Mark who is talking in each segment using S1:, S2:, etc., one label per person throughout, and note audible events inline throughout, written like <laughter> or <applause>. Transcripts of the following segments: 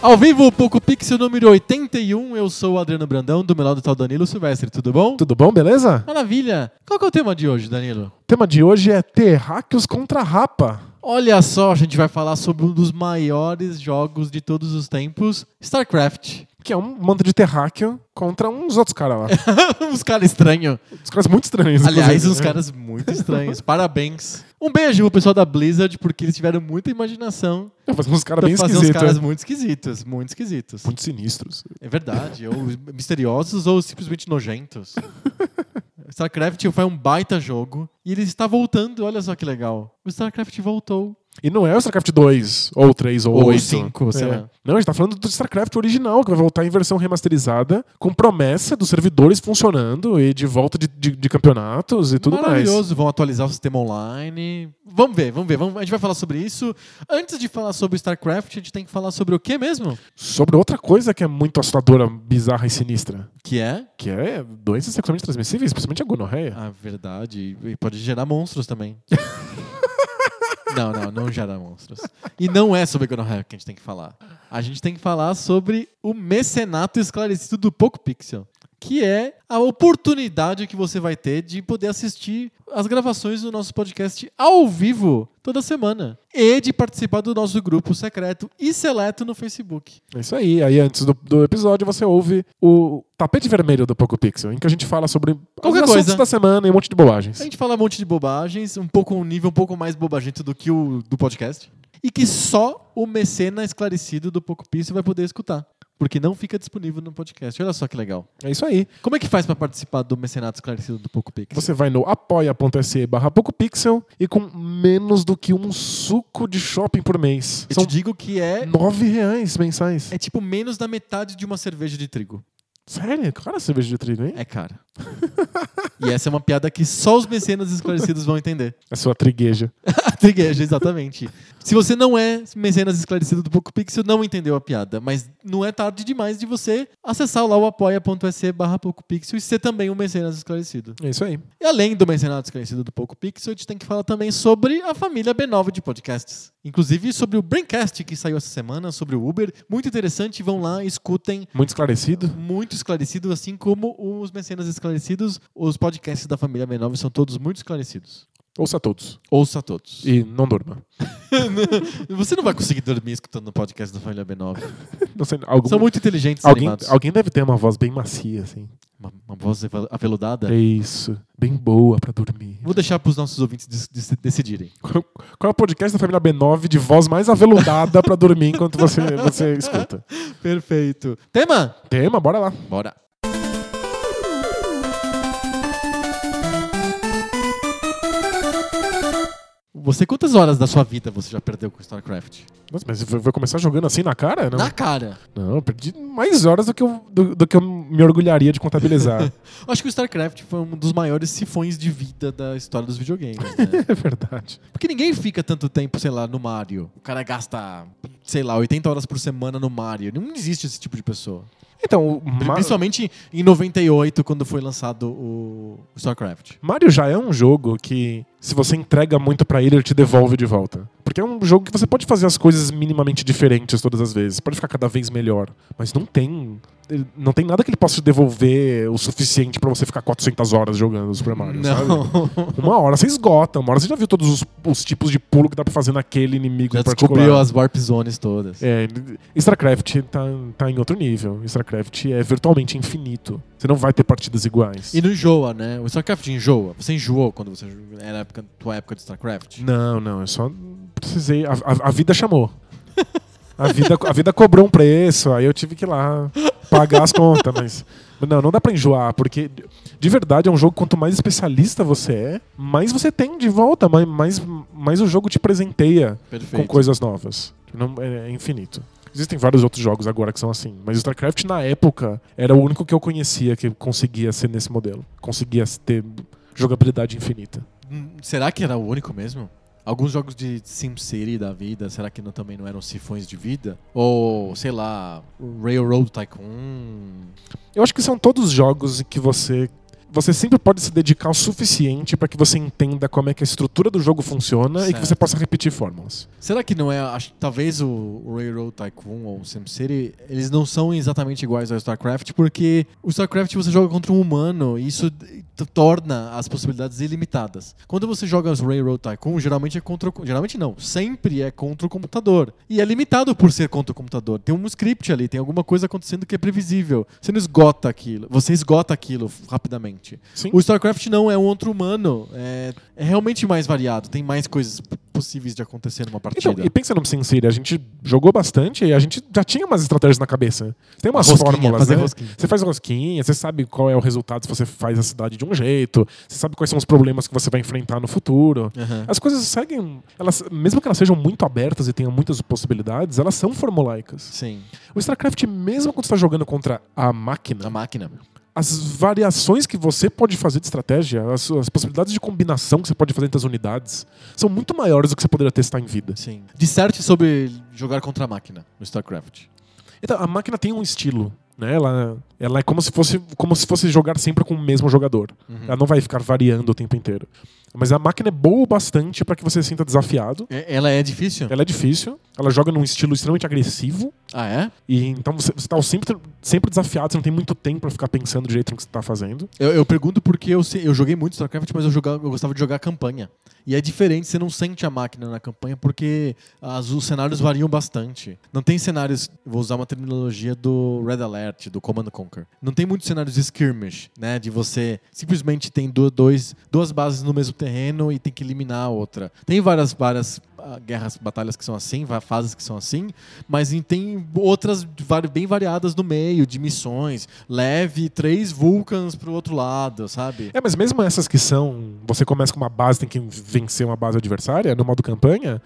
S1: Ao vivo, Poco Pixel número 81, eu sou o Adriano Brandão, do meu lado tá o Danilo Silvestre, tudo bom?
S2: Tudo bom, beleza?
S1: Maravilha! Qual que é o tema de hoje, Danilo?
S2: O tema de hoje é Terráqueos contra Rapa.
S1: Olha só, a gente vai falar sobre um dos maiores jogos de todos os tempos, StarCraft. <laughs>
S2: Que é um manto de terráqueo contra uns outros caras lá.
S1: uns caras estranhos.
S2: Uns caras muito estranhos.
S1: Aliás,
S2: inclusive,
S1: uns
S2: né?
S1: caras
S2: <laughs>
S1: muito estranhos. Parabéns. Um beijo pro pessoal da Blizzard, porque eles tiveram muita imaginação
S2: É, mas uns caras
S1: pra
S2: bem
S1: fazer
S2: esquisitos. né?
S1: uns caras muito esquisitos, muito esquisitos.
S2: Muito sinistros.
S1: É verdade. ou misteriosos ou simplesmente
S2: <laughs>
S1: nojentos. StarCraft foi um baita jogo e ele está voltando. Olha só que legal. O StarCraft voltou.
S2: E não é o StarCraft 2, ou 3, ou,
S1: Ou
S2: 8.
S1: cinco, sei lá.
S2: Não, a gente tá falando do StarCraft original, que vai voltar em versão remasterizada, com promessa dos servidores funcionando e de volta de, de- de campeonatos e tudo mais.
S1: Maravilhoso. Vão atualizar o sistema online. Vamos ver, vamos ver. Vamos- A gente vai falar sobre isso. Antes de falar sobre StarCraft, a gente tem que falar sobre o que mesmo?
S2: Sobre outra coisa que é muito assustadora, bizarra e sinistra,
S1: Que é
S2: que é doenças sexualmente transmissíveis, principalmente a gonorreia.
S1: a verdade. E pode gerar monstros também. <laughs> não, não, não gerar monstros. E não é sobre gonorreia que a gente tem que falar. A gente tem que falar sobre o mecenato esclarecido do Poco Pixel, que é a oportunidade que você vai ter de poder assistir as gravações do nosso podcast ao vivo toda semana e de participar do nosso grupo secreto e seleto no Facebook.
S2: É isso aí. Aí antes do, do episódio você ouve o tapete vermelho do Poco Pixel, em que a gente fala sobre
S1: Qualquer
S2: os assuntos
S1: coisa.
S2: da semana e um monte de bobagens.
S1: A gente fala um monte de bobagens, um pouco um nível um pouco mais bobagento do que o do podcast. E que só o mecena esclarecido do Poco Pixel vai poder escutar. Porque não fica disponível no podcast. Olha só que legal.
S2: É isso aí.
S1: Como é que faz pra participar do mecenato esclarecido do Poco Pixel?
S2: Você vai no apoia.se barra PocoPixel e com menos do que um suco de shopping por mês.
S1: Eu
S2: São
S1: te digo que é,
S2: nove reais mensais.
S1: é tipo menos da metade de uma cerveja de trigo.
S2: Sério? Cara, cerveja tipo de trigo, hein?
S1: É caro. e essa é uma piada que só os mecenas esclarecidos vão entender.
S2: É sua trigueja.
S1: A trigueja, exatamente. Se você não é mecenas esclarecido do Poco Pixel, não entendeu a piada. Mas não é tarde demais de você acessar lá o apoia.se barra PocoPixel e ser também um mecenas esclarecido.
S2: É isso aí.
S1: E além do mencionado desconhecido do Poco Pixel, a gente tem que falar também sobre a família B9 de podcasts. Inclusive sobre o Braincast que saiu essa semana, sobre o Uber. Muito interessante, vão lá, escutem.
S2: Muito esclarecido.
S1: Muito esclarecido, assim como os mecenas esclarecidos, os podcasts da família B9 são todos muito esclarecidos.
S2: Ouça todos.
S1: Ouça todos.
S2: E não durma. <laughs>
S1: <laughs> Você não vai conseguir dormir escutando o podcast da família B9.
S2: Não sei, algum-
S1: São muito inteligentes e
S2: alguém,
S1: animados.
S2: alguém deve ter uma voz bem macia, assim.
S1: Uma, uma voz avel- aveludada.
S2: É isso. Bem boa pra dormir.
S1: Vou deixar para os nossos ouvintes des- des- decidirem.
S2: Qual qual é o podcast da família B9 de voz mais aveludada pra dormir enquanto você, você escuta?
S1: Perfeito. Tema?
S2: Tema, bora lá.
S1: Bora. Você quantas horas da sua vida você já perdeu com StarCraft?
S2: Nossa, mas eu vou começar jogando assim na cara? Não,
S1: Na cara.
S2: não eu perdi mais horas do que, eu, do, do que eu me orgulharia de contabilizar.
S1: Acho que o StarCraft foi um dos maiores sifões de vida da história dos videogames,
S2: <laughs>
S1: né?
S2: é verdade.
S1: Porque ninguém fica tanto tempo, sei lá, no Mario. O cara gasta, sei lá, 80 horas por semana no Mario. Não existe esse tipo de pessoa.
S2: Então, o Ma-
S1: Principalmente em 98, quando foi lançado o o StarCraft.
S2: Mario já é um jogo que, se você entrega muito pra ele, ele te devolve de volta. Porque é um jogo que você pode fazer as coisas minimamente diferentes todas as vezes. Pode ficar cada vez melhor. Mas não tem. ele- Não tem nada que ele possa te devolver o suficiente pra você ficar 400 horas jogando Super Mario.
S1: <laughs>
S2: sabe?
S1: Não.
S2: Uma hora você esgota, uma hora você já viu todos os, os tipos de pulo que dá pra fazer naquele inimigo
S1: Já
S2: em particular.
S1: descobriu as Warp Zones todas.
S2: É, StarCraft tá, tá em outro nível. StarCraft é virtualmente infinito. Você não vai ter partidas iguais.
S1: E não enjoa, né? O StarCraft enjoa. Você enjoou quando você era a época, tua época de StarCraft?
S2: Não, não, eu só precisei. A, a- a vida chamou. A vida, a vida cobrou um preço, aí eu tive que ir lá pagar as contas, mas. mas Não, não dá pra enjoar, porque de- de verdade é um jogo, quanto mais especialista você é, mais você tem de volta, mais, mais, mais o jogo te presenteia
S1: Perfeito.
S2: com coisas novas. Não- é, é infinito. Existem vários outros jogos agora que são assim, mas o StarCraft na época era o único que eu conhecia que conseguia ser nesse modelo. Conseguia ter jogabilidade infinita.
S1: Hum, Será que era o único mesmo? Alguns jogos de SimCity da vida, será que não- também não eram sifões de vida? Ou, sei lá, Railroad Tycoon.
S2: Eu acho que são todos jogos em que você você sempre pode se dedicar o suficiente para que você entenda como é que a estrutura do jogo funciona e que
S1: Certo.
S2: você possa repetir fórmulas.
S1: Será que não é. acho- talvez o Railroad Tycoon ou o SimCity, eles não são exatamente iguais ao StarCraft, porque o StarCraft você joga contra um humano e isso t- torna as possibilidades ilimitadas. Quando você joga os Railroad Tycoon, geralmente é contra. o- Geralmente não, sempre é contra o computador. E é limitado por ser contra o computador. Tem um script ali, tem alguma coisa acontecendo que é previsível. Você não esgota aquilo, você esgota aquilo f- rapidamente.
S2: Sim.
S1: O StarCraft não é um outro humano. É, é realmente mais variado. Tem mais coisas p- possíveis de acontecer numa partida.
S2: Então, e pensa no SimCity, a gente jogou bastante e a gente já tinha umas estratégias na cabeça. Tem umas
S1: Rosquinha,
S2: fórmulas,
S1: fazer
S2: né?
S1: rosquinha.
S2: Você faz rosquinha, você sabe qual é o resultado se você faz a cidade de um jeito, você sabe quais são os problemas que você vai enfrentar no futuro.
S1: Aham.
S2: As coisas seguem, elas, mesmo que elas sejam muito abertas e tenham muitas possibilidades, elas são formulaicas.
S1: Sim,
S2: O StarCraft, mesmo quando você está jogando contra a
S1: a
S2: máquina,
S1: máquina.
S2: as variações que você pode fazer de estratégia, as, as possibilidades de combinação que você pode fazer entre as unidades, são muito maiores do que você poderia testar em vida.
S1: Sim. Disserte sobre jogar contra a máquina no StarCraft.
S2: Então, a máquina tem um estilo. Né? Ela, ela é como se, fosse, como se fosse jogar sempre com o mesmo jogador. Ela não vai ficar variando o tempo inteiro. Mas a máquina é boa o bastante para que você se sinta desafiado.
S1: É- Ela é difícil?
S2: Ela é difícil, ela joga num estilo extremamente agressivo.
S1: Ah, é?
S2: E então você está sempre, sempre desafiado, você não tem muito tempo para ficar pensando direito no que você está fazendo.
S1: Eu, eu pergunto porque eu, sei- eu joguei muito StarCraft, mas eu, jogava, eu gostava de jogar campanha. E é diferente, você não sente a máquina na campanha porque as- os cenários variam bastante. Não tem cenários, vou usar uma terminologia do Red Alert, do Command and Conquer. Não tem muitos cenários de skirmish, né? De você simplesmente tem du- dois, duas bases no mesmo terreno e tem que eliminar a outra. Tem várias, várias ah, guerras, batalhas que são assim, va- fases que são assim, mas em- tem outras vari- bem variadas no meio, de missões. Leve três Vulcans pro outro lado, sabe?
S2: É, mas mesmo essas que são. Você começa com uma base, tem que vencer uma base adversária no modo campanha.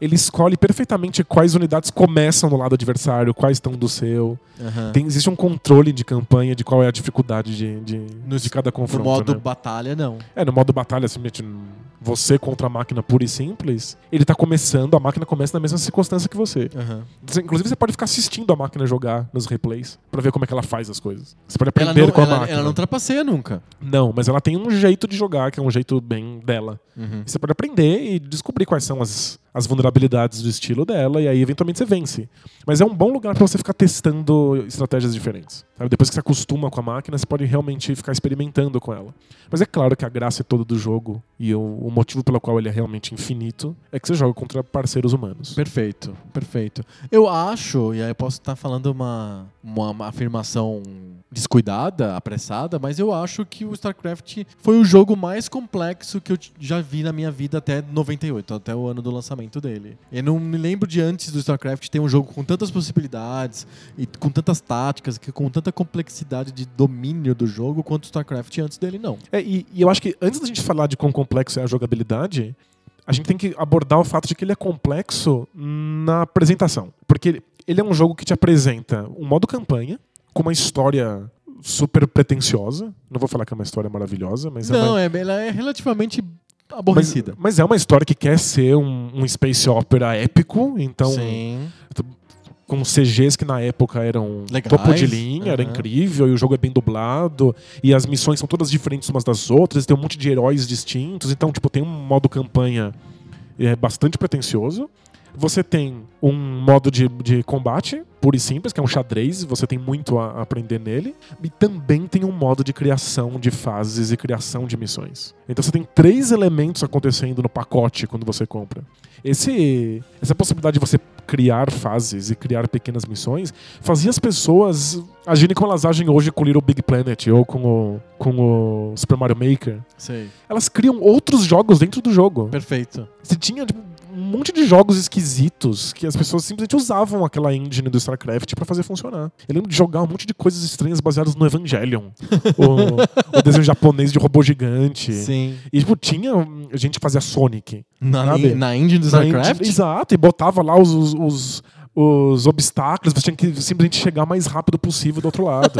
S2: Ele escolhe perfeitamente quais unidades começam do lado adversário, quais estão do seu.
S1: Aham.
S2: Tem- existe um controle de campanha de qual é a dificuldade de, de,
S1: No-
S2: de cada
S1: No
S2: confronto.
S1: modo
S2: né?
S1: batalha, não.
S2: É, no modo batalha, simplesmente hum, você contra a máquina pura e simples, ele tá começando, a máquina começa na mesma circunstância que você.
S1: Aham.
S2: Você- Inclusive, você pode ficar assistindo a máquina jogar nos replays pra ver como é que ela faz as coisas. Você pode
S1: Ela
S2: aprender
S1: não,
S2: com a
S1: ela,
S2: máquina.
S1: ela não trapaceia nunca.
S2: Não, mas ela tem um jeito de jogar, que é um jeito bem dela.
S1: Uhum.
S2: E Você pode aprender e descobrir quais são as, as vulnerabilidades do estilo dela, e aí eventualmente você vence. Mas é um bom lugar pra você ficar testando estratégias diferentes. sabe? Depois que você acostuma com a máquina, você pode realmente ficar experimentando com ela. Mas é claro que a graça é toda do jogo, e o, o motivo pelo qual ele é realmente infinito, é que você joga contra parceiros humanos.
S1: Perfeito, perfeito. Eu acho, e aí eu posso estar falando uma, uma, uma afirmação descuidada, apressada, mas eu acho que o StarCraft foi o jogo mais complexo que eu t- já vi na minha vida até 98, até o ano do lançamento dele. Eu não me lembro de antes do StarCraft ter um jogo com tantas possibilidades e com tantas táticas, que- com tanta complexidade de domínio do jogo quanto o StarCraft antes dele, não.
S2: É, e, e eu acho que antes da gente falar de quão complexo é a jogabilidade, a gente tem que abordar o fato de que ele é complexo na apresentação. Porque ele, ele é um jogo que te apresenta um modo campanha, com uma história super pretensiosa. Não vou falar que é uma história maravilhosa, mas é
S1: Não,
S2: uma.
S1: é, ela é relativamente
S2: Mas,
S1: aborrecida.
S2: mas é uma história que quer ser um, um space opera épico, então
S1: Sim.
S2: com CGs que na época eram
S1: Legais.
S2: topo de linha, era
S1: Aham.
S2: incrível, e o jogo é bem dublado, e as missões são todas diferentes umas das outras, tem um monte de heróis distintos, então, tipo, tem um modo campanha é, bastante pretensioso. Você tem um modo de, de combate, puro e simples, que é um xadrez, você tem muito a a aprender nele. E também tem um modo de criação de fases e criação de missões. Então você tem três elementos acontecendo no pacote quando você compra. Esse, essa possibilidade de você criar fases e criar pequenas missões fazia as pessoas agirem como elas agem hoje com o Little Big Planet ou com o, com o Super Mario Maker.
S1: Sei.
S2: Elas criam outros jogos dentro do jogo.
S1: Perfeito.
S2: Você tinha tipo, um monte de jogos esquisitos que as pessoas simplesmente usavam aquela engine do StarCraft pra fazer funcionar. Eu lembro de jogar um monte de coisas estranhas baseadas no Evangelion. o, o desenho japonês de robô gigante.
S1: Sim.
S2: E tipo, tinha hum, gente que fazia Sonic.
S1: Na,
S2: Sabe?
S1: na engine do
S2: Na engine-
S1: StarCraft?
S2: Exato, e botava lá os, os, os- os obstáculos, você tinha que simplesmente chegar mais rápido possível do outro lado.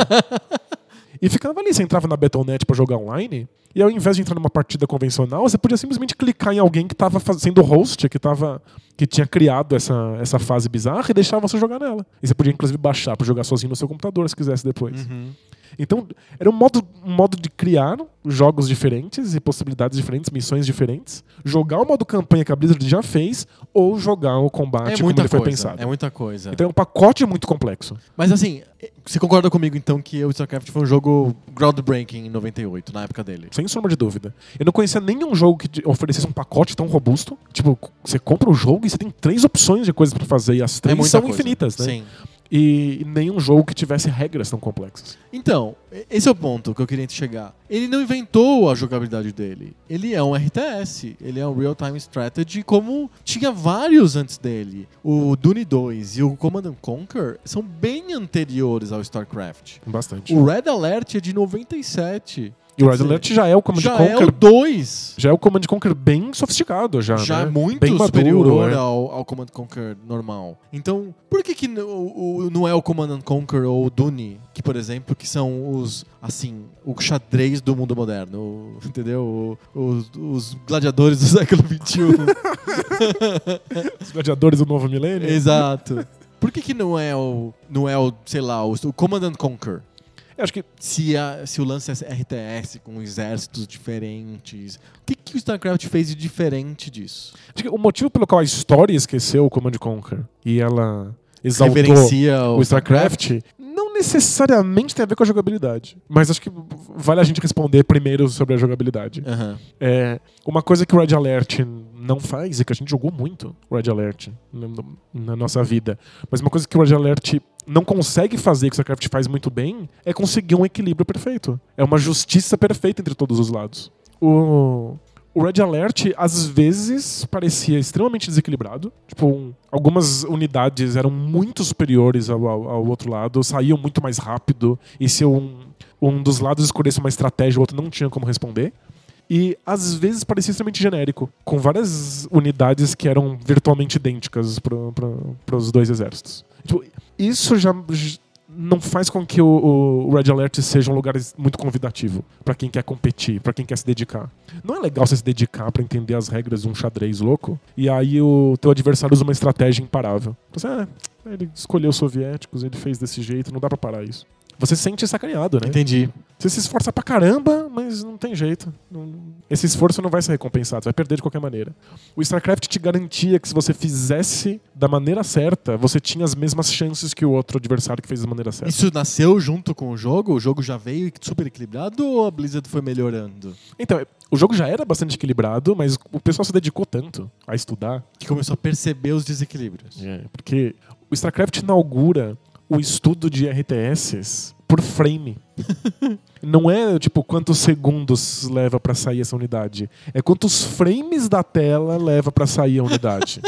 S2: E ficava ali, você entrava na Battle.net pra jogar online, e ao invés de entrar numa partida convencional, você podia simplesmente clicar em alguém que tava faz- sendo host, que tava que tinha criado essa, essa fase bizarra e deixava você jogar nela. E você podia inclusive baixar pra jogar sozinho no seu computador, se quisesse depois. Então, era um modo, um modo de criar jogos diferentes e possibilidades diferentes, missões diferentes, jogar o modo campanha que a Blizzard já fez ou jogar o combate
S1: É
S2: Tipo, como
S1: muita
S2: ele foi
S1: coisa.
S2: pensado.
S1: É muita coisa.
S2: Então é um pacote muito complexo.
S1: Mas assim, você concorda comigo então que o StarCraft foi um jogo groundbreaking em 98, na época dele?
S2: Sem sombra de dúvida. Eu não conhecia nenhum jogo que te oferecesse um pacote tão robusto. Tipo, c- você compra o jogo e você tem três opções de coisas pra fazer. E as
S1: É
S2: três
S1: muita
S2: são
S1: coisa.
S2: infinitas, né?
S1: Sim.
S2: E nenhum jogo que tivesse regras tão complexas.
S1: Então, e- esse é o ponto que eu queria chegar. Ele não inventou a jogabilidade dele. Ele é um RTS, ele é um real-time strategy, como tinha vários antes dele. O Dune 2 e o Command and Conquer são bem anteriores ao StarCraft.
S2: Bastante.
S1: O Red Alert é de 97.
S2: e o Red Alert já é o Command
S1: Já é
S2: Conquer.
S1: o 2.
S2: Já é o Command Conquer bem sofisticado, já.
S1: já é
S2: né?
S1: muito
S2: bem
S1: superior
S2: maduro, é.
S1: ao, ao Command Conquer normal. Então, por que que n- o- o- não é o Command and Conquer ou o Dune, que por exemplo, que são os assim, o xadrez do mundo moderno, o- <laughs> entendeu? O- Os, os gladiadores do <laughs> século um.
S2: <laughs>
S1: XXI.
S2: Os gladiadores do novo milênio.
S1: Exato. Por que que não é o não é o, sei lá, o, o Command and Conquer?
S2: Eu É, acho que
S1: Se, a- se o lance é RTS com exércitos diferentes, o que, que o StarCraft fez de diferente disso?
S2: Acho que o motivo pelo qual a história esqueceu o Command Conquer e ela exaltou
S1: Reverencia
S2: o StarCraft não necessariamente tem a ver com a jogabilidade. Mas acho que vale a gente responder primeiro sobre a jogabilidade.
S1: Aham.
S2: É, uma coisa que o Red Alert não faz e que a gente jogou muito o Red Alert na, na nossa vida. Mas uma coisa que o Red Alert não consegue fazer, que o StarCraft faz muito bem, é conseguir um equilíbrio perfeito. É uma justiça perfeita entre todos os lados. O, o Red Alert, às vezes, parecia extremamente desequilibrado. Tipo, um- algumas unidades eram muito superiores ao, ao- ao outro lado, saíam muito mais rápido. E se um, um dos lados escolhesse uma estratégia, o outro não tinha como responder. E às vezes parecia extremamente genérico, com várias unidades que eram virtualmente idênticas para os dois exércitos. Tipo, isso já j- não faz com que o, o- o Red Alert seja um lugar es- muito convidativo para quem quer competir, para quem quer se dedicar. Não é legal você se dedicar para entender as regras de um xadrez louco e aí o teu adversário usa uma estratégia imparável. Você, ah, ele escolheu os soviéticos, ele fez desse jeito, não dá para parar isso. Você se sente sacaneado, né?
S1: Entendi.
S2: Você se esforça pra caramba, mas não tem jeito. Não- Esse esforço não vai ser recompensado, você vai perder de qualquer maneira. O StarCraft te garantia que se você fizesse da maneira certa, você tinha as mesmas chances que o outro adversário que fez da maneira certa.
S1: Isso nasceu junto com o jogo? O jogo já veio super equilibrado ou a Blizzard foi melhorando?
S2: Então, o jogo já era bastante equilibrado, mas o pessoal se dedicou tanto a estudar,
S1: Que começou a perceber os desequilíbrios.
S2: É, porque o StarCraft inaugura o estudo de RTS por frame. Não é tipo quantos segundos leva pra sair essa unidade, é quantos frames da tela leva pra sair a unidade.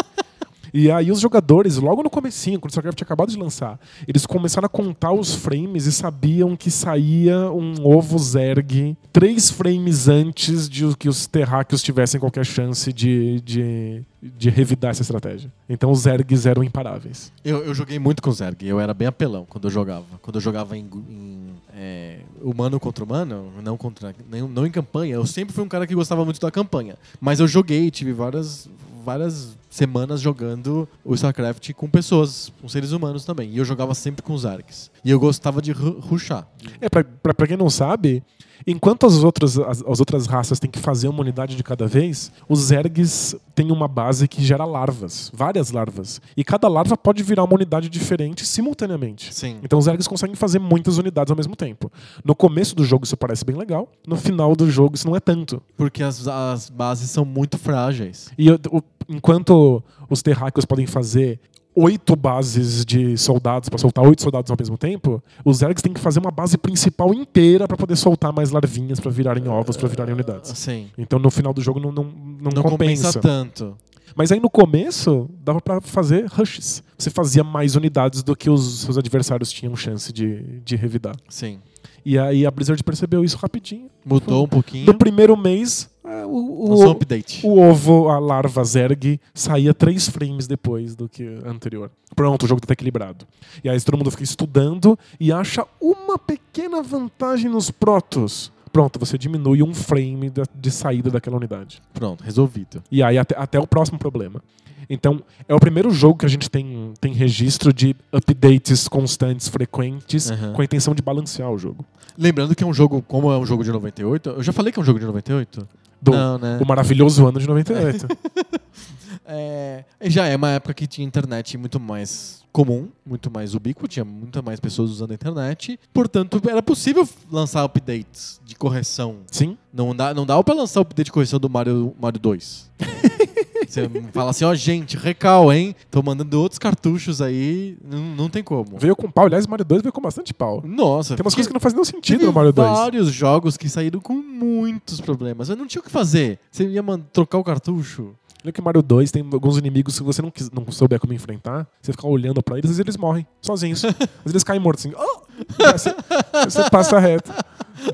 S2: E aí os jogadores, logo no comecinho, quando o StarCraft tinha acabado de lançar, eles começaram a contar os frames e sabiam que saía um ovo Zerg três frames antes de o- que os terráqueos tivessem qualquer chance de, de, de revidar essa estratégia. Então os Zergs eram imparáveis.
S1: Eu, eu joguei muito com Zerg, eu era bem apelão quando eu jogava. Quando eu jogava em, em, é, humano contra humano, não, contra, nem- não em campanha, eu sempre fui um cara que gostava muito da campanha. Mas eu joguei, tive várias, várias semanas jogando o StarCraft com pessoas, com seres humanos também. E eu jogava sempre com Zergs. E eu gostava de ru- rushar.
S2: É, pra, pra, pra quem não sabe, enquanto as outras, as, as outras raças têm que fazer uma unidade de cada vez, os Zergs têm uma base que gera larvas, várias larvas. E cada larva pode virar uma unidade diferente simultaneamente.
S1: Sim.
S2: Então os Zergs conseguem fazer muitas unidades ao mesmo tempo. No começo do jogo isso parece bem legal, no final do jogo isso não é tanto.
S1: Porque as, as bases são muito frágeis.
S2: E eu- o- enquanto os terráqueos podem fazer oito bases de soldados para soltar oito soldados ao mesmo tempo, os Zergs têm que fazer uma base principal inteira para poder soltar mais larvinhas para virarem ovos, para virarem unidades.
S1: Sim.
S2: Então no final do jogo não, não, não,
S1: Assim, Não compensa,
S2: compensa.
S1: tanto.
S2: Mas aí no começo dava pra fazer rushes. Você fazia mais unidades do que os seus adversários tinham chance de, de revidar.
S1: Sim.
S2: E aí a Blizzard percebeu isso rapidinho.
S1: Mudou um
S2: No
S1: pouquinho.
S2: primeiro mês, É, o,
S1: Lançou um
S2: o,
S1: update.
S2: o ovo, a larva Zerg, saía três frames depois do que anterior. Pronto, o jogo tá equilibrado. E aí todo mundo fica estudando e acha uma pequena vantagem nos protos. Pronto, você diminui um frame da- de saída daquela unidade.
S1: Pronto, resolvido.
S2: E aí até, até o próximo problema. Então, é o primeiro jogo que a gente tem, tem registro de updates constantes, frequentes,
S1: Aham.
S2: com a intenção de balancear o jogo.
S1: Lembrando que é um jogo, como é um jogo de 98, eu já falei que é um jogo de 98?
S2: Do,
S1: Não, né?
S2: O maravilhoso ano
S1: <laughs>
S2: de 98.
S1: É, já é uma época que tinha internet muito mais comum, muito mais ubíqua, tinha muita mais pessoas usando a internet. Portanto, era possível lançar updates de correção.
S2: Sim?
S1: Não dá, não dá pra lançar o update de correção do Mario, Mario
S2: <laughs>
S1: 2. Você fala assim, ó, gente, recal, hein? Tô mandando outros cartuchos aí. Não, não tem como.
S2: Veio com pau. Aliás, Mario 2 veio com bastante pau.
S1: Nossa,
S2: Tem umas
S1: porque-
S2: coisas que não fazem nenhum sentido
S1: Teve
S2: no Mario 2.
S1: vários jogos que saíram com muitos problemas. Mas não tinha o que fazer. Você ia man- trocar o cartucho.
S2: Lembra que Mario 2 tem alguns inimigos que você não, quis, não souber como enfrentar, você fica olhando pra eles e eles morrem, sozinhos. Às vezes eles caem mortos assim. "Oh!" E aí você, você passa reto.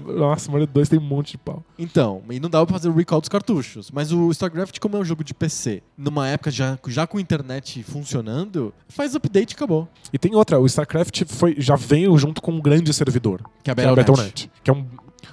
S2: Nossa, Mario 2 tem um monte de pau.
S1: Então, e não dava pra fazer o recall dos cartuchos. Mas o StarCraft, como é um jogo de PC, numa época já, já com internet funcionando, faz update e acabou.
S2: E tem outra, o StarCraft foi, já veio junto com um grande servidor,
S1: Que é a
S2: que é o
S1: Battle.net.
S2: Battle.net. Que é um,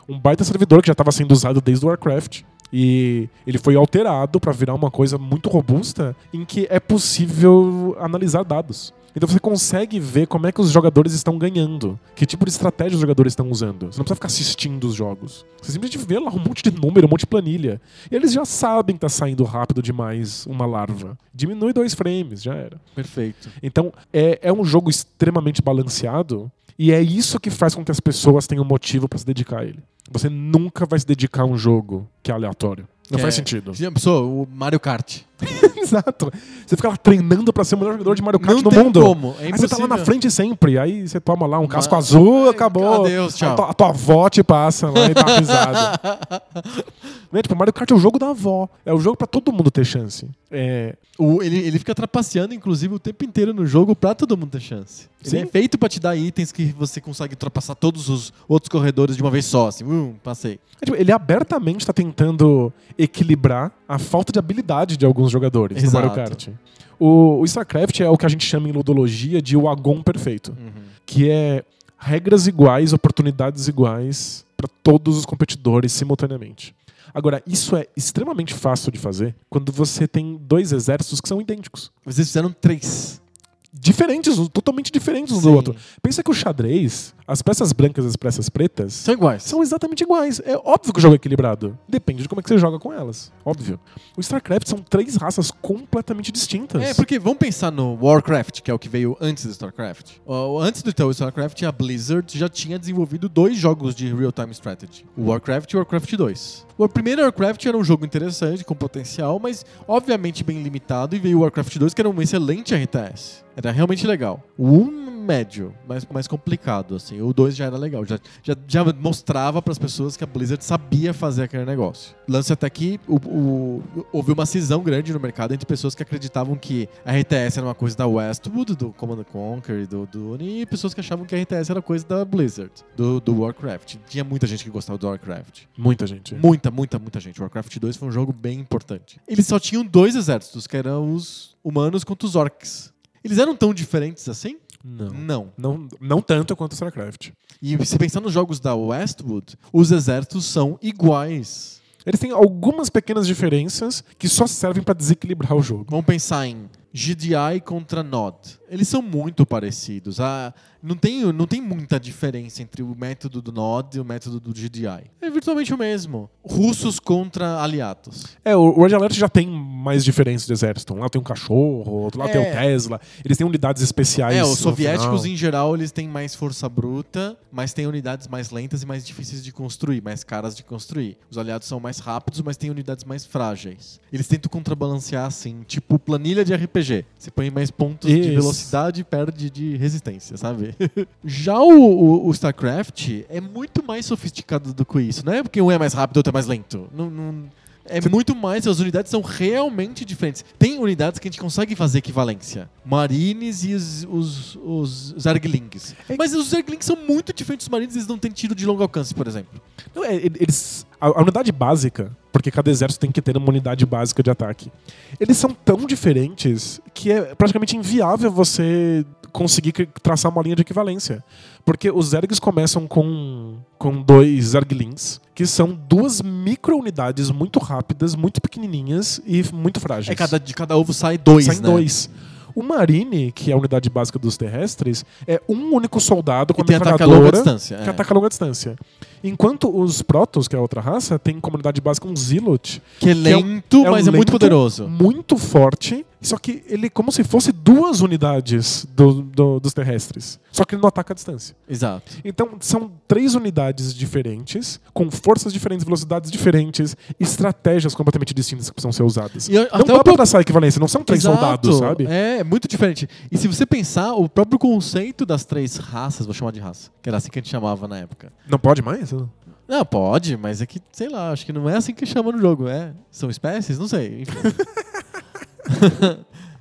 S2: um baita servidor que já estava sendo usado desde o Warcraft. E ele foi alterado para virar uma coisa muito robusta em que é possível analisar dados. Então você consegue ver como é que os jogadores estão ganhando, que tipo de estratégia os jogadores estão usando. Você não precisa ficar assistindo os jogos. Você simplesmente vê lá um monte de número, um monte de planilha. E eles já sabem que tá saindo rápido demais uma larva. Diminui dois frames, já era.
S1: Perfeito.
S2: Então, é, é um jogo extremamente balanceado e é isso que faz com que as pessoas tenham motivo pra se dedicar a ele. Você nunca vai se dedicar a um jogo que é aleatório. Não
S1: Que
S2: faz
S1: é-
S2: sentido. <laughs>
S1: Já pensou? O Mario Kart.
S2: Exato. Você fica lá treinando pra ser o melhor jogador de Mario Kart
S1: Não
S2: no
S1: tem
S2: mundo.
S1: como, é
S2: aí você tá lá
S1: impossível.
S2: na frente sempre. Aí você toma lá um casco
S1: Mas-
S2: azul, acabou.
S1: adeus, tchau.
S2: A tua, a tua avó te passa lá
S1: <laughs>
S2: e dá uma risada. né? Tipo, Mario Kart é o jogo da avó. É o jogo pra todo mundo ter chance. É,
S1: O- ele, ele fica trapaceando, inclusive, o tempo inteiro no jogo pra todo mundo ter chance. Ele
S2: Sim.
S1: é feito pra te dar itens que você consegue ultrapassar todos os outros corredores de uma vez só. Assim, hum, passei.
S2: É, tipo, ele abertamente está tentando equilibrar a falta de habilidade de alguns jogadores
S1: Exato.
S2: no Mario Kart. O, o StarCraft é o que a gente chama em ludologia de wagon perfeito,
S1: Uhum.
S2: que é regras iguais, oportunidades iguais para todos os competidores simultaneamente. Agora, isso é extremamente fácil de fazer quando você tem dois exércitos que são idênticos.
S1: Vocês fizeram três.
S2: Diferentes, totalmente diferentes um
S1: Sim.
S2: do outro. Pensa que o xadrez, as peças brancas e as peças pretas,
S1: São iguais.
S2: são exatamente iguais. É óbvio que o jogo é equilibrado. Depende de como é que você joga com elas. Óbvio. O StarCraft são três raças completamente distintas.
S1: É, porque vamos pensar no Warcraft, que é o que veio antes do StarCraft. Ó, Antes do então, StarCraft, a Blizzard já tinha desenvolvido dois jogos de real-time strategy. O Warcraft e o Warcraft 2. O primeiro Warcraft era um jogo interessante, com potencial, mas obviamente bem limitado, e veio o Warcraft 2, que era um excelente RTS. Era realmente legal. O 1 médio, mas mais complicado, assim. O 2 já era legal, já, já, já mostrava para as pessoas que a Blizzard sabia fazer aquele negócio. Lance até que o- o- houve uma cisão grande no mercado entre pessoas que acreditavam que a RTS era uma coisa da Westwood, do Command and Conquer, e do, do Uni, e pessoas que achavam que a RTS era coisa da Blizzard, do, do Warcraft. Tinha muita gente que gostava do Warcraft.
S2: Muita gente.
S1: Muita, muita, muita gente. Warcraft 2 foi um jogo bem importante. Eles só tinham dois exércitos, que eram os humanos contra os orcs. Eles eram tão diferentes assim?
S2: Não.
S1: Não.
S2: Não, não tanto quanto o StarCraft.
S1: E se pensar nos jogos da Westwood, os exércitos são iguais.
S2: Eles têm algumas pequenas diferenças que só servem pra desequilibrar o jogo.
S1: Vamos pensar em GDI contra Nod. Eles são muito parecidos. Ah, não, tem, não tem muita diferença entre o método do Nod e o método do GDI. É virtualmente o mesmo. Russos contra aliados.
S2: É, o Red Alert já tem mais diferenças de exército. Um lá tem um cachorro, outro lá
S1: É.
S2: tem o Tesla. Eles têm unidades especiais.
S1: é,
S2: no
S1: os soviéticos
S2: final.
S1: em geral eles têm mais força bruta, mas têm unidades mais lentas e mais difíceis de construir, mais caras de construir. Os aliados são mais rápidos, mas têm unidades mais frágeis. Eles tentam contrabalancear assim, tipo planilha de RPG. Você põe mais pontos de
S2: Isso.
S1: velocidade e perde de resistência, sabe? <laughs> Já o, o- o StarCraft é muito mais sofisticado do que isso. Não é porque um é mais rápido e outro é mais lento. Não, não- É muito mais, as unidades são realmente diferentes. Tem unidades que a gente consegue fazer equivalência. Marines e os, os, os Zerglings.
S2: É-
S1: Mas os Zerglings são muito diferentes dos Marines, eles não têm tiro de longo alcance, por exemplo.
S2: Não, é, ele- eles, a, a unidade básica, porque cada exército tem que ter uma unidade básica de ataque. Eles são tão diferentes que é praticamente inviável você conseguir cri- traçar uma linha de equivalência. Porque os Zergs começam com, com dois Zerglings, que são duas micro-unidades muito rápidas, muito pequenininhas e f- muito frágeis.
S1: É cada, de cada ovo sai dois,
S2: Saem
S1: né?
S2: dois. O Marine, que é a unidade básica dos terrestres, é um único soldado com
S1: E
S2: a
S1: tem ataque a longa
S2: metralhadora
S1: distância.
S2: que
S1: é.
S2: ataca a longa distância. Enquanto os Protoss, que é a outra raça, tem como unidade básica um Zilot,
S1: Que é
S2: que é um-
S1: lento,
S2: é um
S1: mas é muito
S2: lento-
S1: poderoso.
S2: muito forte, só que ele é como se fosse duas unidades do- do- dos terrestres. Só que ele não ataca a distância.
S1: Exato.
S2: Então, são três unidades diferentes, com forças diferentes, velocidades diferentes, estratégias completamente distintas que precisam ser usadas.
S1: E eu-
S2: não dá pra traçar a equivalência, não são três
S1: Exato.
S2: soldados, sabe?
S1: É, é muito diferente. E se você pensar, o próprio conceito das três raças, vou chamar de raça, que era assim que a gente chamava na época.
S2: Não pode mais?
S1: Não, pode, mas é que, sei lá, acho que não é assim que chama no jogo, é? São espécies? Não sei. enfim.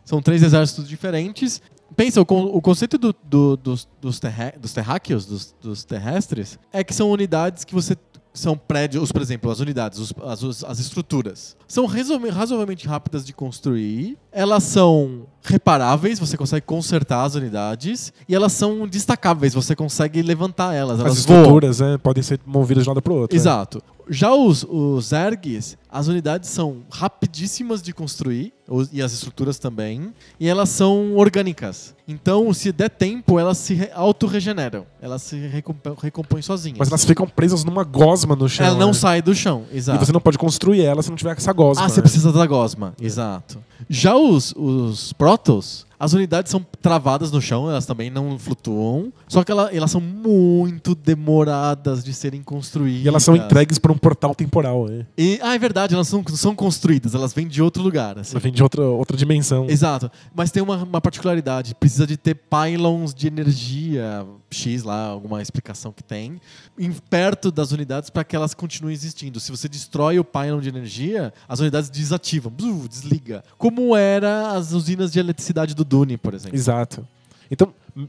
S1: São três exércitos diferentes. Pensa, o, con- o conceito do- do- dos, dos, terra- dos terráqueos, dos, dos terrestres, é que são unidades que você. São prédios, por exemplo, as unidades, os- as, os- as estruturas. São resume- razoavelmente rápidas de construir, elas são reparáveis, você consegue consertar as unidades, e elas são destacáveis, você consegue levantar elas.
S2: As
S1: Elas voam.
S2: estruturas né, podem ser movidas de um lado pro outro. né?
S1: Exato. Já os, os ergs, as unidades são rapidíssimas de construir, os- e as estruturas também, e elas são orgânicas. Então, se der tempo, elas se re- autorregeneram. Elas se recomp- recompõem sozinhas.
S2: Mas elas ficam presas numa gosma no chão.
S1: Ela não
S2: né?
S1: sai do chão,
S2: E
S1: exato.
S2: você não pode construir ela se não tiver essa gosma.
S1: Tá. Ah, você
S2: né?
S1: precisa da gosma. Exato. Já os, os protos, as unidades são travadas no chão, elas também não flutuam. Só que ela- elas são muito demoradas de serem construídas.
S2: E elas são entregues por um portal temporal. Né?
S1: E- ah, é verdade, elas não não são construídas, elas vêm de outro lugar. assim.
S2: Ela vem de outra, outra dimensão.
S1: Exato. Mas tem uma, uma particularidade: precisa de ter pylons de energia X lá, alguma explicação que tem, em- perto das unidades para que elas continuem existindo. Se você destrói o pylon de energia, as unidades desativam, bzzu, desliga. Como era as usinas de eletricidade do Dune, por exemplo.
S2: Exato. Então, m-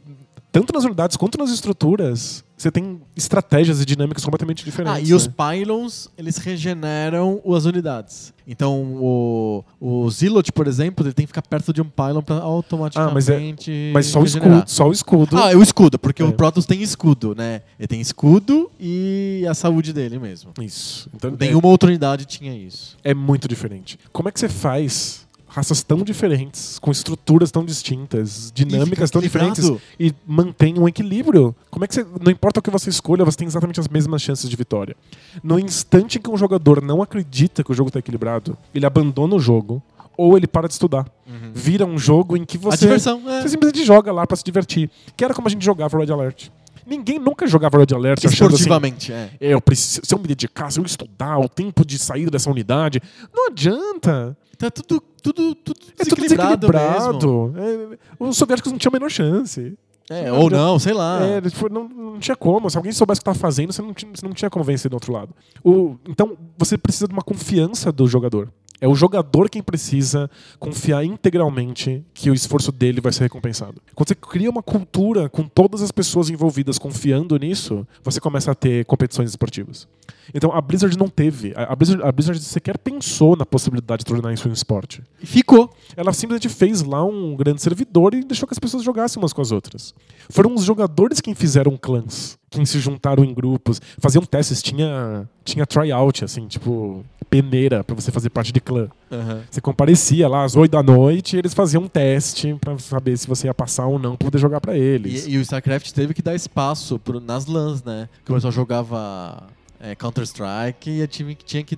S2: tanto nas unidades quanto nas estruturas, você tem estratégias e dinâmicas completamente diferentes.
S1: Ah, e os
S2: né?
S1: pylons, eles regeneram as unidades. Então, o, o Zilot, por exemplo, ele tem que ficar perto de um pylon para automaticamente.
S2: Ah, mas é- Mas só o
S1: regenerar.
S2: escudo. Só o escudo.
S1: Ah, é o escudo, porque
S2: É.
S1: o Protoss tem escudo, né? Ele tem escudo e a saúde dele mesmo.
S2: Isso. Então, é,
S1: Nenhuma outra unidade tinha isso.
S2: é muito diferente. Como é que você faz raças tão diferentes, com estruturas tão distintas, dinâmicas tão
S1: equilibrado.
S2: diferentes e mantém um equilíbrio? Como é que você, não importa o que você escolha, você tem exatamente as mesmas chances de vitória. No instante em que um jogador não acredita que o jogo está equilibrado, ele abandona o jogo ou ele para de estudar. Vira um jogo em que
S1: Uhum. A
S2: você
S1: diversão é.
S2: Você simplesmente joga lá pra se divertir. Que era como a gente jogava Red Alert. Ninguém nunca jogava Red Alert achando assim,
S1: Esportivamente, é.
S2: "É, eu preciso, se eu me dedicar, se eu estudar, o tempo de sair dessa unidade. Não adianta.
S1: Tá tudo, tudo, tudo
S2: É tudo
S1: desequilibrado, mesmo.
S2: desequilibrado. É, os soviéticos não tinham a menor chance.
S1: É, ou não, sei lá.
S2: É, tipo, não, não tinha como. Se alguém soubesse o que estava fazendo, você não, tinha, você não tinha como vencer do outro lado. O- então, você precisa de uma confiança do jogador. É o jogador quem precisa confiar integralmente que o esforço dele vai ser recompensado. Quando você cria uma cultura com todas as pessoas envolvidas confiando nisso, você começa a ter competições esportivas. Então a Blizzard não teve. A a Blizzard, a Blizzard sequer pensou na possibilidade de tornar isso um esporte.
S1: E Ficou.
S2: Ela simplesmente fez lá um grande servidor e deixou que as pessoas jogassem umas com as outras. Foram os jogadores quem fizeram clãs, quem se juntaram em grupos, faziam testes, tinha, tinha tryout, assim, tipo, peneira pra você fazer parte de clã. Você comparecia lá às 8 da noite e eles faziam um teste pra saber se você ia passar ou não pra poder jogar pra eles.
S1: E, e o StarCraft teve que dar espaço pro, nas LANs, né?
S2: Uhum.
S1: Que o pessoal jogava é, Counter-Strike e a time que tinha que.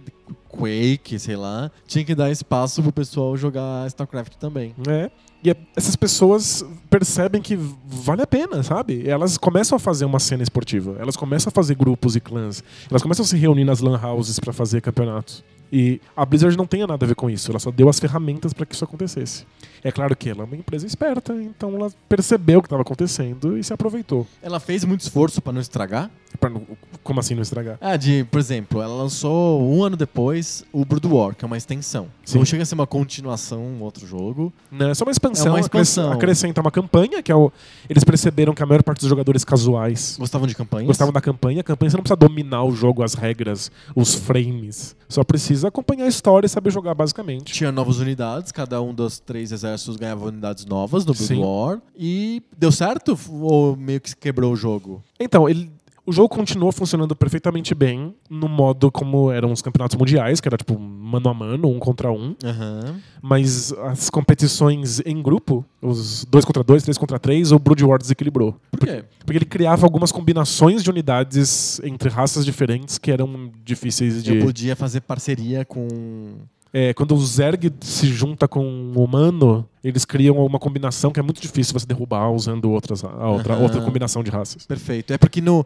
S1: Quake, sei lá. Tinha que dar espaço pro pessoal jogar StarCraft também.
S2: É. E é- essas pessoas percebem que vale a pena, sabe? Elas começam a fazer uma cena esportiva, elas começam a fazer grupos e clãs, elas começam a se reunir nas lan houses pra fazer campeonatos. E a Blizzard não tem nada a ver com isso, ela só deu as ferramentas pra que isso acontecesse. É claro que ela é uma empresa esperta, então ela percebeu o que estava acontecendo e se aproveitou.
S1: Ela fez muito esforço pra não estragar.
S2: Pra não- Como assim não estragar?
S1: Ah, de, por exemplo, ela lançou um ano depois o Brood War, que é uma extensão.
S2: Sim.
S1: Não chega a ser uma continuação, um outro jogo.
S2: Não, é só uma expansão.
S1: É uma
S2: acres-
S1: expansão.
S2: Acrescenta uma campanha, que é o... Eles perceberam que a maior parte dos jogadores casuais
S1: Gostavam de campanhas?
S2: gostavam da campanha. A campanha você não precisa dominar o jogo, as regras, os frames. Só precisa acompanhar a história e saber jogar, basicamente.
S1: Tinha novas unidades, cada um dos três exércitos ganhava unidades novas no Brood
S2: Sim.
S1: War. E deu certo? Ou meio que quebrou o jogo?
S2: Então, ele- o jogo continuou funcionando perfeitamente bem no modo como eram os campeonatos mundiais, que era tipo mano a mano, um contra um.
S1: Aham.
S2: Mas as competições em grupo, os dois contra dois, três contra três, o Brood War desequilibrou.
S1: Por quê?
S2: Porque ele criava algumas combinações de unidades entre raças diferentes que eram difíceis de.
S1: Eu podia fazer parceria com.
S2: É, quando o Zerg se junta com o humano, eles criam uma combinação que é muito difícil você derrubar usando outras, a outra,
S1: Aham.
S2: outra combinação de raças.
S1: Perfeito. É porque no.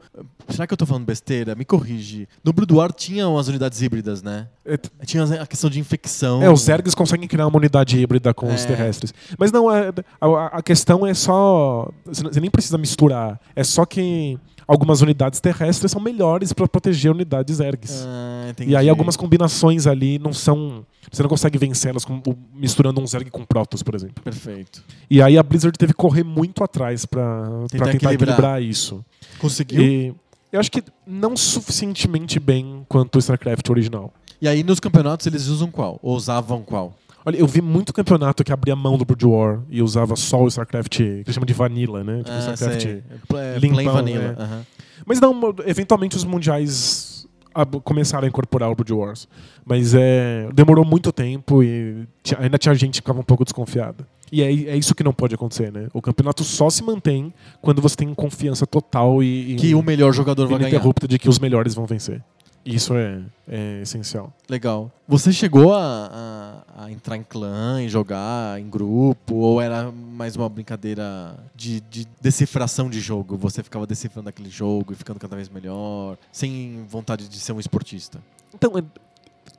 S1: Será que eu tô falando besteira? Me corrige. No Brood War tinham as unidades híbridas, né?
S2: É,
S1: Tinha a questão de infecção.
S2: É, os Zergs conseguem criar uma unidade híbrida com os
S1: É.
S2: terrestres. Mas não, é- a, a- a questão é só. Você não- você nem precisa misturar. É só que algumas unidades terrestres são melhores para proteger unidades Zergs.
S1: Ah, entendi.
S2: E aí algumas combinações ali não são. Você não consegue vencê-las com- misturando um Zerg com Protoss, por exemplo.
S1: Perfeito.
S2: E aí a Blizzard teve que correr muito atrás para
S1: Tentar
S2: tentar,
S1: equilibrar.
S2: equilibrar isso.
S1: Conseguiu. E...
S2: E eu acho que não suficientemente bem quanto o StarCraft original.
S1: aí nos campeonatos eles usam qual? Ou usavam qual?
S2: Olha, eu vi muito campeonato que abria mão do Brood War e usava só o StarCraft, que eles chamam de Vanilla, né? Tipo, StarCraft.
S1: Ah, sei. Pla- é,
S2: limpão,
S1: Plain Vanilla.
S2: né?
S1: Aham.
S2: Mas não, eventualmente os mundiais ab- começaram a incorporar o Brood Wars. Mas é, demorou muito tempo e ti- ainda tinha gente que ficava um pouco desconfiada. E é, é isso que não pode acontecer, né? O campeonato só se mantém quando você tem confiança total e, e
S1: Que o melhor jogador vai ganhar.
S2: ininterrupta de que os melhores vão vencer. Isso é, é essencial.
S1: Legal. Você chegou a, a- a entrar em clã, em jogar, em grupo? Ou era mais uma brincadeira de, de decifração de jogo? Você ficava decifrando aquele jogo e ficando cada vez melhor, sem vontade de ser um esportista?
S2: Então, é-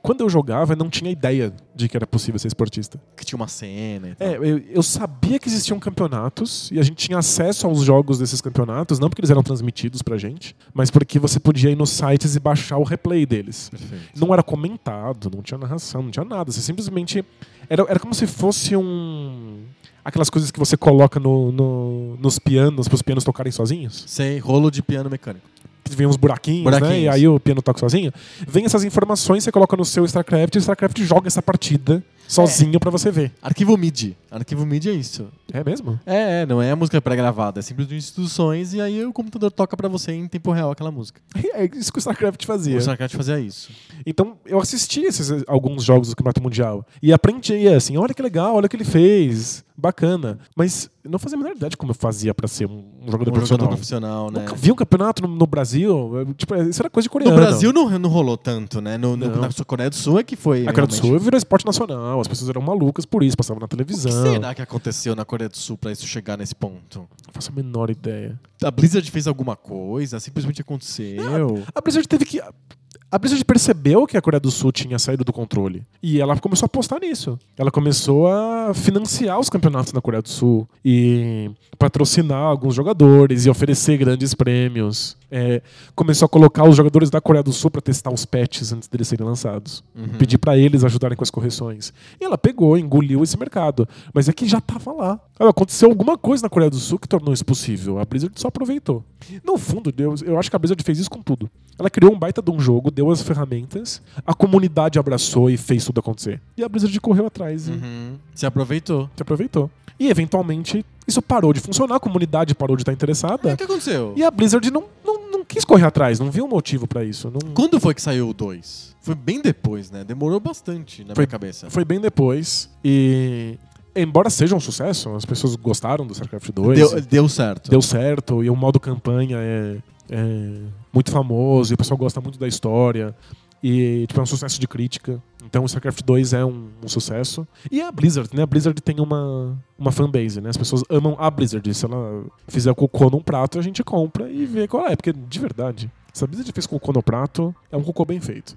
S2: quando eu jogava, eu não tinha ideia de que era possível ser esportista.
S1: Que tinha uma cena e tal.
S2: É, eu, eu sabia que existiam campeonatos e a gente tinha acesso aos jogos desses campeonatos, não porque eles eram transmitidos pra gente, mas porque você podia ir nos sites e baixar o replay deles.
S1: Perfeito.
S2: Não era comentado, não tinha narração, não tinha nada. Você simplesmente. Era, era como se fosse um. Aquelas coisas que você coloca no, no- nos pianos, pros pianos tocarem sozinhos.
S1: Sem rolo de piano mecânico.
S2: Que vem uns buraquinhos, né?
S1: Buraquinhos.
S2: E aí o piano toca sozinho. Vem essas informações, você coloca no seu StarCraft e o StarCraft joga essa partida sozinho pra você ver.
S1: Arquivo MIDI. Arquivo MIDI é isso.
S2: É mesmo?
S1: É, é, não é música pré-gravada, é simplesmente instruções e aí o computador toca pra você em tempo real aquela música.
S2: <laughs> É isso que o StarCraft fazia.
S1: O Starcraft fazia isso.
S2: Então eu assisti esses, alguns jogos do Campeonato Mundial e aprendi assim, olha que legal, olha o que ele fez, bacana. Mas eu não fazia a menor ideia de como eu fazia pra ser um,
S1: Um
S2: um jogador
S1: jogador
S2: profissional.
S1: profissional, né?
S2: Nunca vi um campeonato no, no Brasil, eu, tipo, isso era coisa de
S1: No
S2: coreano.
S1: Brasil não, não rolou tanto, né? No, no-
S2: então. Não.
S1: na Coreia do Sul é que foi.
S2: a Coreia do
S1: realmente.
S2: Sul virou esporte nacional, as pessoas eram malucas por isso, passavam na
S1: O que
S2: televisão.
S1: será que aconteceu na Coreia do Sul pra isso chegar nesse ponto?
S2: Não faço a menor ideia.
S1: A Blizzard fez alguma coisa? Simplesmente aconteceu?
S2: A Blizzard teve que. A Blizzard percebeu que a Coreia do Sul tinha saído do controle. E ela começou a apostar nisso. Ela começou a financiar os campeonatos na Coreia do Sul. E patrocinar alguns jogadores e oferecer grandes prêmios. É, começou a colocar os jogadores da Coreia do Sul para testar os patches antes deles serem lançados. Pedir para eles ajudarem com as correções. E ela pegou, engoliu esse mercado. Mas é que já tava lá. Olha, Aconteceu alguma coisa na Coreia do Sul que tornou isso possível. A Blizzard só aproveitou. No fundo, eu, eu acho que a Blizzard fez isso com tudo. Ela criou um baita de um jogo, deu as ferramentas, a comunidade abraçou e fez tudo acontecer. E a Blizzard correu atrás e
S1: Uhum. Se aproveitou.
S2: se aproveitou. E eventualmente isso parou de funcionar, a comunidade parou de estar
S1: Mas
S2: interessada.
S1: O É que aconteceu?
S2: É. E a Blizzard não, não, não quis correr atrás, não viu um motivo pra isso. Não...
S1: Quando foi que saiu o 2? Foi bem depois, né? Demorou bastante na
S2: Foi-
S1: minha cabeça.
S2: Foi bem depois. E embora seja um sucesso, as pessoas gostaram do StarCraft 2.
S1: Deu, deu certo.
S2: deu certo e o modo campanha é, é muito famoso e o pessoal gosta muito da história e tipo, é um sucesso de crítica. Então o StarCraft 2 é um, um sucesso. E a Blizzard, né? A Blizzard tem uma, uma fanbase, né? As pessoas amam a Blizzard. Se ela fizer cocô num prato, a gente compra e vê qual é. Porque, de verdade, se a Blizzard fez cocô no prato, é um cocô bem feito.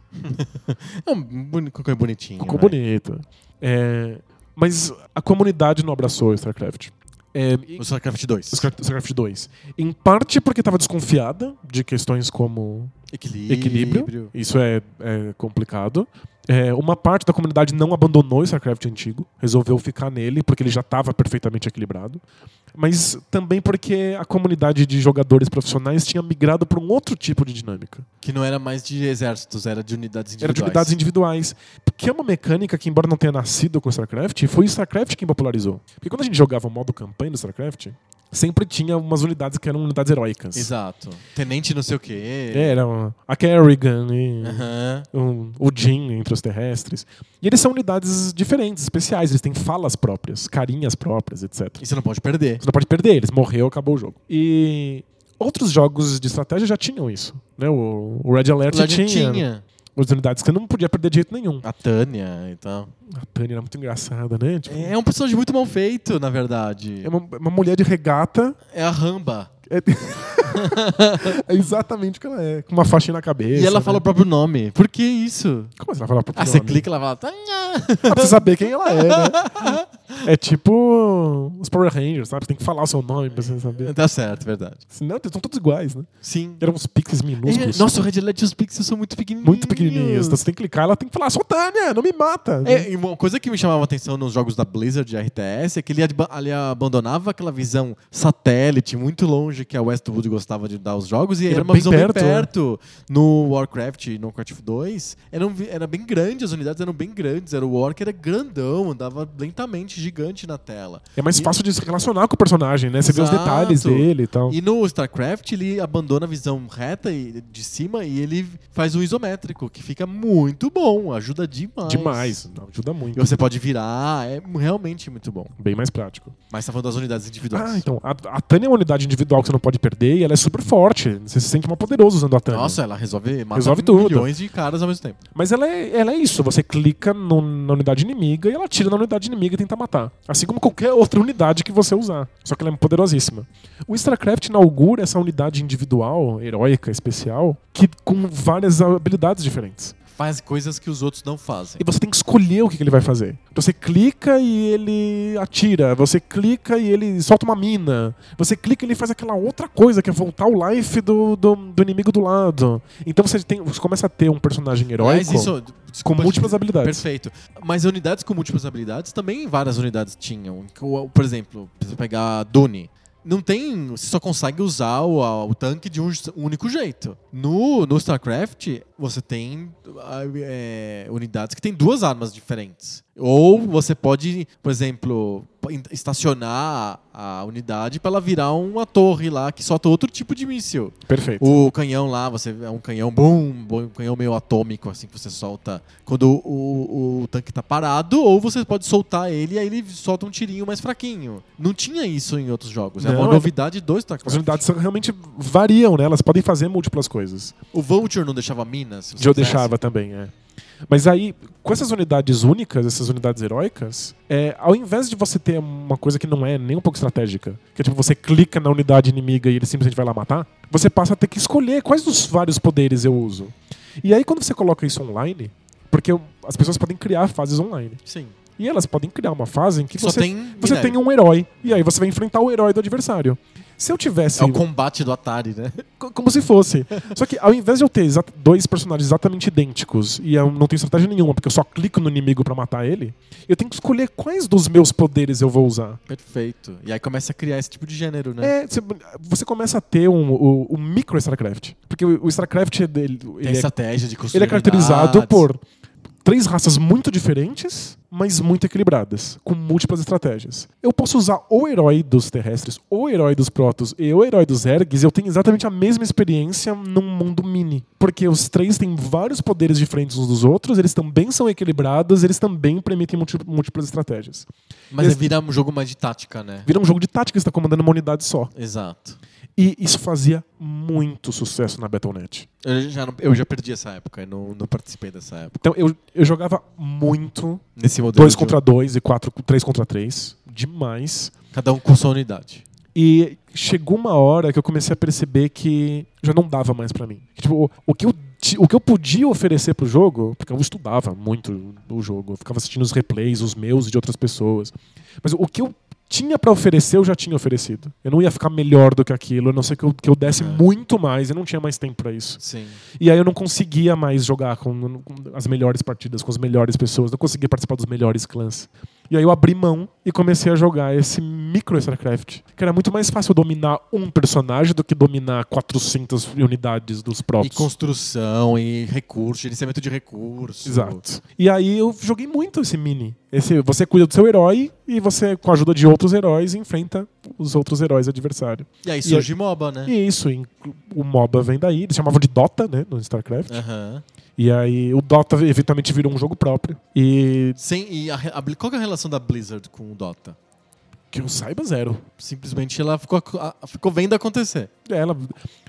S1: É um boni- cocô bonitinho.
S2: Ficou
S1: né?
S2: bonito. É, mas a comunidade não abraçou o StarCraft. É, e-
S1: O StarCraft 2.
S2: StarCraft 2. Em parte porque estava desconfiada de questões como
S1: Equilíbrio.
S2: equilíbrio. Isso é, é complicado. É, uma parte da comunidade não abandonou o StarCraft antigo, resolveu ficar nele porque ele já estava perfeitamente equilibrado. Mas também porque a comunidade de jogadores profissionais tinha migrado para um outro tipo de dinâmica.
S1: Que não era mais de exércitos, era de unidades individuais.
S2: Era de unidades individuais. Que é uma mecânica que, embora não tenha nascido com StarCraft, foi o StarCraft quem popularizou. Porque quando a gente jogava o modo campanha do StarCraft, sempre tinha umas unidades que eram unidades heróicas.
S1: Exato. Tenente não sei o quê.
S2: É, eram a Kerrigan e
S1: Aham.
S2: um- o Jin entre os terrestres. E eles são unidades diferentes, especiais. Eles têm falas próprias, carinhas próprias, etc.
S1: E você não pode perder.
S2: Você não pode perder eles. Morreu, acabou o jogo. E outros jogos de estratégia já tinham isso. Né? O, o Red Alert
S1: Lá
S2: tinha,
S1: tinha.
S2: as unidades que não podia perder de jeito nenhum.
S1: A Tânia e tal.
S2: A Tânia era muito engraçada, né? Tipo,
S1: É um personagem muito mal feito, na verdade.
S2: é uma, uma mulher de regata.
S1: É a Ramba.
S2: É, <laughs> é exatamente o que ela é. Com uma faixinha na cabeça.
S1: e ela
S2: né?
S1: fala o próprio nome. Por que isso?
S2: Como assim ela fala pro
S1: Ah, você
S2: nome?
S1: clica e ela fala. Tânia.
S2: Ah, pra você saber quem ela é, né? É tipo os Power Rangers, sabe? Você tem que falar o seu nome pra você saber.
S1: tá certo, verdade.
S2: Senão, eles são todos iguais, né?
S1: Sim.
S2: Eram uns pixels
S1: É,
S2: minúsculos.
S1: nossa, o Red Alert e os Pixels são muito pequenininhos.
S2: Muito pequenininhos. Então você tem que clicar ela tem que falar, sou Tânia, não me mata.
S1: É, e uma coisa que me chamava a atenção nos jogos da Blizzard de RTS é que ele, adba- ele abandonava aquela visão satélite muito longe que a Westwood gostava de dar aos jogos e
S2: Era
S1: era, uma
S2: bem
S1: visão
S2: perto, né?
S1: bem perto. No Warcraft e no Warcraft 2, eram, vi- era bem grande, as unidades eram bem grandes. Era o Orc era grandão, andava lentamente, gigante na tela.
S2: É mais
S1: E-
S2: fácil de se relacionar com o personagem, né? Você vê os
S1: Exato.
S2: detalhes dele e tal.
S1: E no StarCraft ele abandona a visão reta e- de cima e ele faz um isométrico, que fica muito bom, ajuda demais.
S2: Demais. Não, ajuda
S1: E
S2: muito.
S1: você pode virar, é realmente muito bom.
S2: Bem mais prático.
S1: Mas tá falando das unidades individuais.
S2: Ah, então, a, a Tânia é uma unidade individual que você não pode perder e ela é super forte. Você se sente mal poderoso usando a Tânia.
S1: Nossa, ela resolve matar
S2: tá Resolve tudo.
S1: milhões de caras ao mesmo tempo.
S2: Mas ela é, ela é isso. Você clica no- na unidade inimiga e ela tira na unidade inimiga e tenta matar. Assim como qualquer outra unidade que você usar. Só que ela é poderosíssima. O StarCraft inaugura essa unidade individual, heróica, especial, que com várias habilidades diferentes.
S1: Faz coisas que os outros não fazem.
S2: E você tem que escolher o que que ele vai fazer. Então Você clica e ele atira. Você clica e ele solta uma mina. Você clica e ele faz aquela outra coisa, que é voltar o life do, do, do inimigo do lado. Então você, tem, você começa a ter um personagem heróico
S1: Mas isso,
S2: com
S1: desculpa,
S2: múltiplas habilidades.
S1: Perfeito. Mas unidades com múltiplas habilidades também várias unidades tinham. Co- Por exemplo, se você pegar a Dune. Não tem. Você só consegue usar o, a- o tanque de um j- único jeito. No, no StarCraft, você tem ah, é, unidades que têm duas armas diferentes. Ou você pode, por exemplo, pa- en- estacionar a unidade para ela virar uma torre lá que solta outro tipo de míssil.
S2: Perfeito.
S1: O canhão lá, você é um canhão boom, bom, um canhão meio atômico, assim, que você solta quando o, o tanque tá parado, ou você pode soltar ele e aí ele solta um tirinho mais fraquinho. Não tinha isso em outros jogos. é
S2: Não,
S1: uma
S2: é-
S1: novidade do StarCraft.
S2: As unidades são- realmente variam, né? Elas podem fazer múltiplas coisas.
S1: O Vulture não deixava minas? se você
S2: Eu
S1: quisesse?
S2: deixava também, é. Mas aí, com essas unidades únicas, essas unidades heróicas, é, ao invés de você ter uma coisa que não é nem um pouco estratégica, que é tipo, você clica na unidade inimiga e ele simplesmente vai lá matar, você passa a ter que escolher quais dos vários poderes eu uso. E aí, quando você coloca isso online, porque as pessoas podem criar fases online.
S1: Sim.
S2: E elas podem criar uma fase em que
S1: Só
S2: você,
S1: tem.
S2: você
S1: minério.
S2: tem um herói. E aí você vai enfrentar o herói do adversário. Se eu tivesse. um
S1: É o combate do Atari, né? <laughs>
S2: Co- Como se fosse. Só que ao invés de eu ter exa- dois personagens exatamente idênticos e eu não tenho estratégia nenhuma, porque eu só clico no inimigo pra matar ele, eu tenho que escolher quais dos meus poderes eu vou usar.
S1: Perfeito. E aí começa a criar esse tipo de gênero, né?
S2: É, cê- você começa a ter um, o, o micro StarCraft. Porque o, o StarCraft é dele-
S1: Tem
S2: ele, é,
S1: estratégia de construir.
S2: ele é caracterizado
S1: unidades.
S2: por três raças muito diferentes, mas muito equilibradas, com múltiplas estratégias. Eu posso usar o herói dos terrestres, o herói dos protos e o herói dos ergs, e eu tenho exatamente a mesma experiência num mundo mini. Porque os três têm vários poderes diferentes uns dos outros, eles também são equilibrados, eles também permitem múlti- múltiplas estratégias.
S1: Mas
S2: Esse-
S1: é virar um jogo mais de tática, né?
S2: Vira um jogo de tática, você está comandando uma unidade só.
S1: Exato.
S2: E isso fazia muito sucesso na Battle.net.
S1: Eu já, não- eu já perdi essa época, eu não, não participei dessa época.
S2: Então eu, eu jogava muito
S1: Nesse modelo.
S2: 2
S1: de jogo.
S2: contra 2 e 3 contra 3. Demais.
S1: Cada um com sua unidade.
S2: E chegou uma hora que eu comecei a perceber que já não dava mais pra mim. Que, Tipo, o, o que eu ti- o que eu podia oferecer pro jogo, porque eu estudava muito o jogo, eu ficava assistindo os replays, os meus e de outras pessoas. Mas o que eu tinha pra oferecer, eu já tinha oferecido. Eu não ia ficar melhor do que aquilo, a não ser que eu, que eu desse
S1: É.
S2: muito mais, eu não tinha mais tempo pra isso.
S1: Sim.
S2: E aí eu não conseguia mais jogar com, com as melhores partidas, com as melhores pessoas, não conseguia participar dos melhores clãs. E aí eu abri mão e comecei a jogar esse micro StarCraft. Que era muito mais fácil dominar um personagem do que dominar 400 unidades dos
S1: E
S2: próprios.
S1: construção, e recurso, gerenciamento de recursos.
S2: Exato. E aí eu joguei muito esse mini. Esse, você cuida do seu herói e você, com a ajuda de outros heróis, enfrenta os outros heróis adversários.
S1: E aí surge MOBA, né?
S2: E isso, inclu- o MOBA vem daí. Eles chamavam de Dota, né, no StarCraft.
S1: Aham.
S2: E aí o Dota eventualmente virou um jogo próprio. E
S1: Sem, e a re- a Bli- qual que é a relação da Blizzard com o Dota?
S2: que eu saiba, zero.
S1: Simplesmente ela ficou, ac- a- ficou vendo acontecer.
S2: Ela,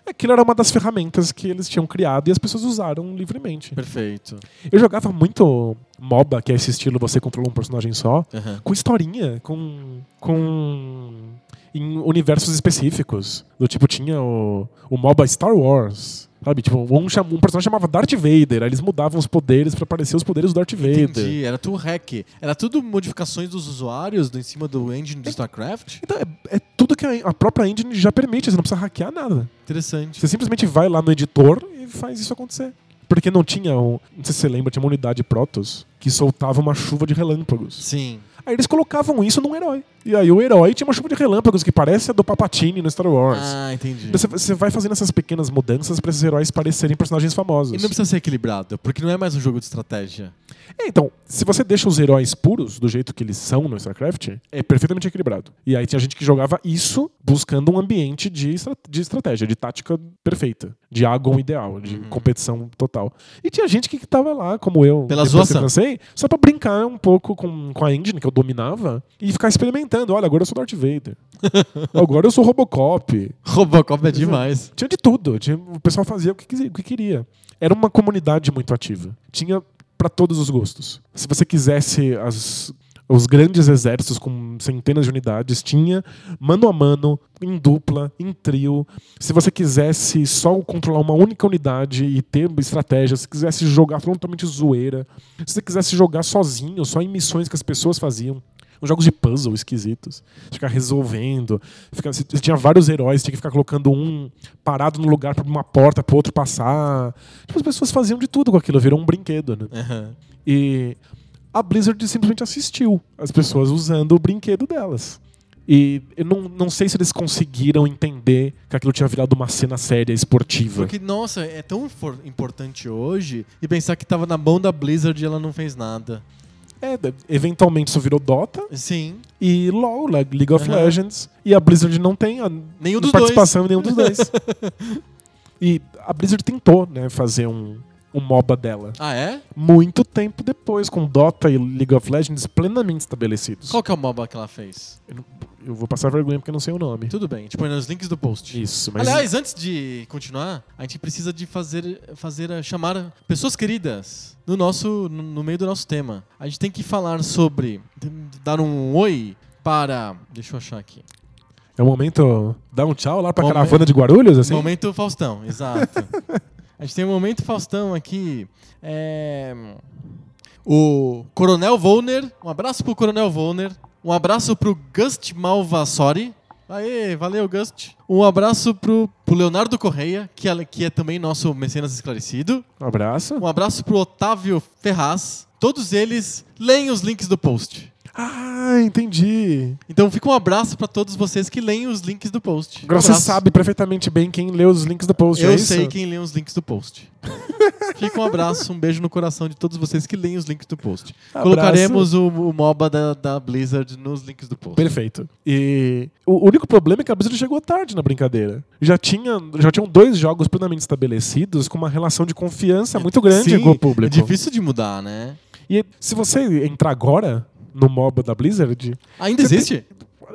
S2: aquilo era uma das ferramentas que eles tinham criado e as pessoas usaram livremente.
S1: Perfeito.
S2: Eu jogava muito MOBA, que é esse estilo você controla um personagem só,
S1: Aham.
S2: com historinha, com. com. em universos específicos. Do tipo, tinha o, o MOBA Star Wars. Sabe, tipo, um, cham- um personagem chamava Darth Vader, aí eles mudavam os poderes pra aparecer os poderes do Darth Vader.
S1: Entendi, era tudo hack. Era tudo modificações dos usuários do, em cima do engine do StarCraft?
S2: Então, é, é tudo que a, a própria engine já permite, você não precisa hackear nada.
S1: Interessante.
S2: Você simplesmente vai lá no editor e faz isso acontecer. Porque não tinha, um, não sei se você lembra, tinha uma unidade Protoss que soltava uma chuva de relâmpagos.
S1: Sim.
S2: Aí eles colocavam isso num herói. E aí o herói tinha uma chuva de relâmpagos que parece a do Papatini no Star Wars.
S1: Ah, entendi.
S2: Você, você vai fazendo essas pequenas mudanças pra esses heróis parecerem personagens famosos.
S1: E não precisa ser equilibrado, porque não é mais um jogo de estratégia. <laughs>
S2: É, então, se você deixa os heróis puros do jeito que eles são no StarCraft, é perfeitamente equilibrado. E aí tinha gente que jogava isso buscando um ambiente de, estra- de estratégia, de tática perfeita, de agon ideal, de
S1: Uhum.
S2: competição total. E tinha gente que tava lá, como eu,
S1: Pela
S2: depois que
S1: zoação.
S2: lancei, só pra brincar um pouco com, com a engine que eu dominava e ficar experimentando. Olha, agora eu sou
S1: <laughs>
S2: Darth Vader. agora eu sou Robocop.
S1: Robocop é demais.
S2: Tinha de tudo. Tinha, o pessoal fazia o que, quisi- o que queria. Era uma comunidade muito ativa. Tinha pra todos os gostos. Se você quisesse as- os grandes exércitos com centenas de unidades, tinha mano a mano, em dupla, em trio. Se você quisesse só controlar uma única unidade e ter estratégia, se quisesse jogar frontalmente zoeira, se você quisesse jogar sozinho, só em missões que as pessoas faziam. Uns jogos de puzzle esquisitos. Ficar resolvendo. Ficar, você tinha vários heróis, tinha que ficar colocando um parado no lugar pra uma porta pro outro passar. Tipo, as pessoas faziam de tudo com aquilo, virou um brinquedo, né?
S1: Aham.
S2: E a Blizzard simplesmente assistiu as pessoas usando o brinquedo delas. E eu não, não sei se eles conseguiram entender que aquilo tinha virado uma cena séria, esportiva.
S1: Porque, nossa, é tão for- importante hoje e pensar que tava na mão da Blizzard e ela não fez nada.
S2: É, de- eventualmente isso virou Dota
S1: Sim.
S2: e LoL, Le- League of
S1: Aham.
S2: Legends. E a Blizzard não tem a
S1: Nenhum dos
S2: participação em nenhum
S1: <laughs>
S2: dos dois. e a Blizzard tentou né, fazer um, um MOBA dela.
S1: dois. Ah, é?
S2: Muito tempo depois, com Dota e League of Legends plenamente estabelecidos.
S1: Qual que é o MOBA que ela fez?
S2: Eu, não- eu vou passar vergonha porque eu não sei o nome.
S1: Tudo bem, a gente põe nos links do post.
S2: Isso, mas.
S1: Aliás, antes de continuar, a gente precisa de fazer, fazer a- chamar pessoas queridas no nosso no, no meio do nosso tema. A gente tem que falar sobre dar um oi para, deixa eu achar aqui.
S2: é o momento. Dá um tchau lá pra
S1: Momento-
S2: caravana de Guarulhos, assim?
S1: Momento Faustão, exato. a gente tem o momento Faustão aqui. É, O Coronel Volner, um abraço pro Coronel Volner, um abraço pro Gust Malvassori. Aê, valeu, Gust. Um abraço pro, pro Leonardo Correia, que é, que é também nosso mecenas esclarecido.
S2: Um abraço.
S1: Um abraço pro Otávio Ferraz. Todos eles leem os links do post.
S2: Ah, entendi.
S1: Então fica um abraço para todos vocês que leem os links do post. Um
S2: Agora você
S1: abraço.
S2: sabe perfeitamente bem quem leu os links do post.
S1: Eu
S2: é isso?
S1: sei quem lê os links do
S2: <laughs>
S1: post. Fica um abraço, um beijo no coração de todos vocês que leem os links do post.
S2: Abraço.
S1: Colocaremos o, o MOBA da, da Blizzard nos links do post.
S2: Perfeito. E o único problema é que a Blizzard chegou tarde na brincadeira. Já, tinha, já tinham dois jogos plenamente estabelecidos com uma relação de confiança muito grande
S1: Sim,
S2: com o público.
S1: É difícil de mudar, né?
S2: E se você entrar agora no MOBA da Blizzard,
S1: Ainda
S2: Você
S1: existe?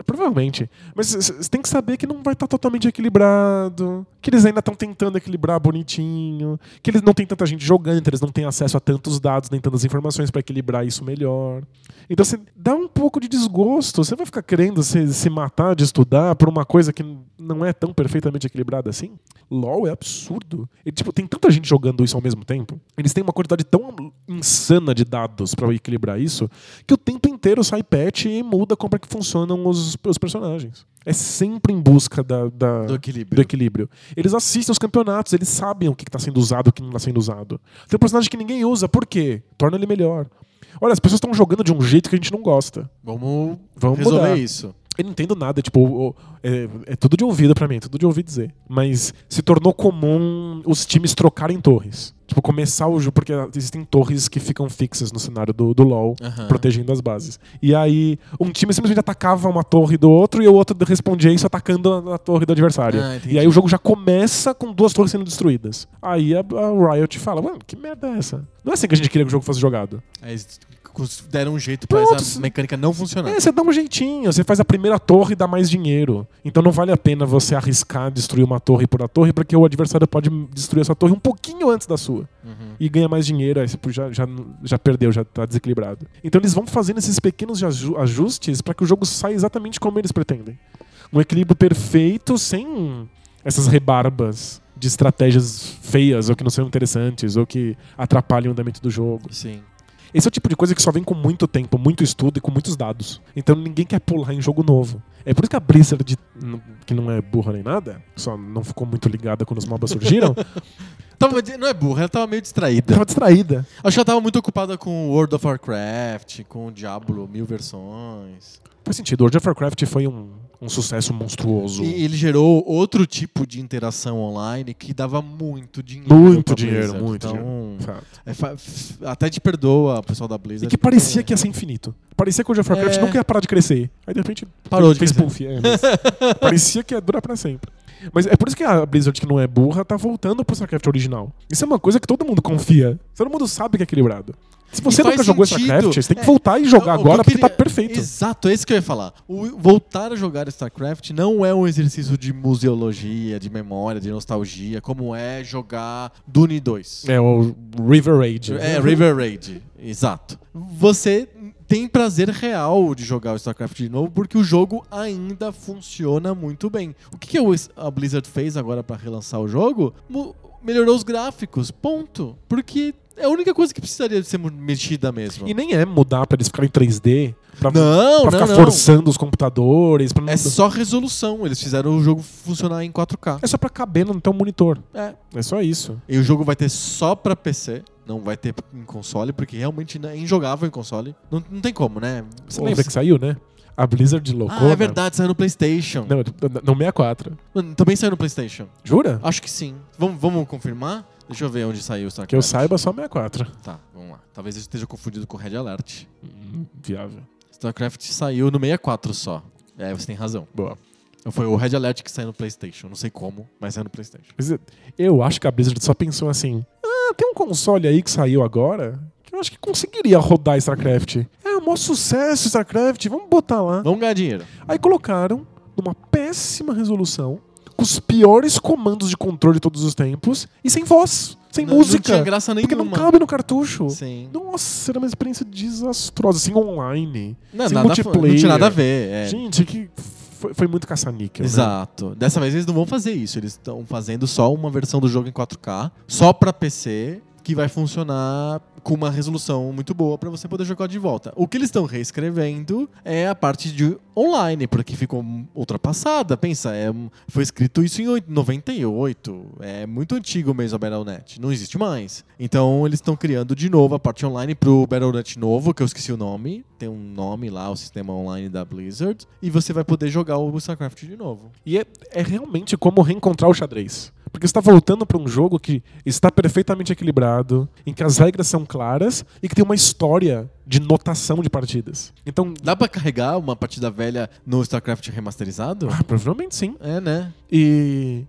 S2: provavelmente. Mas c- c- você tem que saber que não vai estar totalmente equilibrado, que eles ainda estão tentando equilibrar bonitinho, que eles não têm tanta gente jogando, então eles não têm acesso a tantos dados nem tantas informações para equilibrar isso melhor. Então você dá um pouco pouco de desgosto. Você vai ficar querendo se, se matar de estudar por uma coisa que não é tão perfeitamente equilibrada assim? LOL é absurdo. E, tipo, tem tanta gente jogando isso ao mesmo tempo. Eles têm uma quantidade tão insana de dados para equilibrar isso que o tempo inteiro sai patch e muda como é que funcionam os, os personagens. É sempre em busca da, da-
S1: Do equilíbrio.
S2: do equilíbrio. Eles assistem os campeonatos, eles sabem o que está sendo usado e o que não está sendo usado. Tem um personagem que ninguém usa, por quê? Torna ele melhor. Olha, as pessoas estão jogando de um jeito que a gente não gosta.
S1: Vamos,
S2: Vamos
S1: resolver
S2: mudar.
S1: isso.
S2: Eu não entendo nada, tipo, o- o- é, é tudo de ouvido pra mim, é tudo de ouvir dizer. Mas se tornou comum os times trocarem torres. Tipo, começar o jogo, porque existem torres que ficam fixas no cenário do, do LoL,
S1: Aham.
S2: protegendo as bases. E aí, um time simplesmente atacava uma torre do outro e o outro respondia isso atacando a, a torre do adversário.
S1: Ah, entendi.
S2: e aí o jogo já começa com duas torres sendo destruídas. Aí a, a Riot fala, mano, que merda é essa? Não é assim que a gente queria que o jogo fosse jogado.
S1: Aí eles cons- É, deram um jeito pra
S2: Pronto,
S1: essa
S2: se-
S1: mecânica não funcionar.
S2: É, você dá um jeitinho, você faz a primeira torre e dá mais dinheiro. Então não vale a pena você arriscar destruir uma torre por a torre, porque o adversário pode destruir essa torre um pouquinho antes da sua. E ganha mais dinheiro, aí você pô, já, já, já perdeu, já tá desequilibrado. Então eles vão fazendo esses pequenos aju- ajustes para que o jogo saia exatamente como eles pretendem. Um equilíbrio perfeito sem essas rebarbas de estratégias feias ou que não são interessantes ou que atrapalham o andamento do jogo.
S1: Sim.
S2: Esse é o tipo de coisa que só vem com muito tempo, muito estudo e com muitos dados. Então ninguém quer pular em jogo novo. É por isso que a Blizzard, n- que não é burra nem nada, só não ficou muito ligada quando os MOBAs
S1: <laughs>
S2: surgiram,
S1: Tava de- não é burra, ela tava meio distraída.
S2: tava distraída.
S1: Acho que ela tava muito ocupada com World of Warcraft, com Diablo, mil versões.
S2: Faz sentido, World of Warcraft foi um, um sucesso monstruoso.
S1: E ele gerou outro tipo de interação online que dava muito dinheiro.
S2: Muito
S1: pra
S2: dinheiro,
S1: Blizzard.
S2: muito
S1: então,
S2: dinheiro. Fato.
S1: é fa- f- até te perdoa o pessoal da
S2: E
S1: Blizzard.
S2: que parecia que ia ser infinito. Parecia que o World of Warcraft
S1: É.
S2: nunca ia parar de crescer. Aí de repente
S1: Parou de
S2: fez
S1: crescer.
S2: puff, é,
S1: <laughs>
S2: mas Parecia que ia durar pra sempre. Mas é por isso que a Blizzard, que não é burra, tá voltando pro StarCraft original. Isso é uma coisa que todo mundo confia. Todo mundo sabe que é equilibrado. Se você
S1: E faz
S2: nunca jogou
S1: sentido.
S2: StarCraft, você tem que
S1: É,
S2: voltar e jogar
S1: eu- o que
S2: agora
S1: eu
S2: porque tá
S1: queria-
S2: perfeito.
S1: Exato, é isso que eu ia falar. O, voltar a jogar StarCraft não é um exercício de museologia, de memória, de nostalgia, como é jogar Dune 2.
S2: É o River Raid.
S1: É, River Raid, exato. Você tem prazer real de jogar o StarCraft de novo, porque o jogo ainda funciona muito bem. O que, que o- a Blizzard fez agora pra relançar o jogo? Mu- melhorou os gráficos, ponto. Porque é a única coisa que precisaria de ser mu- mexida mesmo.
S2: E nem é mudar pra eles ficarem 3D, pra,
S1: Não, não,
S2: pra ficar
S1: não.
S2: forçando os computadores. Pra não-
S1: É só resolução, eles fizeram o jogo funcionar em 4K.
S2: é só pra caber no teu monitor.
S1: É.
S2: É só isso.
S1: E o jogo vai ter só pra PC, não vai ter em console, porque realmente é injogável em console. Não, não tem como, né?
S2: Você
S1: Ou
S2: lembra que saiu, né? A Blizzard loucou.
S1: Ah, é verdade, saiu no PlayStation.
S2: Não, não 64.
S1: Mano, Também saiu no PlayStation.
S2: Jura?
S1: Acho que sim. Vamos, vamos confirmar? Deixa eu ver onde saiu o StarCraft.
S2: Que eu saiba, só 64.
S1: Tá, vamos lá. Talvez eu esteja confundido com Red Alert.
S2: Hum, Viável.
S1: StarCraft saiu no 64 só. É, você tem razão. Então
S2: Boa.
S1: Foi o Red Alert que saiu no PlayStation. Não sei como, mas saiu no PlayStation.
S2: Mas eu- eu acho que a Blizzard só pensou assim: ah, tem um console aí que saiu agora que eu acho que conseguiria rodar StarCraft. É um maior sucesso StarCraft, vamos botar lá.
S1: Vamos ganhar dinheiro.
S2: Aí colocaram numa péssima resolução, com os piores comandos de controle de todos os tempos e sem voz, sem
S1: Não- não
S2: música.
S1: tinha graça
S2: porque não
S1: nenhuma.
S2: cabe no cartucho.
S1: Sim.
S2: Nossa, era uma experiência desastrosa, assim, online.
S1: Não,
S2: sem
S1: nada,
S2: multiplayer.
S1: não tinha nada a ver. é.
S2: Gente, que foi, foi muito caça-níquel. né?
S1: Exato. Dessa vez eles não vão fazer isso. Eles estão fazendo só uma versão do jogo em 4K, só pra PC, que vai funcionar com uma resolução muito boa pra você poder jogar de volta. O que eles estão reescrevendo é a parte de online, porque ficou ultrapassada. Pensa, é, um- foi escrito isso em oit- 98. É muito antigo mesmo a Battle.net. Não existe mais. Então eles estão criando de novo a parte online pro Battle.net novo, que eu esqueci o nome. Tem um nome lá, o sistema online da Blizzard. E você vai poder jogar o StarCraft de novo.
S2: E é, é realmente como reencontrar o xadrez. Porque você está voltando para um jogo que está perfeitamente equilibrado, em que as regras são claras e que tem uma história de notação de partidas. Então,
S1: Dá pra carregar uma partida velha no StarCraft remasterizado?
S2: ah, provavelmente sim.
S1: É, né?
S2: E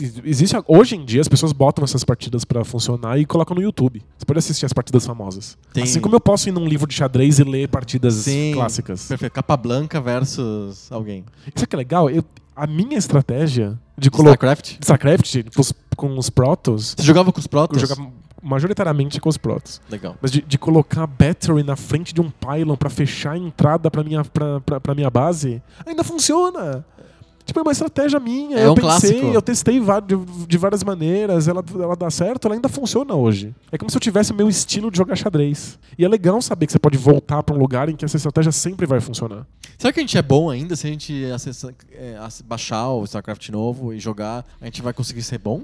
S2: e- existe a- hoje em dia as pessoas botam essas partidas para funcionar e colocam no YouTube. Você pode assistir as partidas famosas.
S1: Tem-
S2: Assim como eu posso ir num livro de xadrez e ler partidas
S1: Sim.
S2: clássicas.
S1: Perfeito. Capa Blanca versus alguém.
S2: Isso que é legal? Eu- a minha estratégia de colocar
S1: StarCraft?
S2: StarCraft com os, com os protos
S1: Você jogava com os Protoss?
S2: Eu jogava majoritariamente com os protos.
S1: Legal.
S2: Mas de, de colocar a battery na frente de um pylon pra fechar a entrada pra minha, pra, pra, pra minha base, ainda funciona. Tipo, é uma estratégia minha.
S1: É
S2: eu
S1: um
S2: pensei,
S1: clássico.
S2: eu testei va- de, de várias maneiras, ela, ela dá certo, ela ainda funciona hoje. É como se eu tivesse meu estilo de jogar xadrez. E é legal saber que você pode voltar pra um lugar em que essa estratégia sempre vai funcionar.
S1: Será que a gente é bom ainda se a gente acessa- é, ac- baixar o StarCraft novo e jogar? A gente vai conseguir ser bom?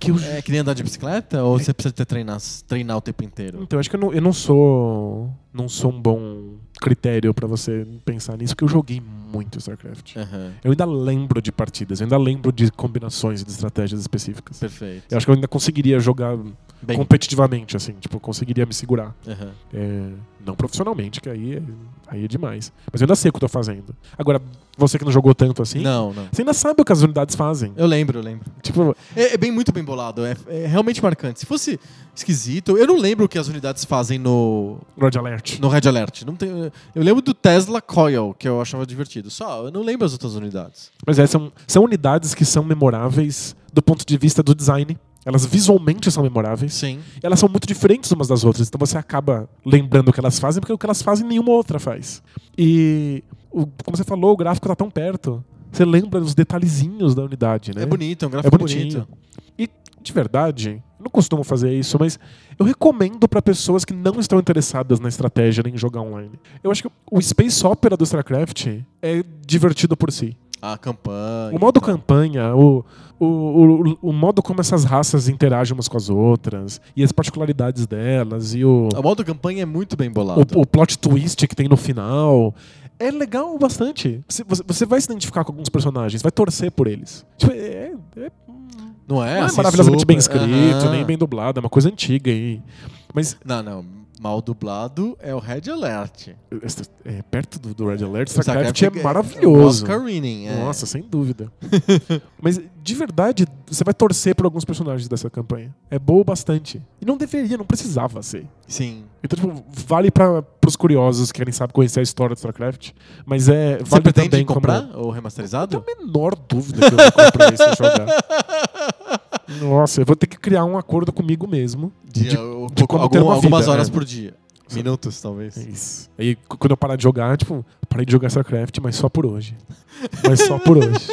S2: Que eu
S1: É que nem andar de bicicleta? Ou você precisa ter treinar, treinar o tempo inteiro?
S2: Então, acho que eu não, eu não sou. Não sou um bom critério pra você pensar nisso, porque eu joguei muito StarCraft.
S1: Aham,
S2: Então, Eu ainda lembro de partidas, eu ainda lembro de combinações e de estratégias específicas.
S1: Perfeito.
S2: Eu acho que eu ainda conseguiria jogar
S1: Bem,
S2: competitivamente, assim, tipo, eu conseguiria me segurar.
S1: aham.
S2: É, não profissionalmente, que aí é, aí é demais. Mas eu ainda sei o que eu tô fazendo. Agora, você que não jogou tanto assim,
S1: Não, não.
S2: você ainda sabe o que as unidades fazem.
S1: Eu lembro, eu lembro.
S2: Tipo,
S1: É, é bem muito bem bolado, é, é realmente marcante. Se fosse esquisito, eu não lembro o que as unidades fazem no,
S2: Red Alert.
S1: no Red Alert. Não tem, eu lembro do Tesla Coil, que eu achava divertido. Só, eu não lembro as outras unidades.
S2: Mas é, são, são unidades que são memoráveis do ponto de vista do design. Elas visualmente são memoráveis.
S1: Sim.
S2: E elas são muito diferentes umas das outras. Então você acaba lembrando o que elas fazem, porque o que elas fazem nenhuma outra faz. E, o- como você falou, o gráfico tá tão perto. Você lembra dos detalhezinhos da unidade, né?
S1: É bonito, é um gráfico bonito.
S2: E, de verdade, eu não costumo fazer isso, mas eu recomendo para pessoas que não estão interessadas na estratégia nem em jogar online. Eu acho que o Space Opera do StarCraft é divertido por si.
S1: A campanha.
S2: O modo campanha, o, o, o, o modo como essas raças interagem umas com as outras, e as particularidades delas, e o,
S1: O modo campanha é muito bem bolado.
S2: o, o plot twist que tem no final. É legal bastante. Você, você- você vai se identificar com alguns personagens, vai torcer por eles. Tipo, é- é
S1: não é?
S2: não é
S1: assim,
S2: maravilhosamente
S1: super-
S2: bem escrito,
S1: Aham.
S2: nem bem dublado, é uma coisa antiga aí. Mas
S1: Não, não. Mal dublado é o Red Alert.
S2: é, é, perto do, do Red Alert,
S1: O
S2: StarCraft
S1: Starcraft
S2: é maravilhoso.
S1: Oscar winning, é.
S2: Nossa, sem dúvida. <laughs> Mas, de verdade, você vai torcer por alguns personagens dessa campanha. É boa o bastante. E não deveria, não precisava ser.
S1: Sim.
S2: Então, tipo, vale para os curiosos que querem saber conhecer a história do StarCraft. Mas é. Vale
S1: Você pretende
S2: também como-
S1: comprar ou
S2: Não
S1: remasterizado?
S2: tenho a menor dúvida que eu vou comprar isso e jogar.
S1: <laughs>
S2: Nossa, eu vou ter que criar um acordo comigo mesmo.
S1: De,
S2: de-
S1: o-
S2: de como
S1: algum-
S2: ter uma
S1: algumas
S2: vida,
S1: horas
S2: né?
S1: por dia. Minutos, talvez.
S2: É isso. Aí c- quando eu parar de jogar, tipo, parei de jogar StarCraft, mas só por hoje. Mas só por hoje.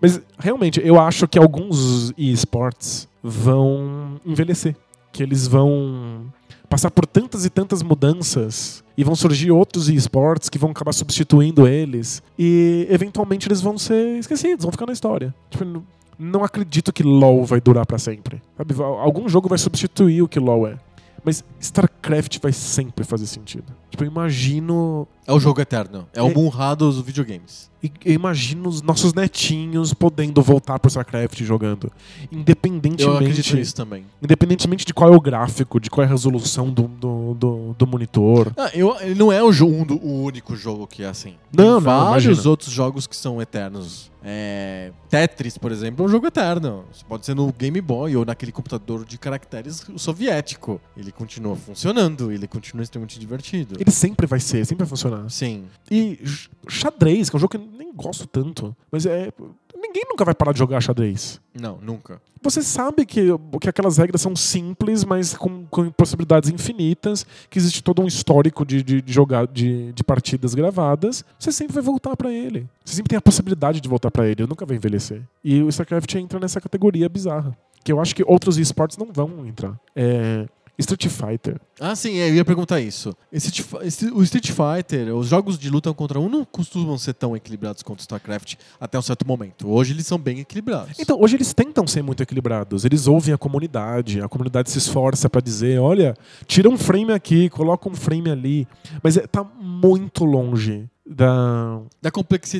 S2: Mas realmente, eu acho que alguns esportes vão envelhecer. Que eles vão passar por tantas e tantas mudanças e vão surgir outros esportes que vão acabar substituindo eles e eventualmente eles vão ser esquecidos, vão ficar na história. Tipo, n- não acredito que LoL vai durar pra sempre. Sabe? Al- Algum jogo vai substituir o que LoL é. Mas StarCraft vai sempre fazer sentido. Tipo, eu imagino.
S1: É o jogo eterno. É o
S2: É-
S1: Munrado dos videogames.
S2: e- Eu imagino os nossos netinhos podendo voltar pro StarCraft jogando.
S1: Eu acredito
S2: Independentemente.
S1: nisso também.
S2: Independentemente de qual é o gráfico, de qual é a resolução do, do, do, do monitor.
S1: Ah, eu, ele não é o, jo- um do- o único jogo que é assim.
S2: Não, não,
S1: Tem vários
S2: imagina.
S1: outros jogos que são eternos. É, Tetris, por exemplo, é um jogo eterno. Isso pode ser no Game Boy ou naquele computador de caracteres soviético. Ele continua funcionando, ele continua extremamente divertido.
S2: Ele sempre vai ser, sempre vai funcionar.
S1: Sim.
S2: E j- xadrez, que é um jogo que eu nem gosto tanto. Mas é. Ninguém nunca vai parar de jogar xadrez.
S1: Não, nunca.
S2: Você sabe que, que aquelas regras são simples, mas com, com possibilidades infinitas, que existe todo um histórico de, de, de jogar de, de partidas gravadas. Você sempre vai voltar pra ele. Você sempre tem a possibilidade de voltar pra ele, ele nunca vai envelhecer. E o StarCraft entra nessa categoria bizarra. Que eu acho que outros esportes não vão entrar. É, Street Fighter.
S1: Ah, sim, eu ia perguntar isso. Esse Street Fi- esse- o Street Fighter, os jogos de luta um contra um não costumam ser tão equilibrados quanto o StarCraft até um certo momento. Hoje eles são bem equilibrados.
S2: Então, hoje eles tentam ser muito equilibrados. Eles ouvem a comunidade, a comunidade se esforça pra dizer, olha, tira um frame aqui, coloca um frame ali. Mas é, tá muito longe da
S1: da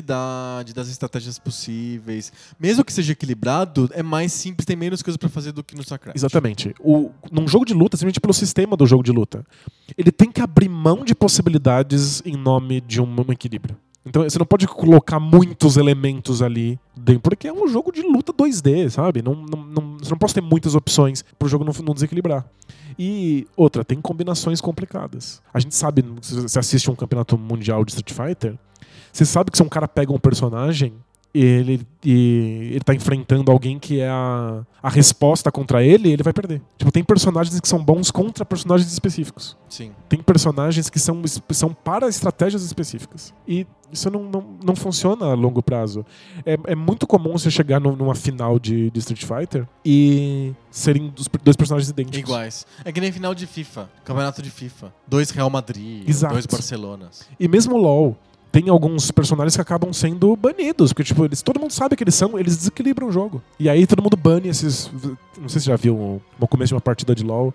S1: complexidade, das estratégias possíveis. Mesmo que seja equilibrado, é mais simples, tem menos coisa pra fazer do que no StarCraft.
S2: Exatamente. O, num jogo de luta, simplesmente pelo sistema do jogo de luta, ele tem que abrir mão de possibilidades em nome de um, um equilíbrio. Então você não pode colocar muitos elementos ali dentro, porque é um jogo de luta 2D, sabe? Não, não, não, você não pode ter muitas opções pro jogo não, não desequilibrar. E outra, tem combinações complicadas. A gente sabe, se você assiste um campeonato mundial de Street Fighter, você sabe que se um cara pega um personagem e ele, e ele tá enfrentando alguém que é a, a resposta contra ele, ele vai perder. Tipo, tem personagens que são bons contra personagens específicos.
S1: Sim.
S2: Tem personagens que são, es- são para estratégias específicas. E isso não, não, não funciona a longo prazo. É, é muito comum você chegar num- numa final de, de Street Fighter e serem dos- dois personagens idênticos.
S1: Iguais. É que nem final de FIFA, campeonato de FIFA. Dois Real Madrid,
S2: Exato.
S1: dois Barcelonas.
S2: E mesmo o LoL, tem alguns personagens que acabam sendo banidos, porque tipo, eles, todo mundo sabe que eles são, eles desequilibram o jogo. E aí todo mundo bane esses, não sei se já viu no começo de uma partida de LoL,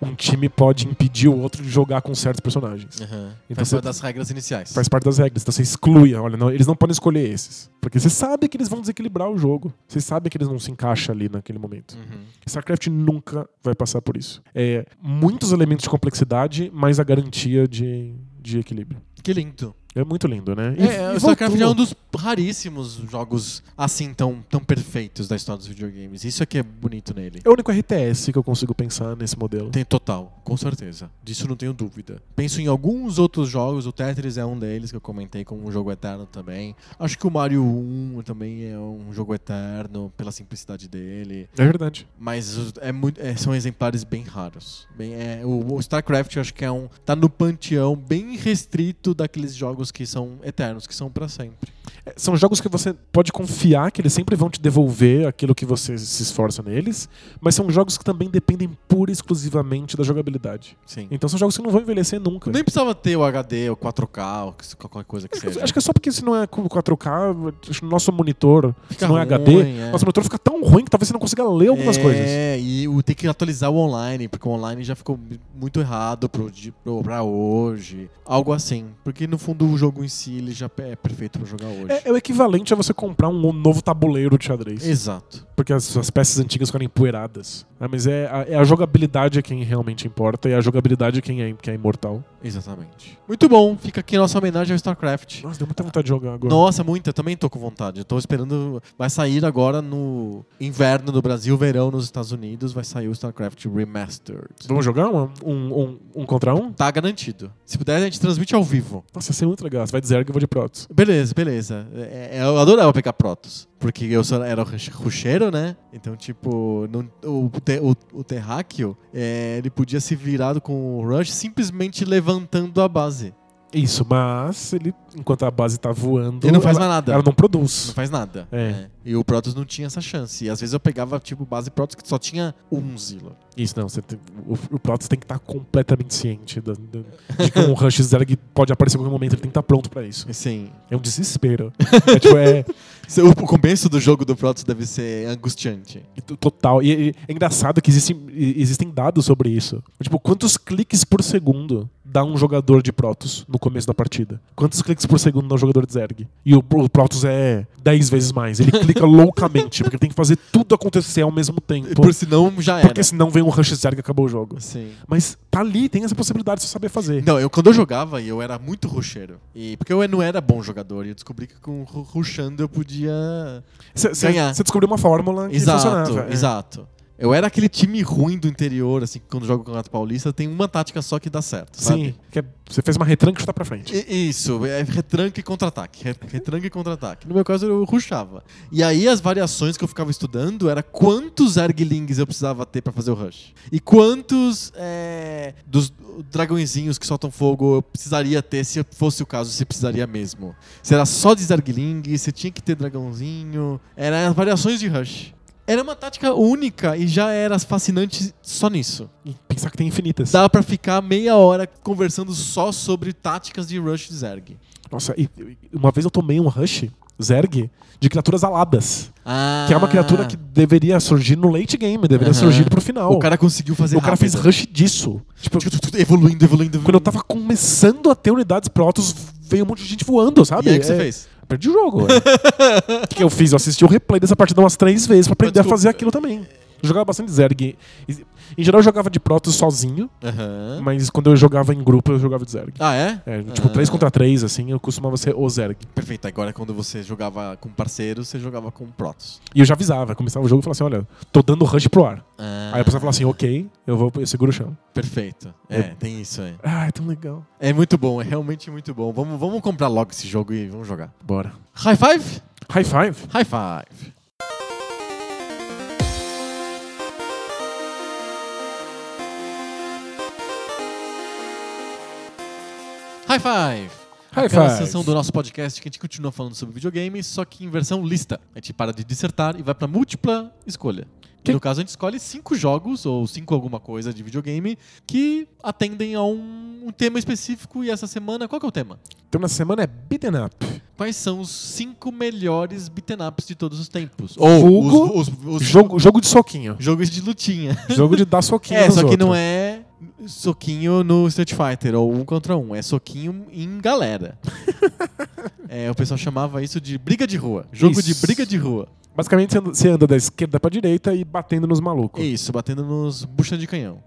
S2: um time pode impedir o outro de jogar com certos personagens. Então
S1: Então Faz
S2: você-
S1: parte das regras iniciais.
S2: Faz parte das regras, então você exclui, olha, não, eles não podem escolher esses. Porque você sabe que eles vão desequilibrar o jogo. Você sabe que eles não se encaixam ali naquele momento.
S1: Uhum.
S2: StarCraft nunca vai passar por isso. É muitos elementos de complexidade, mas a garantia de, de equilíbrio.
S1: Que lindo.
S2: É muito lindo, né? E-
S1: É,
S2: e
S1: o StarCraft
S2: voltou.
S1: é um dos raríssimos jogos assim tão, tão perfeitos da história dos videogames. Isso é que é bonito nele.
S2: É o único RTS que eu consigo pensar nesse modelo.
S1: Tem total, com certeza. Disso não tenho dúvida. Penso em alguns outros jogos, o Tetris é um deles que eu comentei como um jogo eterno também. Acho que o Mario 1 também é um jogo eterno pela simplicidade dele.
S2: É verdade.
S1: Mas os- é muito- é, são exemplares bem raros. Bem, é, o, o StarCraft eu acho que é um. tá no panteão bem restrito daqueles jogos que são eternos, que são pra sempre.
S2: É, São jogos que você pode confiar que eles sempre vão te devolver aquilo que você se esforça neles, mas são jogos que também dependem pura e exclusivamente da jogabilidade.
S1: Sim.
S2: Então são jogos que não vão envelhecer nunca.
S1: Nem precisava ter o HD, o 4K, ou que- qualquer coisa que seja.
S2: Acho que é só porque se não é com 4K, acho que o nosso monitor,
S1: Fica
S2: se não é
S1: ruim,
S2: HD,
S1: é.
S2: nosso monitor fica tão ruim que talvez você não consiga ler algumas
S1: é,
S2: coisas.
S1: e o, tem que atualizar o online, porque o online já ficou muito errado pro, di- pro, pra hoje. Algo assim. Porque no fundo o jogo em si ele já é perfeito pra jogar hoje.
S2: É, é o equivalente a você comprar um novo tabuleiro de xadrez.
S1: Exato.
S2: porque as, as peças antigas ficaram empoeiradas. né? Mas é a, é a jogabilidade é quem realmente importa, e a jogabilidade é quem é, que é imortal.
S1: Exatamente. Muito bom. Fica aqui nossa homenagem ao StarCraft.
S2: Nossa, deu muita vontade de jogar agora.
S1: Nossa, muita. Eu Também tô com vontade. Eu tô esperando. Vai sair agora no inverno no Brasil, verão nos Estados Unidos. Vai sair o StarCraft Remastered.
S2: Vamos jogar um, um, um, um contra um?
S1: Tá garantido. Se puder, a gente transmite ao vivo.
S2: Nossa, ia ser muito legal. Você vai de Zerg, eu vou de Protoss.
S1: Beleza, beleza. É, é, Eu adorava pegar Protoss. Porque eu só era rush- rusheiro, né? Então, tipo, não- o, te, o, o Terráqueo, é, ele podia se virar com o Rush simplesmente levantando a base.
S2: Isso, mas ele, enquanto a base tá voando.
S1: Ele não faz
S2: ela,
S1: mais nada.
S2: Ela não
S1: Não
S2: produz.
S1: faz nada.
S2: É.
S1: né? E o Protoss não tinha essa chance. E às vezes eu pegava, tipo, base Protoss que só tinha um Zilor.
S2: Isso, não. Você tem- o, o Protoss tem que estar completamente ciente da- da- de que
S1: <laughs>
S2: um Rush Zerg pode aparecer a qualquer momento. Ele tem que estar pronto pra isso.
S1: Assim,
S2: É um desespero. é tipo, é.
S1: se- o o começo do jogo do Protoss deve ser angustiante.
S2: T- Total. E, e é engraçado que existem, e- existem dados sobre isso. Tipo, quantos cliques por segundo dá um jogador de Protoss no começo da partida? Quantos cliques por segundo dá um jogador de Zerg? E o, o Protoss é 10 vezes mais. Ele
S1: <laughs>
S2: clica loucamente, porque ele tem que fazer tudo acontecer ao mesmo tempo.
S1: Por né? senão, já era. Assim.
S2: Porque senão vem um Rush Zerg e acabou o jogo.
S1: Sim.
S2: Mas tá ali, tem essa possibilidade de você saber fazer.
S1: Não, eu quando eu jogava, eu era muito rusheiro. E porque eu não era bom jogador, e eu descobri que com ru- rushando eu podia.
S2: Você
S1: Ganhar.
S2: descobriu uma fórmula que
S1: exato,
S2: funcionava. é.
S1: exato. Eu era aquele time ruim do interior, assim, que quando joga o Campeonato Paulista, tem uma tática só que dá certo,
S2: Sim,
S1: sabe?
S2: que é- você fez uma retranca e chutar pra frente.
S1: I- Isso, é retranca e contra-ataque. re- Retranca e contra-ataque. No meu caso, eu rushava. E aí, as variações que eu ficava estudando era quantos erglings eu precisava ter pra fazer o rush. E quantos é, dos dragõezinhos que soltam fogo eu precisaria ter, se fosse o caso, se precisaria mesmo. Se era só de zergling, se tinha que ter dragãozinho. Eram as variações de rush. Era uma tática única e já era fascinante só nisso.
S2: E pensar que tem infinitas.
S1: Dava pra ficar meia hora conversando só sobre táticas de rush de zerg.
S2: Nossa, e, e uma vez eu tomei um rush, Zerg, de criaturas aladas.
S1: Ah.
S2: Que é uma criatura que deveria surgir no late game, deveria
S1: Aham.
S2: surgir pro final.
S1: O cara conseguiu fazer
S2: O cara fez
S1: rápido.
S2: rush disso. Tipo,
S1: Tudo, tudo, Evoluindo, evoluindo,
S2: quando eu
S1: evoluindo.
S2: tava começando a ter unidades protos, veio um monte de gente voando, sabe?
S1: E aí o que você
S2: É,
S1: fez?
S2: Perdi o jogo.
S1: <laughs>
S2: é. O que que eu fiz? Eu assisti o replay dessa partida umas três vezes pra aprender a
S1: desculpa.
S2: fazer aquilo também. Eu jogava bastante Zerg. E- Em geral eu jogava de Protoss sozinho,
S1: Aham.
S2: mas quando eu jogava em grupo eu jogava de Zerg.
S1: Ah, é?
S2: É, tipo,
S1: Ah.
S2: 3 contra 3, assim, eu costumava ser o Zerg.
S1: Perfeito. Agora, é quando você jogava com parceiros, você jogava com protos.
S2: E eu já avisava, começava o jogo e falava assim: olha, tô dando rush pro ar.
S1: Ah,
S2: Aí a pessoa falava assim: ok, eu, vou, eu seguro o chão.
S1: Perfeito. É, tem isso aí.
S2: Ah, é tão legal.
S1: É muito bom, é realmente muito bom. Vamos, vamos comprar logo esse jogo e vamos jogar.
S2: Bora.
S1: High five?
S2: High five.
S1: High five. High five.
S2: High
S1: Aquela
S2: five.
S1: sessão do nosso podcast que a gente continua falando sobre videogames, só que em versão lista. A gente para de dissertar e vai pra múltipla escolha. E
S2: Que-
S1: No caso, a gente escolhe cinco jogos ou cinco alguma coisa de videogame que atendem a um, um tema específico. E essa semana, qual que é o tema?
S2: Então na semana é beaten up.
S1: Quais são os cinco melhores beaten ups de todos os tempos?
S2: Vulgo,
S1: os, os- os-
S2: Jogo, jogo de <laughs> soquinho.
S1: jogos de <laughs> lutinha.
S2: jogo de dar soquinho.
S1: é,
S2: nos
S1: só que
S2: outros.
S1: não é soquinho no Street Fighter ou um contra um, é soquinho em
S2: <laughs>
S1: galera. É, o pessoal chamava isso de briga de rua, jogo de
S2: Isso.
S1: briga de rua.
S2: Basicamente você anda- você anda da esquerda pra direita e batendo nos malucos.
S1: É isso, batendo nos bucha de
S2: <laughs>
S1: canhão.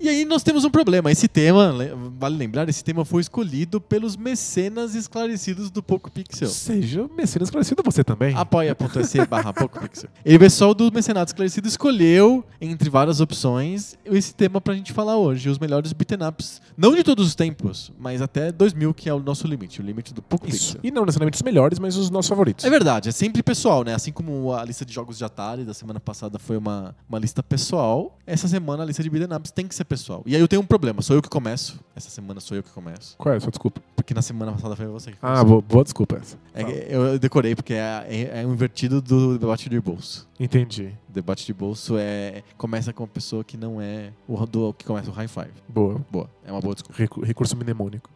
S1: e aí nós temos um problema. Esse tema, le- vale lembrar, esse tema foi escolhido pelos mecenas esclarecidos do Poco Pixel.
S2: Seja um mecenas esclarecido você também.
S1: Ah, apoia.se barra <laughs> PocoPixel. E o pessoal do Mecenato Esclarecido escolheu, entre várias opções, esse tema pra gente falar hoje. Os melhores beaten ups, não de todos os tempos, mas até 2000, que é o nosso limite, o limite do
S2: Isso.
S1: PocoPixel.
S2: E não necessariamente os melhores, mas os nossos favoritos.
S1: É verdade, é sempre pessoal, né? Assim como a lista de jogos de Atari da semana passada foi uma, uma lista pessoal, essa semana a lista de beat'em ups tem que ser pessoal. E aí eu tenho um problema, sou eu que começo. Essa semana sou eu que começo.
S2: Qual é a sua desculpa?
S1: Porque na semana passada foi você que
S2: Ah,
S1: começou.
S2: boa, boa desculpa essa.
S1: É que eu decorei, porque é, é, é um invertido do debate de bolso.
S2: Entendi.
S1: Debate de bolso é começa com a pessoa que não é o do, que começa o high five.
S2: Boa.
S1: Boa, é uma boa desculpa.
S2: <laughs> Recu- recurso mnemônico.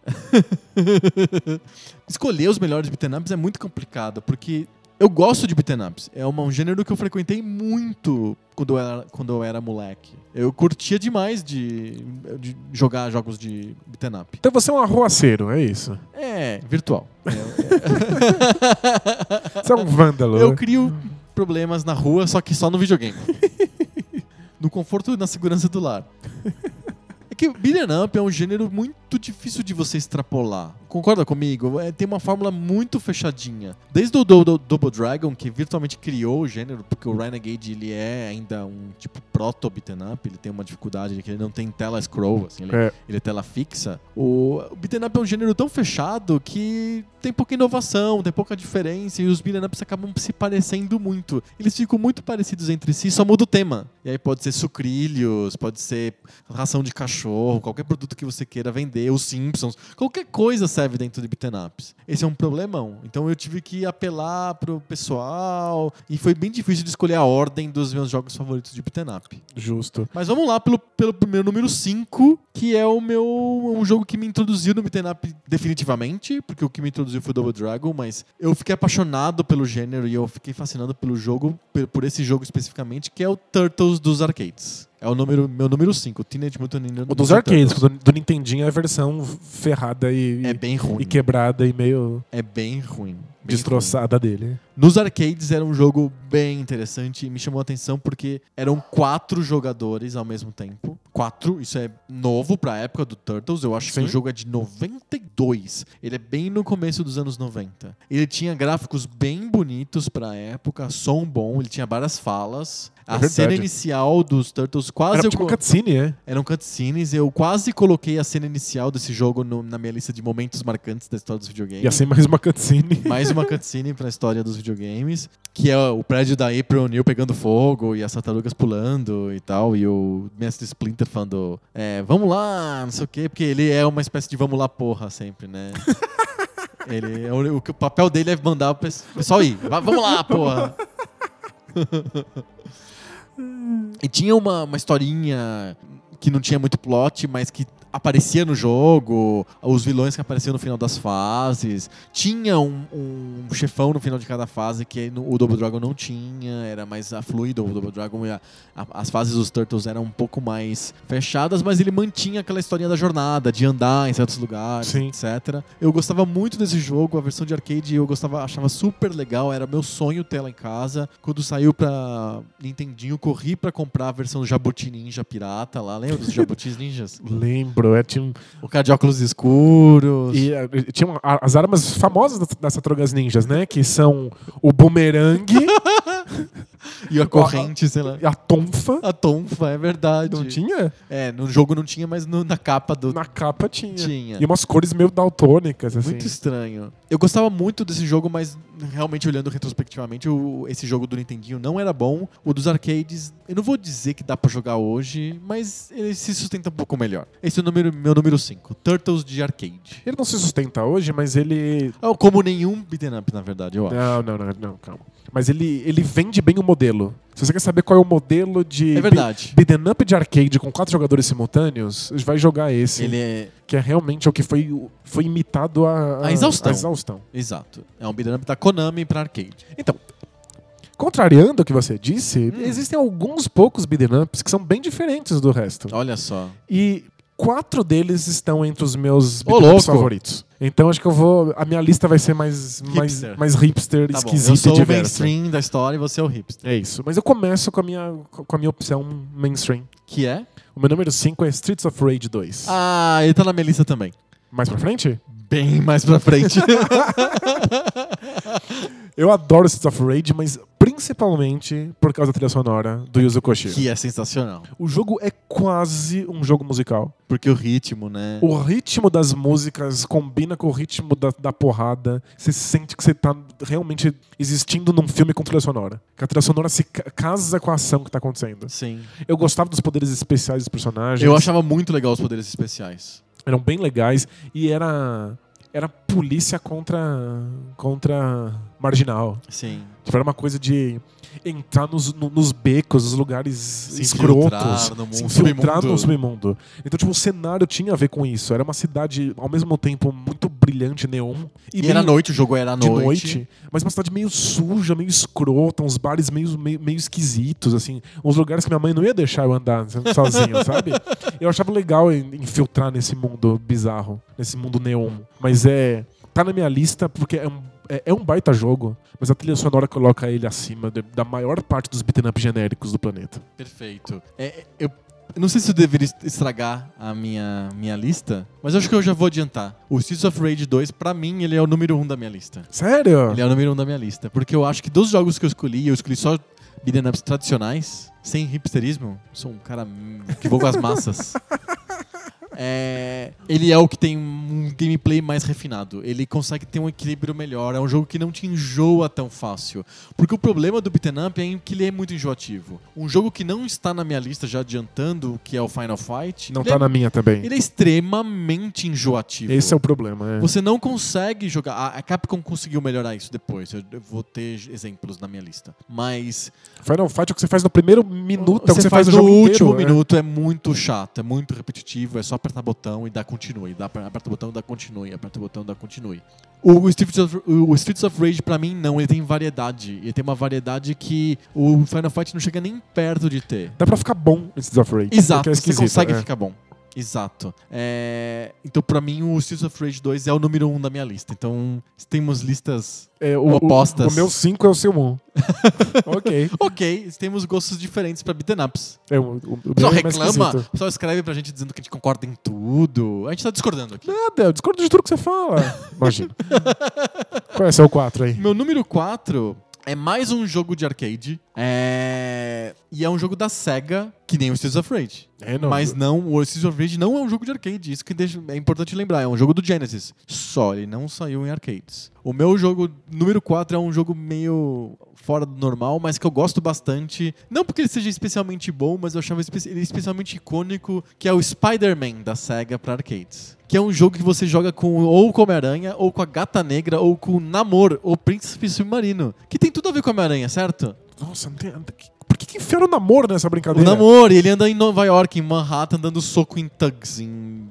S1: Escolher os melhores beat'em ups é muito complicado, porque eu gosto de beat'em ups. É uma- um gênero que eu frequentei muito quando eu era, quando eu era moleque. Eu curtia demais de, de jogar jogos de beat'em up.
S2: Então você é um arroaceiro, é isso?
S1: É, virtual. é.
S2: Você
S1: <laughs>
S2: é um vândalo.
S1: Eu
S2: né?
S1: crio problemas na rua, só que só no videogame. <laughs> no conforto e na segurança do lar. É que beat'em up é um gênero muito difícil de você extrapolar. Concorda comigo? É, tem uma fórmula muito fechadinha. Desde o Do- Do- Double Dragon, que virtualmente criou o gênero, porque o Renegade ele é ainda um tipo proto beat'em up, ele tem uma dificuldade de que ele não tem tela scroll, assim, ele,
S2: É.
S1: ele é tela fixa. O, o beat'em up é um gênero tão fechado que tem pouca inovação, tem pouca diferença e os beat'em ups acabam se parecendo muito. Eles ficam muito parecidos entre si, só muda o tema. E aí pode ser sucrilhos, pode ser ração de cachorro, qualquer produto que você queira vender, os Simpsons, qualquer coisa serve dentro de beat'em ups. Esse é um problemão. Então eu tive que apelar pro pessoal e foi bem difícil de escolher a ordem dos meus jogos favoritos de beat'em up.
S2: Justo.
S1: Mas vamos lá pelo, pelo meu número 5, que é o meu um jogo que me introduziu no beat'em up definitivamente, porque o que me introduziu foi o Double Dragon, mas eu fiquei apaixonado pelo gênero e eu fiquei fascinado pelo jogo, pe- por esse jogo especificamente, que é o Turtles dos arcades. É o número, meu número 5, Teenage Mutant Ninja
S2: O dos
S1: Ninja
S2: arcades,
S1: Turtles.
S2: do, do Nintendinho é a versão ferrada e,
S1: É
S2: e-
S1: bem ruim.
S2: e quebrada e meio
S1: É bem ruim. Bem ruim.
S2: destroçada dele.
S1: Nos arcades era um jogo bem interessante e me chamou a atenção porque eram quatro jogadores ao mesmo tempo. Quatro, isso é novo pra época do Turtles. Eu acho
S2: Sim.
S1: que o jogo é de 92. Ele é bem no começo dos anos 90. Ele tinha gráficos bem bonitos pra época, som bom, ele tinha várias falas.
S2: É
S1: a
S2: verdade.
S1: cena inicial dos Turtles quase
S2: Era
S1: eu
S2: tipo
S1: co-
S2: cutscene, é?
S1: eram cutscenes. Eu quase coloquei a cena inicial desse jogo no- na minha lista de momentos marcantes da história dos videogames.
S2: Ia ser mais uma cutscene. <laughs>
S1: Mais uma cutscene pra história dos videogames, que é o prédio da April O'Neil pegando fogo e as tartarugas pulando e tal, e o mestre Splinter falando, é, vamos lá, não sei o quê, porque ele é uma espécie de vamos lá porra sempre, né? ele, é o, o que- o papel dele é mandar o pes- o pessoal ir, "Va- vamos lá, porra! e tinha uma, uma historinha que não tinha muito plot, mas que aparecia no jogo, os vilões que apareciam no final das fases, tinha um, um chefão no final de cada fase que no- o Double Dragon não tinha, era mais a fluido, o Double Dragon e a- a- as fases dos Turtles eram um pouco mais fechadas, mas ele mantinha aquela historinha da jornada, de andar em certos lugares,
S2: Sim.
S1: etc. Eu gostava muito desse jogo, a versão de arcade eu gostava, achava super legal, era meu sonho ter ela em casa. Quando saiu pra Nintendinho, corri pra comprar a versão Jabuti Ninja pirata lá, lembra dos
S2: <laughs>
S1: Jabutis Ninjas?
S2: Lembro, é, tinha, um-
S1: O cara de óculos escuros.
S2: e, é, tinha uma- a- as armas
S1: <laughs>
S2: famosas das, das Tartarugas Ninjas, né? Que são o bumerangue
S1: E a corrente, sei lá.
S2: A tonfa
S1: A tonfa, é verdade.
S2: não tinha?
S1: É, no jogo não tinha, mas no- na capa do.
S2: Na capa tinha.
S1: Tinha.
S2: E umas cores meio daltônicas, assim.
S1: É Muito estranho. Eu gostava muito desse jogo, mas realmente olhando retrospectivamente, o- esse jogo do Nintendinho não era bom. O dos arcades, eu não vou dizer que dá pra jogar hoje, mas ele se sustenta um pouco melhor. Esse é o número, meu número 5, Turtles de arcade.
S2: Ele não se sustenta hoje, mas ele.
S1: Ah, Como nenhum beat'em up, na verdade, eu acho.
S2: Não, não, não, não, calma. Mas ele, ele vende bem o modelo. Se você quer saber qual é o modelo de.
S1: É verdade.
S2: be- Beat'em up de arcade com quatro jogadores simultâneos, vai jogar esse.
S1: Ele é.
S2: Que é realmente o que foi, foi imitado a,
S1: A exaustão.
S2: exaustão.
S1: Exato. É um beat'em up da Konami pra arcade.
S2: Então, contrariando o que você disse,
S1: Hum.
S2: existem alguns poucos beat'em ups que são bem diferentes do resto.
S1: Olha só.
S2: E quatro deles estão entre os meus
S1: Ô,
S2: beat'em ups
S1: louco.
S2: favoritos. Então acho que eu vou. A minha lista vai ser mais mais
S1: Hipster.
S2: mais hipster
S1: Tá bom,
S2: esquisita
S1: eu sou
S2: e
S1: o
S2: diversa.
S1: mainstream da história e você é o hipster.
S2: É isso. Mas eu começo com a minha, com a minha opção mainstream.
S1: Que é?
S2: O meu número 5 é Streets of Rage 2.
S1: Ah, ele tá na minha lista também.
S2: Mais pra frente?
S1: Bem mais pra frente.
S2: Eu adoro Streets of Rage, mas principalmente por causa da trilha sonora do Yuzo Koshiro.
S1: que é sensacional.
S2: O jogo é quase um jogo musical.
S1: Porque o ritmo, né?
S2: O ritmo das músicas combina com o ritmo da, da porrada. Você sente que você tá realmente existindo num filme com trilha sonora. Que a trilha sonora se ca- casa com a ação que tá acontecendo.
S1: Sim.
S2: Eu gostava dos poderes especiais dos personagens.
S1: Eu achava muito legal os poderes especiais.
S2: eram bem legais e era era polícia contra contra marginal
S1: Sim.
S2: tipo, era uma coisa de entrar nos, no- nos becos nos lugares
S1: Se
S2: escrotos
S1: infiltrar no
S2: se
S1: mundo-
S2: infiltrar
S1: submundo.
S2: no submundo então tipo o cenário tinha a ver com isso era uma cidade ao mesmo tempo muito brilhante neon
S1: E,
S2: meio-
S1: era noite, o jogo era à
S2: de
S1: noite.
S2: noite. mas uma cidade meio suja, meio escrota, uns bares meio, meio, meio esquisitos, assim, uns lugares que minha mãe não ia deixar eu andar <laughs> sozinho, sabe? Eu achava legal em- infiltrar nesse mundo bizarro, nesse mundo neon. Mas é. tá na minha lista porque é um. É é um baita jogo, mas a trilha sonora coloca ele acima de- da maior parte dos beat'em up genéricos do planeta.
S1: Perfeito. É, eu eu não sei se eu deveria est- estragar a minha, minha lista, mas eu acho que eu já vou adiantar. O Streets of Rage 2, pra mim, ele é o número 1 um da minha lista.
S2: Sério?
S1: Ele é o número 1 um da minha lista. Porque eu acho que dos jogos que eu escolhi, eu escolhi só beat'em ups tradicionais, sem hipsterismo. Sou um cara hum, que vou com as massas. É, ele é o que tem um gameplay mais refinado. Ele consegue ter um equilíbrio melhor. É um jogo que não te enjoa tão fácil. Porque o problema do beat'em up é que ele é muito enjoativo. Um jogo que não está na minha lista, já adiantando, que é o Final Fight.
S2: Não
S1: ele
S2: tá
S1: é,
S2: na minha também.
S1: Ele é extremamente enjoativo.
S2: Esse é o problema, é.
S1: Você não consegue jogar. A- A Capcom conseguiu melhorar isso depois. Eu eu vou ter j- exemplos na minha lista. Mas
S2: Final Fight é o que você faz no primeiro minuto, é o que
S1: você faz
S2: o
S1: no
S2: jogo
S1: último
S2: inteiro, é.
S1: minuto é muito chato, é muito repetitivo. É só apertar botão e dar continue. Dá, pra- aperta o botão, dá continue. Aperta o botão, dá continue. O Streets of, o Streets of Rage, pra mim, não. Ele tem variedade. Ele tem uma variedade que o Final Fight não chega nem perto de ter.
S2: Dá pra ficar bom em Streets of Rage.
S1: Exato,
S2: porque é
S1: você
S2: esquisito,
S1: consegue
S2: é.
S1: ficar bom. Exato. É, Então, pra mim, o Streets of Rage 2 é o número 1 um da minha lista. Então, temos listas.
S2: É,
S1: Ou apostas.
S2: O, meu 5 é o seu <laughs> 1. ok.
S1: Ok, temos gostos diferentes pra beaten ups.
S2: É, o, o- o
S1: O pessoal
S2: meu é mais
S1: reclama,
S2: esquisito.
S1: o pessoal escreve pra gente dizendo que a gente concorda em tudo. A gente tá discordando aqui.
S2: Nada, Ah, eu discordo de tudo que você fala. <laughs> Imagina. Qual é o seu 4 aí?
S1: Meu número 4 é mais um jogo de arcade. É... E é um jogo da SEGA, que nem o Streets of Rage.
S2: É, não.
S1: Mas não, o Streets of Rage não é um jogo de arcade. Isso que deixa- é importante lembrar. É um jogo do Genesis. Só ele não saiu em arcades. O meu jogo número 4 é um jogo meio fora do normal, mas que eu gosto bastante. Não porque ele seja especialmente bom, mas eu achava espe- ele especialmente icônico, que é o Spider-Man da SEGA para arcades. Que é um jogo que você joga com ou com o Homem-Aranha, ou com a Gata Negra, ou com o Namor, ou Príncipe Submarino. Que tem tudo a ver com o Homem-Aranha, certo?
S2: Nossa, não tem. não tem- Por que, que enfiaram o namoro nessa
S1: O
S2: brincadeira?
S1: Namor, ele anda em Nova York, em Manhattan, dando soco em thugs, em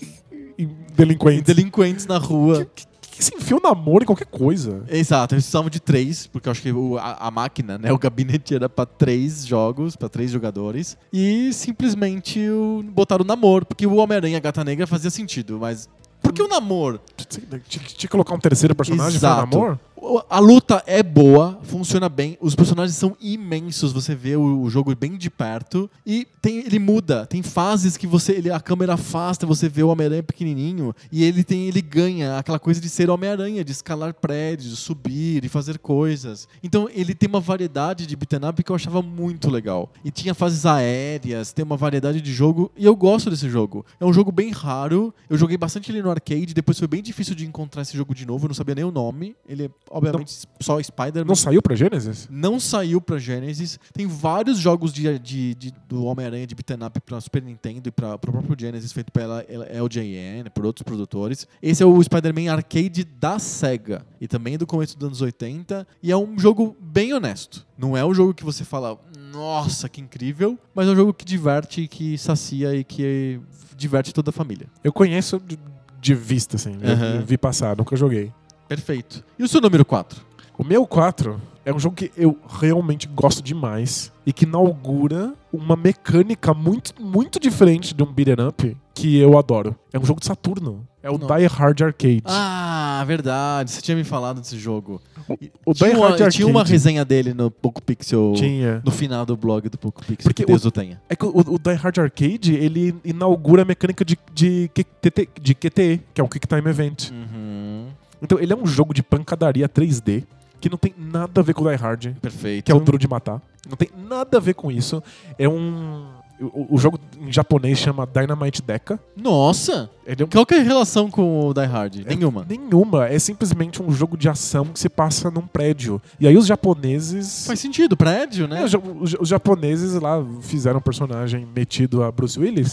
S2: E
S1: E
S2: Delinquente.
S1: delinquentes na rua.
S2: Por que, que se enfia o namoro em qualquer coisa?
S1: Exato, eles precisavam de três, porque eu acho que o- a, a máquina, né, o gabinete era pra três jogos, pra três jogadores, e simplesmente o, botaram o namoro, porque o Homem-Aranha e a Gata Negra fazia sentido, mas por que o namoro?
S2: Tinha tinha que colocar um terceiro personagem pra
S1: Exato.
S2: namoro?
S1: o- a luta é boa, funciona bem, os personagens são imensos, você vê o, o jogo bem de perto e tem, ele muda, tem fases que você ele, a câmera afasta, você vê o Homem-Aranha pequenininho e ele tem ele ganha aquela coisa de ser Homem-Aranha, de escalar prédios, subir e fazer coisas. Então ele tem uma variedade de beat'em up que eu achava muito legal. E tinha fases aéreas, tem uma variedade de jogo e eu gosto desse jogo. É um jogo bem raro, eu joguei bastante ele no arcade, depois foi bem difícil de encontrar esse jogo de novo, eu não sabia nem o nome. Ele é, obviamente, só Spider-Man.
S2: Não saiu pra Genesis?
S1: Não saiu pra Genesis. Tem vários jogos de, de- de- do Homem-Aranha de beat'em up pra Super Nintendo e pra, pro próprio Genesis, feito pela LJN, por outros produtores. Esse é o Spider-Man Arcade da SEGA. E também é do começo dos anos 80. E é um jogo bem honesto. Não é um jogo que você fala, nossa, que incrível. Mas é um jogo que diverte, que sacia e que diverte toda a família.
S2: Eu conheço de, de vista, assim. Eu-
S1: Aham.
S2: eu vi passar, nunca joguei.
S1: Perfeito. E o seu número 4?
S2: O meu 4 é um jogo que eu realmente gosto demais e que inaugura uma mecânica muito, muito diferente de um beat'em up que eu adoro. É um jogo de Saturno. É o
S1: Não.
S2: Die Hard Arcade.
S1: Ah, verdade. Você tinha me falado desse jogo.
S2: o
S1: Tinha
S2: Die
S1: uma,
S2: Hard Arcade
S1: tinha uma resenha dele no Poco Pixel.
S2: tinha.
S1: No final do blog do Poco Pixel.
S2: Porque
S1: que Deus o, tenha.
S2: É que o, o Die Hard Arcade, ele inaugura a mecânica de, de, QTT de QTE, que é um Quick Time Event.
S1: Uhum,
S2: Então ele é um jogo de pancadaria 3D que não tem nada a ver com o Die Hard.
S1: Perfeito.
S2: que é o Duro de Matar. Não tem nada a ver com isso. É um. O, o jogo em japonês chama Dynamite Deca.
S1: Nossa!
S2: Ele é um-
S1: Qual que é a relação com o Die Hard? Nenhuma.
S2: Nenhuma. É simplesmente um jogo de ação que se passa num prédio. E aí os japoneses.
S1: Faz sentido, prédio, né?
S2: É, os, ja- os ja- os japoneses lá fizeram um personagem metido a
S1: <laughs>
S2: Bruce Willis.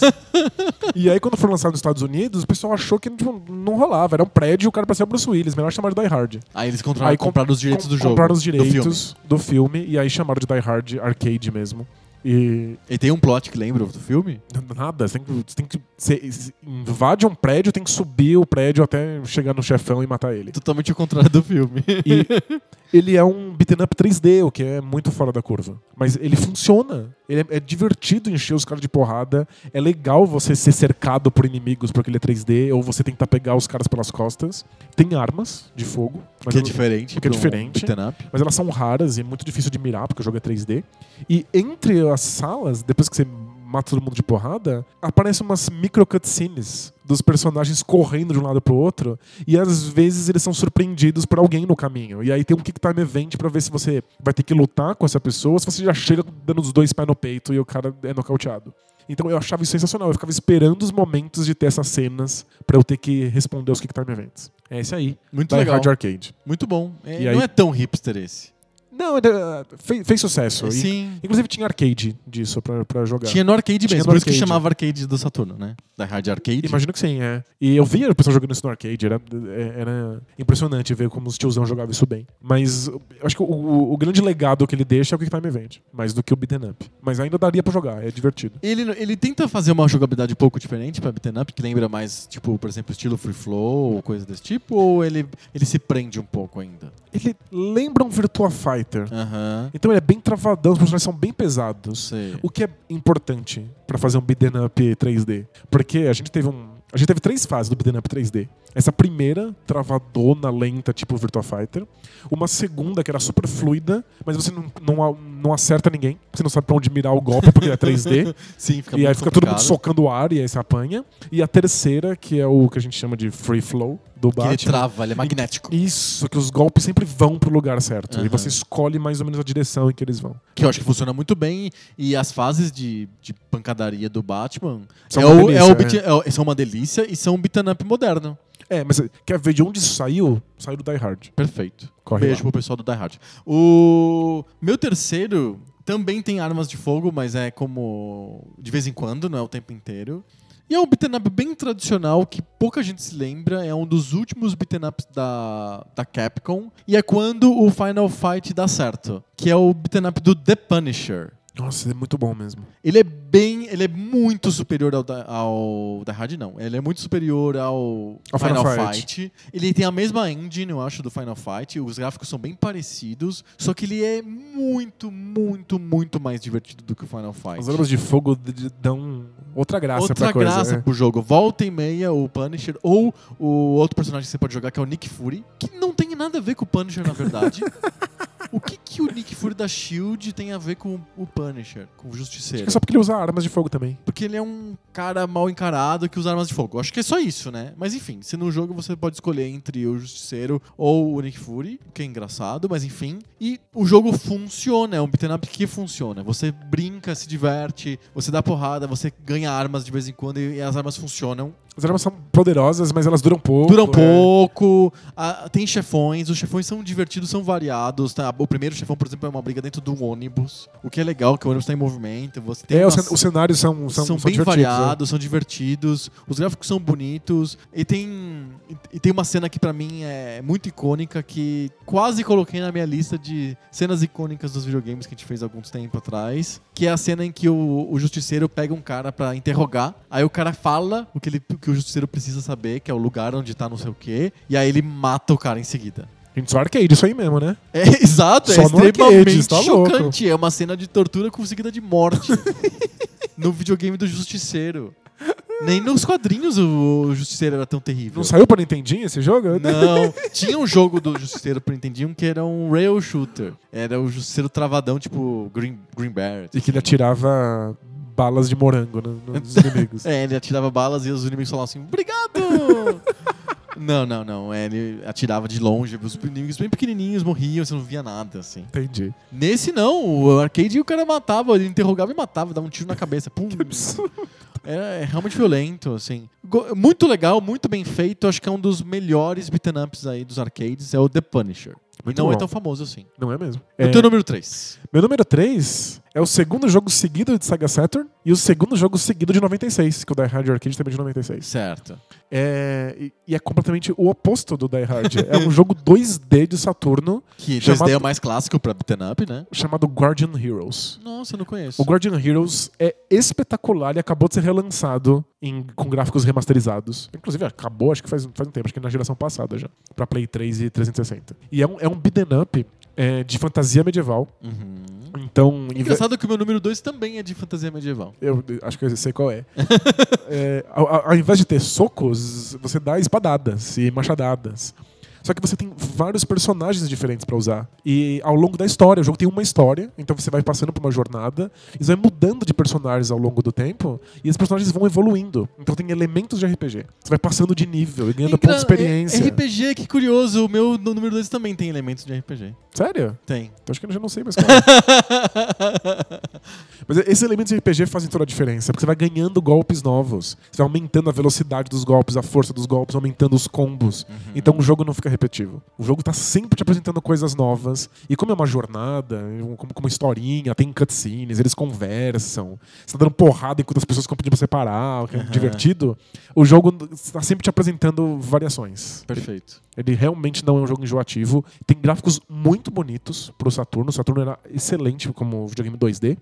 S2: e aí, quando foi lançado nos Estados Unidos, o pessoal achou que tipo, não rolava. Era um prédio e o cara parecia Bruce Willis. Melhor chamar de Die Hard.
S1: Aí eles compraram,
S2: Aí com-
S1: compraram os direitos
S2: Com-
S1: do jogo.
S2: Compraram os
S1: Do
S2: direitos
S1: filme.
S2: do filme. E aí chamaram de Die Hard Arcade mesmo. E
S1: E tem um plot que lembra do filme?
S2: Nada, você tem que. Você tem que você se- invade um prédio, tem que subir o prédio até chegar no chefão e matar ele.
S1: Totalmente o contrário do filme. <laughs>
S2: E ele é um beat'em up 3D, o que é muito fora da curva. Mas ele funciona. Ele é, é divertido encher os caras de porrada. É legal você ser cercado por inimigos porque ele é 3D, ou você tentar pegar os caras pelas costas. Tem armas de fogo. mas
S1: que é
S2: eu-
S1: diferente.
S2: que é
S1: pra um
S2: diferente.
S1: beat'em up.
S2: mas elas são raras e é muito difícil de mirar, porque o jogo é 3D. E entre as salas, depois que você mata todo mundo de porrada, aparecem umas micro cutscenes dos personagens correndo de um lado pro outro, e às vezes eles são surpreendidos por alguém no caminho. E aí tem um kick time event pra ver se você vai ter que lutar com essa pessoa, ou se você já chega dando os dois pés no peito e o cara é nocauteado. Então eu achava isso sensacional, eu ficava esperando os momentos de ter essas cenas pra eu ter que responder aos kick time events. É esse aí,
S1: Muito
S2: Die
S1: legal.
S2: Hard Arcade.
S1: Muito bom. É,
S2: E
S1: não
S2: aí-
S1: é tão hipster esse. É
S2: Não, era- fez, fez sucesso. E-
S1: Sim.
S2: Inclusive tinha arcade disso pra, pra jogar.
S1: Tinha no arcade
S2: Tinha
S1: mesmo.
S2: no
S1: Por isso que
S2: arcade.
S1: chamava arcade do Saturno, né? Die Hard Arcade.
S2: Imagino que sim, é. E eu via o pessoal jogando isso no arcade, era, é- era impressionante ver como os tiozão jogavam isso bem. Mas eu acho que o, o- o grande legado que ele deixa é o Quick Time Event, mais do que o beat'em up. Mas ainda daria pra jogar, é divertido.
S1: Ele, ele tenta fazer uma jogabilidade um pouco diferente pra beat'em up, que lembra mais, tipo, por exemplo, estilo free flow ou coisa desse tipo, ou ele, ele se prende um pouco ainda?
S2: Ele lembra um Virtua Fighter,
S1: Aham,
S2: então ele é bem travadão, os personagens são bem pesados.
S1: Ah. sei.
S2: O que é importante pra fazer um beat'em up 3D? Porque a gente teve um. A gente teve três fases do beat'em up 3D. Essa primeira, travadona, lenta, tipo Virtua Fighter. Uma segunda, que era super fluida, mas você não, não, a- não acerta ninguém. Você não sabe pra onde mirar o golpe, porque é 3D.
S1: Sim, <laughs> fica
S2: e aí
S1: muito
S2: fica todo mundo
S1: complicado.
S2: socando o ar e aí você apanha. E a terceira, que é o que a gente chama de free flow do
S1: Que ele
S2: Batman.
S1: trava, ele é magnético.
S2: Isso, que os golpes sempre vão pro lugar certo. E
S1: Aham.
S2: você escolhe mais ou menos a direção em que eles vão.
S1: Que eu acho que funciona muito bem. E as fases de, de pancadaria do Batman
S2: São
S1: é
S2: uma
S1: o- é o
S2: delícia,
S1: beat- é o- são uma delícia e são um beat'em up moderno.
S2: É, mas quer ver de onde isso saiu? Saiu do Die Hard.
S1: Perfeito.
S2: Corre
S1: Beijo
S2: lá.
S1: pro pessoal do Die Hard. O meu terceiro também tem armas de fogo, mas é como de vez em quando, não é o tempo inteiro. E é um beat'em up bem tradicional que pouca gente se lembra, é um dos últimos beat'em ups da, da Capcom e é quando o Final Fight dá certo, que é o beat'em up do The Punisher.
S2: Nossa, é muito bom mesmo.
S1: Ele é bem. Ele é muito superior ao da, ao da Hard, não. Ele é muito superior ao
S2: Ao
S1: Final,
S2: Final
S1: Fight. Ele tem a mesma engine, eu acho, do Final Fight. Os gráficos são bem parecidos. Só que ele é muito, muito, muito mais divertido do que o Final Fight.
S2: As armas de fogo d- d- dão outra graça
S1: Outra
S2: pra coisa.
S1: graça
S2: é.
S1: pro jogo. Volta e meia, o Punisher, ou o outro personagem que você pode jogar, que é o Nick Fury, que não tem nada a ver com o Punisher, na
S2: <laughs>
S1: verdade. o que, que o Nick Fury da Shield tem a ver com o Punisher, com o
S2: Acho
S1: Justiceiro?
S2: que é só porque ele usa armas de fogo também.
S1: Porque ele é um cara mal encarado que usa armas de fogo. Acho que é só isso, né? Mas enfim, se no jogo você pode escolher entre o Justiceiro ou o Nick Fury, o que é engraçado, mas enfim. E o jogo funciona, é um beat'em up que funciona. Você brinca, se diverte, você dá porrada, você ganha armas de vez em quando e e as armas funcionam.
S2: As armas são poderosas, mas elas duram pouco.
S1: Duram
S2: é.
S1: pouco, a- tem chefões, os chefões são divertidos, são variados. tá? O primeiro chefão, por exemplo, é uma briga dentro de um ônibus, o que é legal, que o ônibus tá em movimento, você tem
S2: É, os
S1: umas-
S2: cen- os cenários são, são,
S1: são,
S2: são
S1: bem
S2: divertidos, é.
S1: variados, são divertidos, os gráficos são bonitos e tem e tem uma cena que pra mim é muito icônica que quase coloquei na minha lista de cenas icônicas dos videogames que a gente fez alguns tempo atrás, que é a cena em que o, o justiceiro pega um cara pra interrogar, aí o cara fala o que ele o que o justiceiro precisa saber, que é o lugar onde tá não sei o quê, e aí ele mata o cara em seguida.
S2: Gente, só arcade, isso aí mesmo, né?
S1: É, <laughs> exato,
S2: Só
S1: é
S2: no arcade,
S1: extremamente
S2: tá louco.
S1: chocante. É uma cena de tortura com seguida de
S2: <laughs>
S1: morte. no videogame do Justiceiro. Nem nos quadrinhos o o Justiceiro era tão terrível.
S2: Não saiu pra Nintendinho esse jogo?
S1: Não. tinha um jogo do Justiceiro pro Nintendinho que era um rail shooter. Era o Justiceiro travadão, tipo Green, Green Barrett.
S2: E que ele atirava balas de morango no- nos
S1: <laughs>
S2: inimigos.
S1: É, ele atirava balas e os inimigos falavam assim,
S2: <laughs>
S1: obrigado! não, não, não. É, ele atirava de longe. Os inimigos bem pequenininhos morriam, você não via nada, assim.
S2: Entendi.
S1: Nesse não, o arcade o cara matava, ele interrogava e matava, dava um tiro na cabeça.
S2: <laughs>
S1: Pum. É, é realmente violento, assim. Go- Muito legal, muito bem feito. Acho que é um dos melhores beaten ups aí dos arcades, é o The Punisher. E
S2: Muito
S1: não é
S2: bom.
S1: tão famoso assim.
S2: Não é mesmo?
S1: É.
S2: É,
S1: O teu número 3.
S2: Meu número 3 é o segundo jogo seguido de Sega Saturn e o segundo jogo seguido de 96, que o Die Hard Arcade também é de 96.
S1: Certo.
S2: É, e- e é completamente o oposto do Die Hard. é um jogo 2D de Saturno
S1: Que
S2: Chamado-
S1: 2D é o mais clássico pra beaten up, né?
S2: chamado Guardian Heroes.
S1: Nossa, eu não conheço.
S2: O Guardian Heroes é espetacular e acabou de ser relançado em- com gráficos remasterizados. Inclusive, acabou, acho que faz, faz um tempo, acho que na geração passada já, pra Play 3 e 360. E é um, é um beat'em up é, de fantasia medieval.
S1: Uhum.
S2: Então, em ve-
S1: Engraçado que o meu número 2 também é de fantasia medieval.
S2: eu acho que eu sei qual é. É, ao, ao- ao invés de ter socos, você dá espadadas e machadadas. Só que você tem vários personagens diferentes pra usar. E ao longo da história, o jogo tem uma história, então você vai passando por uma jornada, e você vai mudando de personagens ao longo do tempo, e esses personagens vão evoluindo. Então tem elementos de RPG. Você vai passando de nível e
S1: Engra-
S2: ganhando pontos de experiência.
S1: é- RPG, que curioso. O meu no- número 2 também tem elementos de RPG.
S2: Sério?
S1: <laughs> Tem.
S2: Então acho que eu já não sei mais qual é. Mas esses elementos de RPG fazem toda a diferença, porque você vai ganhando golpes novos. Você vai aumentando a velocidade dos golpes, a força dos golpes, aumentando os combos. Então o jogo não fica repetitivo. O jogo tá sempre te apresentando coisas novas. E como é uma jornada, um- como como uma historinha, tem cutscenes, eles conversam. Você tá dando porrada enquanto as pessoas estão pedindo pra separar, o que é divertido. O jogo tá sempre te apresentando variações.
S1: Perfeito.
S2: Ele realmente não é um jogo enjoativo. Tem gráficos muito bonitos pro Saturno. O Saturno era excelente como videogame 2D.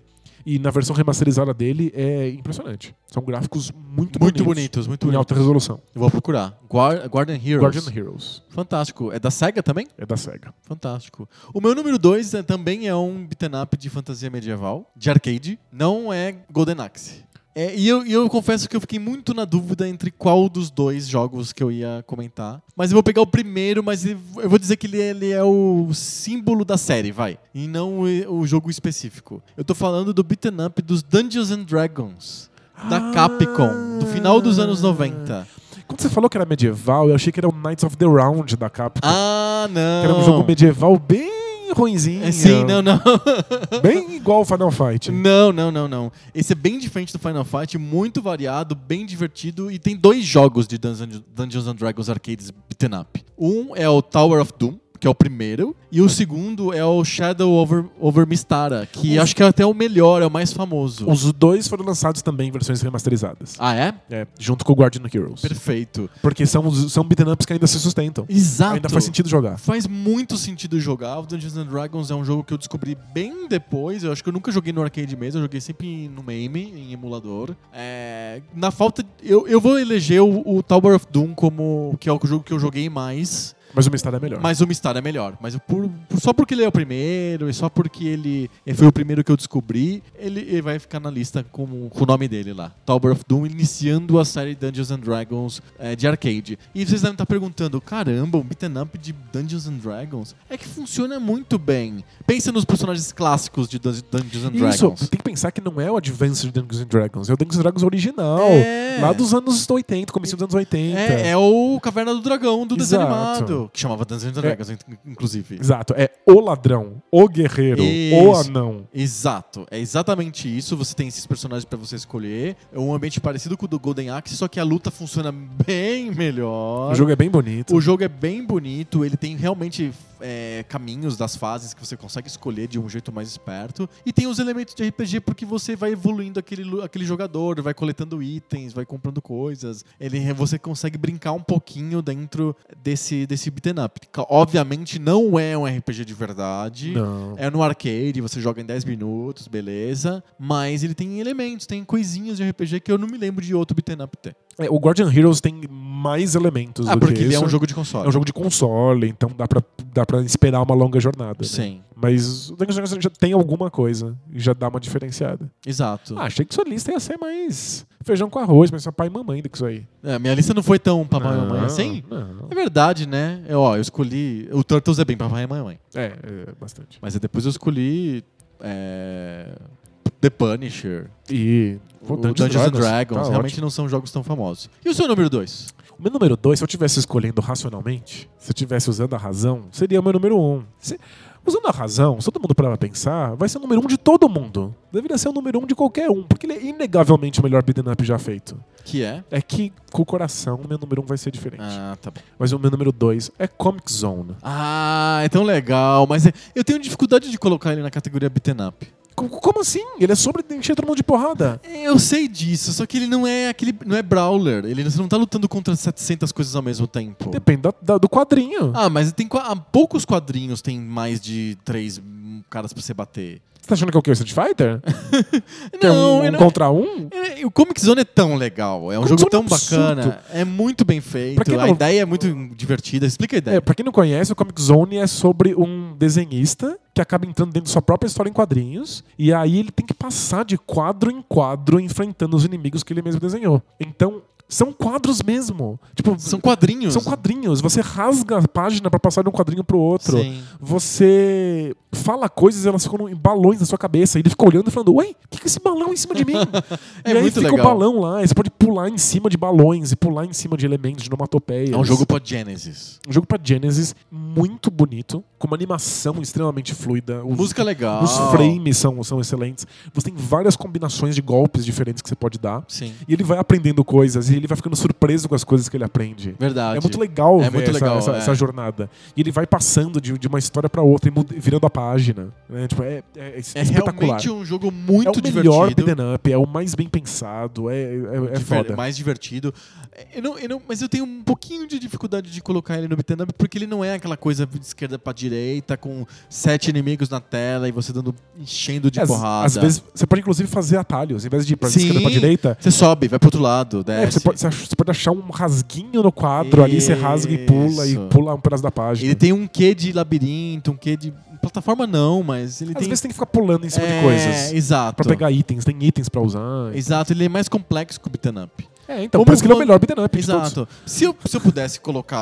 S2: E na versão remasterizada dele é impressionante. São gráficos
S1: Muito
S2: muito, bonitos.
S1: bonitos, muito
S2: Em alta
S1: bonitos.
S2: resolução.
S1: Eu vou procurar. Guar Guardian Heroes.
S2: Guardian Heroes.
S1: Fantástico. É da SEGA também?
S2: É da SEGA.
S1: Fantástico. O meu número 2 também é um beaten up de fantasia medieval, de arcade. Não é Golden Axe. É, e eu, e eu confesso que eu fiquei muito na dúvida entre qual dos dois jogos que eu ia comentar. Mas eu vou pegar o primeiro, mas eu eu vou dizer que ele, ele é o símbolo da série, vai. E não o, o jogo específico. Eu tô falando do beaten up dos Dungeons and Dragons. Da
S2: Ah.
S1: Capcom, do final dos anos 90.
S2: Quando você falou que era medieval, eu achei que era o Knights of the Round da Capcom.
S1: Ah, não.
S2: Que era um jogo medieval bem ruinzinho.
S1: É, Sim, não, não. <laughs> Hum.
S2: Bem igual ao Final Fight.
S1: Não, não, não, não. Esse é bem diferente do Final Fight, muito variado, bem divertido e tem dois jogos de Dungeons Dungeons and Dragons arcades beaten up. Um é o Tower of Doom, que é o primeiro, e
S2: Uhum.
S1: o segundo é o Shadow over, over Mistara, que
S2: Os-
S1: acho que é até o melhor, é o mais famoso.
S2: Uhum. Os dois foram lançados também em versões remasterizadas.
S1: Ah, é?
S2: É, junto com o Guardian Heroes.
S1: Perfeito.
S2: Porque são, os- são beat'em ups que ainda se sustentam.
S1: Exato.
S2: Ainda faz sentido jogar.
S1: Faz muito sentido jogar. O Dungeons and Dragons é um jogo que eu descobri bem depois. Eu acho que eu nunca joguei no arcade mesmo, eu joguei sempre no MAME, em emulador. É, na falta. Eu, eu vou eleger o, o Tower of Doom como. que é o jogo que eu joguei mais.
S2: Mas o Mistério é melhor.
S1: Mas o Mistério é melhor. Mas por- por- só porque ele é o primeiro e só porque ele, ele foi o primeiro que eu descobri, ele, ele vai ficar na lista com, com o nome dele lá. Tower of Doom iniciando a série Dungeons and Dragons eh, de arcade. E vocês devem estar perguntando, caramba, o beat'em up de Dungeons and Dragons é que funciona muito bem. Pensa nos personagens clássicos de Dun- Dungeons and
S2: Isso,
S1: Dragons.
S2: tem que pensar que não é o Advanced Dungeons and Dragons, é o Dungeons and Dragons original,
S1: É.
S2: lá dos anos 80, começo dos anos 80.
S1: É, é o Caverna do Dragão do
S2: Exato. É.
S1: desanimado, que chamava Dungeons and Dragons, in- inclusive.
S2: Exato, é o ladrão, o guerreiro, o
S1: Isso.
S2: anão.
S1: Exato, é exatamente isso. Você tem esses personagens pra você escolher. É um ambiente parecido com o do Golden Axe, só que a luta funciona bem melhor.
S2: O jogo é bem bonito.
S1: O jogo é bem bonito, ele tem realmente é, caminhos das fases que você consegue escolher de um jeito mais esperto. E tem os elementos de RPG porque você vai evoluindo aquele, lu- aquele jogador, vai coletando itens, vai comprando coisas. Ele, você consegue brincar um pouquinho dentro desse, desse beat'em up. Obviamente não é um RPG de verdade.
S2: Não.
S1: É no arcade, você joga em 10 minutos, beleza. Mas ele tem elementos, tem coisinhas de RPG que eu não me lembro de outro beat'em up ter.
S2: É, o Guardian Heroes tem mais elementos
S1: Ah,
S2: do
S1: porque
S2: que
S1: ele é
S2: isso.
S1: um jogo de console.
S2: É um jogo de console, então dá pra, dá pra esperar uma longa jornada. né?
S1: Sim,
S2: Mas o Dungeons and Dragons já tem alguma coisa e já dá uma diferenciada.
S1: exato.
S2: Ah, achei que sua lista ia ser mais feijão com arroz, mas só pai e mamãe do que isso aí.
S1: É, minha lista não foi tão papai e
S2: Não,
S1: mamãe assim?
S2: Não.
S1: É verdade, né? Eu, ó, eu escolhi. O Turtles é bem papai e mamãe.
S2: É, é bastante.
S1: Mas aí depois eu escolhi. é, The Punisher,
S2: E
S1: o Dungeons and Dragons,
S2: tá
S1: realmente
S2: ótimo.
S1: não são jogos tão famosos. E o seu número 2?
S2: O meu número dois, se eu estivesse escolhendo racionalmente, se eu estivesse usando a razão, seria o meu número Um. Se- usando a razão, se todo mundo parar pra pensar, vai ser o número um de todo mundo. Deveria ser o número um de qualquer um, porque ele é inegavelmente o melhor beat'em up já feito.
S1: Que é?
S2: É que com o coração, o meu número um vai ser diferente.
S1: Ah, tá bom.
S2: Mas o meu número dois é Comic Zone.
S1: Ah, é tão legal, mas é- eu tenho dificuldade de colocar ele na categoria beaten up.
S2: Co- como assim? Ele é sobre encher todo mundo de porrada.
S1: É, Eu sei disso, só que ele não é aquele. não é brawler. Ele você não tá lutando contra 700 coisas ao mesmo tempo.
S2: Depende da- da- do quadrinho.
S1: Ah, mas tem qua- ah, poucos quadrinhos tem mais de três hum, caras pra você bater.
S2: Você tá achando que é o quê? O Street Fighter? que é
S1: Não,
S2: um,
S1: eu
S2: um
S1: não-
S2: contra um?
S1: é, o Comic Zone é tão legal, é um jogo
S2: Comic Zone é
S1: tão
S2: absurdo.
S1: bacana, é muito bem feito,
S2: Pra quem
S1: a
S2: não-
S1: ideia é muito divertida. Explica a
S2: É,
S1: ideia.
S2: pra quem não conhece, o Comic Zone é sobre um desenhista que acaba entrando dentro de sua própria história em quadrinhos. E aí ele tem que passar de quadro em quadro enfrentando os inimigos que ele mesmo desenhou. Então, são quadros mesmo. Tipo,
S1: São quadrinhos.
S2: são quadrinhos. Você rasga a página pra passar de um quadrinho pro outro.
S1: Sim.
S2: você fala coisas elas ficam em balões na sua cabeça. E ele fica olhando e falando, ué, o que, que é esse balão em
S1: <laughs>
S2: cima de mim?
S1: É
S2: e aí
S1: muito
S2: fica
S1: legal.
S2: o balão lá. e Você pode pular em cima de balões e pular em cima de elementos, de onomatopeias.
S1: É um jogo pra Genesis.
S2: Um jogo pra Genesis muito bonito, com uma animação extremamente fluida. Os,
S1: Música legal.
S2: os frames são, são excelentes. Você tem várias combinações de golpes diferentes que você pode dar.
S1: Sim.
S2: E ele vai aprendendo coisas e ele vai ficando surpreso com as coisas que ele aprende.
S1: Verdade.
S2: É muito legal
S1: É
S2: ver
S1: muito
S2: essa,
S1: legal,
S2: essa-
S1: é.
S2: essa jornada. E ele vai passando de, de uma história pra outra e muda- virando a página. né? Tipo, é, é- é
S1: É
S2: espetacular.
S1: realmente um jogo muito
S2: é o
S1: divertido.
S2: melhor beat'em up, é o mais bem pensado, é, é, é
S1: diver-
S2: foda.
S1: mais divertido. É, Eu não, eu não- mas eu tenho um pouquinho de dificuldade de colocar ele no beat'em up, porque ele não é aquela coisa de esquerda pra direita, com sete inimigos na tela e você dando enchendo de
S2: É, Às-
S1: porrada.
S2: Às vezes você pode inclusive fazer atalhos, em vez de ir pra
S1: Sim.
S2: esquerda pra direita.
S1: Você sobe, vai pro outro lado,
S2: é,
S1: desce.
S2: você, pode, você ach- você pode achar um rasguinho no quadro ali, você rasga e pula e
S1: Isso.
S2: pula um pedaço da página.
S1: Ele tem um quê de labirinto, um quê de. Plataforma não, mas ele
S2: Às
S1: tem.
S2: vezes tem que ficar pulando em cima
S1: É,
S2: de coisas.
S1: Exato.
S2: Pra pegar itens, tem itens pra usar.
S1: Exato, ele é mais complexo que o beat'em up.
S2: É, então,
S1: Como
S2: por isso que ele é o
S1: quando-
S2: melhor beat'em up de todos.
S1: Exato. Tipo, Se eu, se eu pudesse colocar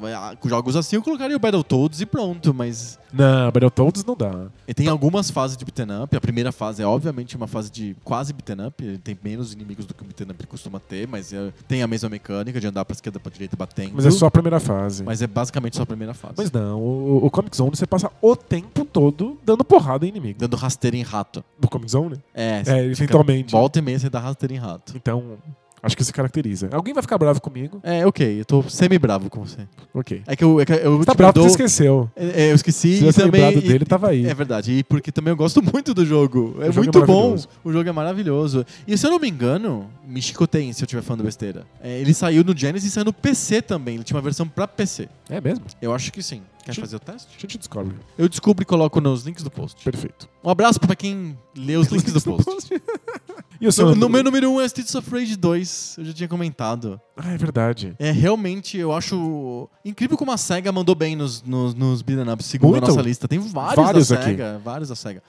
S1: ah, jogos assim, eu colocaria o Battletoads e pronto, mas
S2: Não, Battletoads não dá.
S1: E tem algumas fases de beaten up. A primeira fase é, obviamente, uma fase de quase beaten up. Ele tem menos inimigos do que o beaten up costuma ter, mas é- tem a mesma mecânica de andar pra esquerda, pra direita, batendo.
S2: Mas é só a primeira fase. Mas,
S1: Mas é basicamente só a primeira fase.
S2: não, o, o Comic Zone você passa o tempo todo dando porrada em inimigo.
S1: Dando rasteira em rato.
S2: No Comic Zone? né?
S1: É, você
S2: É,
S1: fica-
S2: eventualmente.
S1: Volta e meia você dá rasteira em rato.
S2: Então, acho que isso caracteriza. Alguém vai ficar bravo comigo?
S1: É, ok. Eu tô semi-bravo com você.
S2: Ok.
S1: É que eu, é que eu
S2: Você tá
S1: te
S2: bravo porque
S1: perdoo-
S2: você esqueceu.
S1: É, é, eu esqueci.
S2: Se
S1: e
S2: tivesse
S1: também,
S2: lembrado
S1: e-
S2: dele, tava aí.
S1: É verdade. E porque também eu gosto <laughs> muito do jogo. É
S2: O jogo é
S1: muito bom.
S2: maravilhoso.
S1: O jogo é maravilhoso. E se eu não me engano, me chicoteiem se eu estiver falando besteira. É, ele saiu no Genesis e saiu no PC também. Ele tinha uma versão pra PC.
S2: É mesmo?
S1: Eu acho que sim. Quer
S2: Sim.
S1: fazer o teste?
S2: A gente descobre.
S1: Eu descubro e coloco nos links do post.
S2: Perfeito. <laughs>
S1: Um abraço pra quem lê os links do post.
S2: E o seu
S1: No,
S2: <laughs>
S1: no meu número 1 um é Streets of Rage 2, eu já tinha comentado.
S2: Ah, é verdade.
S1: É realmente, eu acho incrível como a SEGA mandou bem nos, nos, nos beat'em ups, segundo
S2: Muito.
S1: a nossa lista. Tem vários,
S2: Vários
S1: da
S2: aqui.
S1: SEGA, vários da SEGA.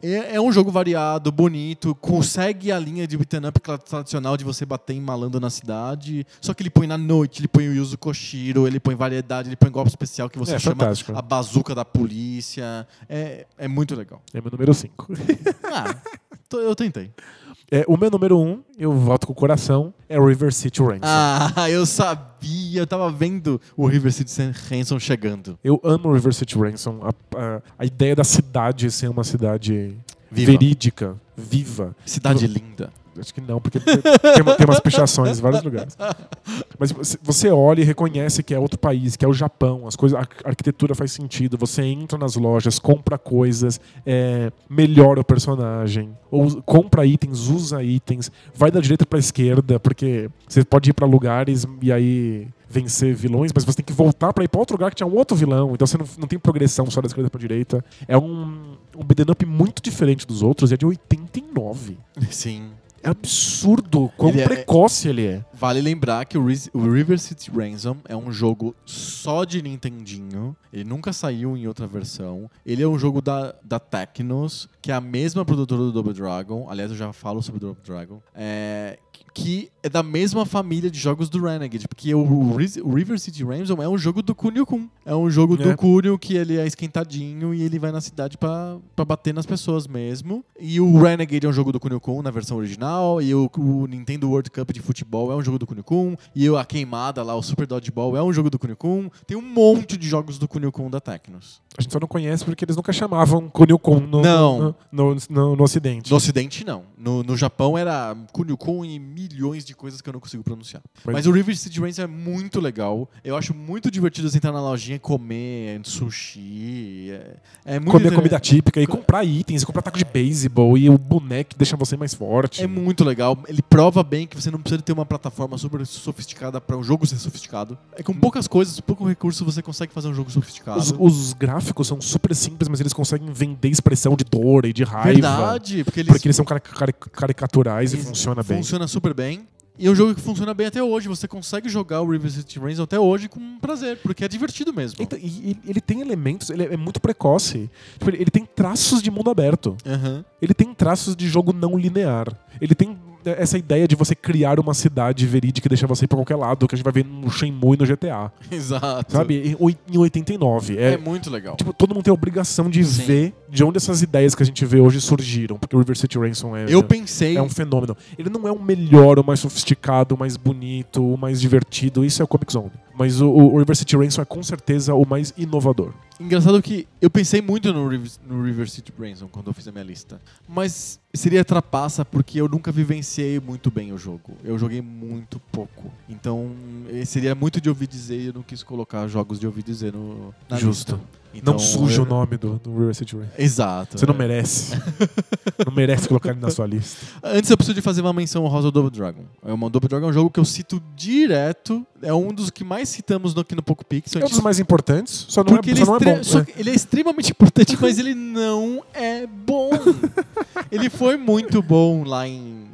S1: É, é um jogo variado, bonito, consegue a linha de beat'em up cla- tradicional de você bater em malandro na cidade. Só que ele põe na noite, ele põe o Yuzo Koshiro, ele põe variedade, ele põe golpe especial que você
S2: É,
S1: chama
S2: fantástico.
S1: a bazuca da polícia. É, é muito legal.
S2: É meu número 5.
S1: Ah, <laughs> tô- eu tentei.
S2: <laughs> É, o meu número 1, um, eu voto com o coração, é River City Ransom.
S1: Ah, eu sabia, eu tava vendo o River City Hanson chegando.
S2: Eu amo River City Ransom. A, a- a ideia da cidade ser uma cidade
S1: Viva.
S2: verídica, viva.
S1: Cidade linda.
S2: Acho que não, porque tem, tem umas pichações em vários lugares. Mas você- você olha e reconhece que é outro país, que é o Japão, as coisas, a arqu- a arquitetura faz sentido, você entra nas lojas, compra coisas, é, melhora o personagem, ou us- compra itens, usa itens, vai da direita pra esquerda, porque você pode ir pra lugares e aí vencer vilões, mas você tem que voltar pra ir pra outro lugar que tinha um outro vilão, então você não, não tem progressão só da esquerda pra direita. É um, um beat'em up muito diferente dos outros, e é de 89.
S1: Sim.
S2: É absurdo quão
S1: Ele é-
S2: precoce ele é.
S1: Vale lembrar que o, Riz- o River City Ransom é um jogo só de Nintendinho. Ele nunca saiu em outra versão. Ele é um jogo da, da Technos, que é a mesma produtora do Double Dragon. Aliás, eu já falo sobre o Double Dragon. É, que é da mesma família de jogos do Renegade. Porque o, o Riz- o River City Ransom é um jogo do Kunio-kun. É um jogo
S2: É.
S1: do Kunio que ele é esquentadinho e ele vai na cidade pra pra bater nas pessoas mesmo. E o Renegade é um jogo do Kunio-kun na versão original. E o, o Nintendo World Cup de futebol é um jogo do Kunio-kun. E a queimada lá, o Super Dodgeball, é um jogo do Kunio-kun. Tem um monte de jogos do Kunio-kun da Tecnos.
S2: A gente só não conhece porque eles nunca chamavam Kunio-kun no,
S1: Não.
S2: no, no, no- no ocidente.
S1: No Ocidente, não. No, no Japão era Kunio-kun e milhões de coisas que eu não consigo pronunciar.
S2: Mas-
S1: Mas, o River City Ransom é muito legal. Eu acho muito divertido você entrar na lojinha e comer sushi. É, é muito
S2: Comer
S1: inter-
S2: comida típica e
S1: Co-
S2: comprar itens, e comprar taco de beisebol e o boneco que deixa você mais forte.
S1: É muito legal. Ele prova bem que você não precisa ter uma plataforma super sofisticada para um jogo ser sofisticado. É com poucas coisas, pouco recurso, você consegue fazer um jogo sofisticado.
S2: Uhum. os, os gráficos são super simples, mas eles conseguem vender expressão de dor e de raiva.
S1: Verdade, porque eles
S2: Porque eles são cari- cari- caricaturais e
S1: Eles-
S2: funciona bem.
S1: Funciona super bem. E é um jogo que funciona bem até hoje. Você consegue jogar o River City Ransom até hoje com prazer, porque é divertido mesmo.
S2: Então, e, e- ele tem elementos, ele é muito precoce. Tipo, ele- ele tem traços de mundo aberto.
S1: Aham. <laughs>
S2: Ele tem traços de jogo não linear. Ele tem é, essa ideia de você criar uma cidade verídica e deixar você ir pra qualquer lado, que a gente vai ver no Shenmue e no GTA.
S1: Exato.
S2: Sabe? Em oi- em 89.
S1: É,
S2: É,
S1: muito legal.
S2: tipo, todo mundo tem a obrigação de
S1: Sim.
S2: ver de onde essas ideias que a gente vê hoje surgiram. Porque o River City Ransom é,
S1: eu pensei.
S2: é um fenômeno. Ele não é o melhor, o mais sofisticado, o mais bonito, o mais divertido. Isso é o Comic Zone. Mas o, o River City Ransom é com certeza o mais inovador.
S1: Engraçado que eu pensei muito no, Riv- no River City Ransom quando eu fiz a minha lista. Mas seria trapaça porque eu nunca vivenciei muito bem o jogo. Eu joguei muito pouco. Então eh, seria muito de ouvir dizer e eu não quis colocar jogos de ouvir dizer no, na
S2: Justo.
S1: lista. Então,
S2: não suja
S1: eu-
S2: o nome do, do River City Ransom.
S1: Exato.
S2: Você não
S1: é.
S2: merece. não merece colocar ele na sua lista.
S1: Eh, Antes eu preciso de fazer uma menção honrosa ao Double Dragon. É uma- O Double Dragon é um jogo que eu cito direto. É um dos que mais citamos no- aqui no Poco Pixel.
S2: É um dos mais importantes, só não,
S1: Porque
S2: é,
S1: ele,
S2: só não é
S1: extre-
S2: bom.
S1: só
S2: É.
S1: que ele é extremamente <laughs> importante, mas ele não é
S2: <laughs>
S1: bom. ele foi muito bom lá em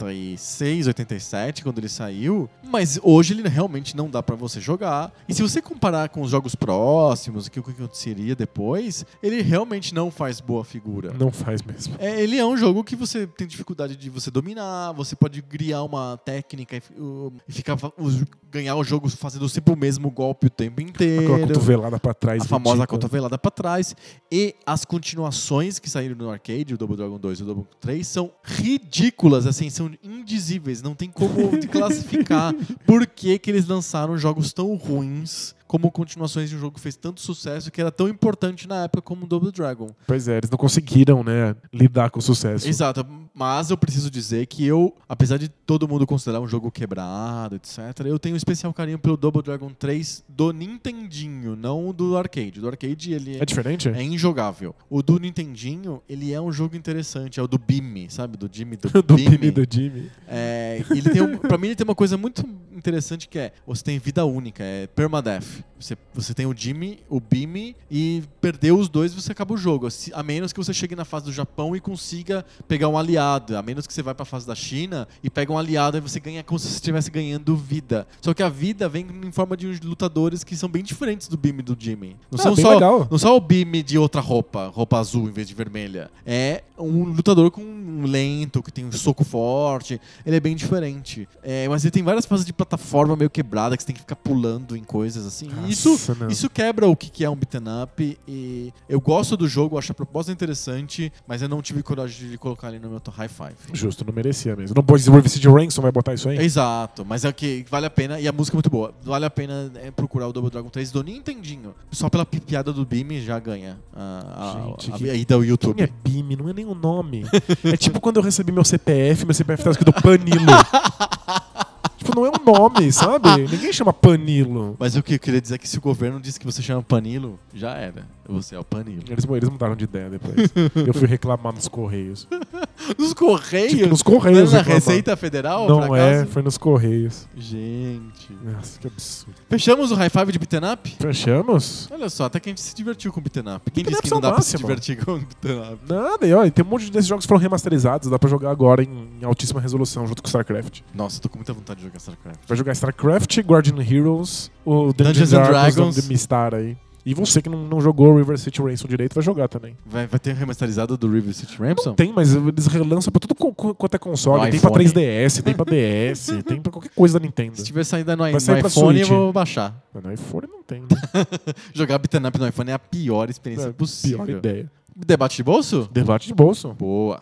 S1: 86, 87, quando ele saiu, mas hoje ele realmente não dá pra você jogar. E se você comparar com os jogos próximos, que o que aconteceria depois, ele realmente não faz boa figura.
S2: Não faz mesmo.
S1: É, ele é um jogo que você tem dificuldade de você dominar, você pode criar uma técnica e, fi- o- e ficar fa- os- ganhar o jogo fazendo sempre o mesmo golpe o tempo inteiro.
S2: Aquela cotovelada pra trás.
S1: A famosa
S2: ridícula.
S1: cotovelada pra trás. E as continuações que saíram no arcade, o Double Dragon 2 e o Double Dragon 3, são ridículas, assim, são indizíveis. Não tem como te classificar por que, que eles lançaram jogos tão ruins como continuações de um jogo que fez tanto sucesso que era tão importante na época como o Double Dragon.
S2: Pois é, eles não conseguiram, né, lidar com o sucesso.
S1: Exato, mas eu preciso dizer que eu, apesar de todo mundo considerar um jogo quebrado, etc., eu tenho um especial carinho pelo Double Dragon 3 do Nintendinho, não do arcade. Do arcade ele
S2: É diferente?
S1: é injogável. O do Nintendinho, ele é um jogo interessante, é o do Bim, sabe? Do Jimmy do,
S2: <laughs> <laughs> Do
S1: Bim.
S2: Pini do Jimmy.
S1: É, ele tem um, pra mim ele tem uma coisa muito interessante que é, você tem vida única, é permadeath. Você, você tem o Jimmy, o Bimi e perdeu os dois você acaba o jogo. Se- A menos que você chegue na fase do Japão e consiga pegar um aliado. A menos que você vá pra fase da China e pega um aliado e você ganha como se você estivesse ganhando vida. Só que a vida vem em forma de uns lutadores que são bem diferentes do Bimi e do Jimmy. Não
S2: Ah,
S1: são
S2: bem
S1: só
S2: legal.
S1: não só o Bime de outra roupa, roupa azul em vez de vermelha. É um lutador com um lento, que tem um soco forte. Ele é bem diferente. É, mas ele tem várias fases de plataforma meio quebrada, que você tem que ficar pulando em coisas assim. E isso,
S2: Nossa, não.
S1: isso quebra o que que é um beaten up. E eu gosto do jogo, acho a proposta interessante, mas eu não tive coragem de colocar ele no meu top high five.
S2: Justo, não merecia mesmo. Não pode Revice de Ransom vai botar isso aí?
S1: Exato, mas é que vale a pena, e a música é muito boa. Vale a pena é, procurar o Double Dragon 3 do Nintendinho. Só pela pi- piada do Bim já ganha a, a,
S2: Gente,
S1: a-
S2: que-
S1: a ida ao YouTube.
S2: Quem é BIM? Não é nem o nome. É tipo quando eu recebi meu CPF, meu CPF tá escrito Panilo.
S1: <laughs>
S2: tipo, não é um nome, sabe? Ninguém chama Panilo.
S1: Mas o que eu queria dizer é que se o governo disse que você chama Panilo, já era. Você é o Panilo.
S2: Eles, eles mudaram de ideia depois. Eu fui reclamar nos
S1: <laughs>
S2: Correios.
S1: Nos Correios?
S2: Tipo, nos Correios
S1: Não é na
S2: reclamar.
S1: Receita Federal?
S2: Não
S1: por
S2: é,
S1: acaso?
S2: foi nos Correios.
S1: Gente.
S2: Nossa, que absurdo.
S1: Fechamos o high five de beaten up?
S2: Fechamos?
S1: Olha só, até que a gente se divertiu com o beaten up. Quem disse
S2: Beaten ups
S1: que não
S2: são
S1: dá pra se
S2: máximo.
S1: divertir com o beaten up?
S2: Nada, e olha, tem um monte desses jogos que foram remasterizados, dá pra jogar agora em, em altíssima resolução junto com StarCraft.
S1: Nossa, eu tô com muita vontade de jogar StarCraft.
S2: Vai jogar StarCraft, Guardian Heroes, o Dungeons,
S1: Dungeons and
S2: Dragons,
S1: Dragons.
S2: de Mistar aí. E você que não, não jogou River City Ransom direito vai jogar também.
S1: Vai, vai ter remasterizado do River City Ramson?
S2: Não tem, mas eles relançam pra tudo co- co- quanto é console.
S1: No
S2: tem pra
S1: É, iPhone.
S2: 3DS, tem pra DS, <laughs> tem pra qualquer coisa da Nintendo.
S1: Se tiver saindo no, i-
S2: Vai sair
S1: no
S2: pra
S1: iPhone, eu
S2: Switch.
S1: vou baixar.
S2: Mas no iPhone não tem, né?
S1: Jogar beaten up no iPhone é a pior experiência
S2: É,
S1: possível.
S2: Pior ideia.
S1: Debate de bolso?
S2: Debate de bolso.
S1: Boa.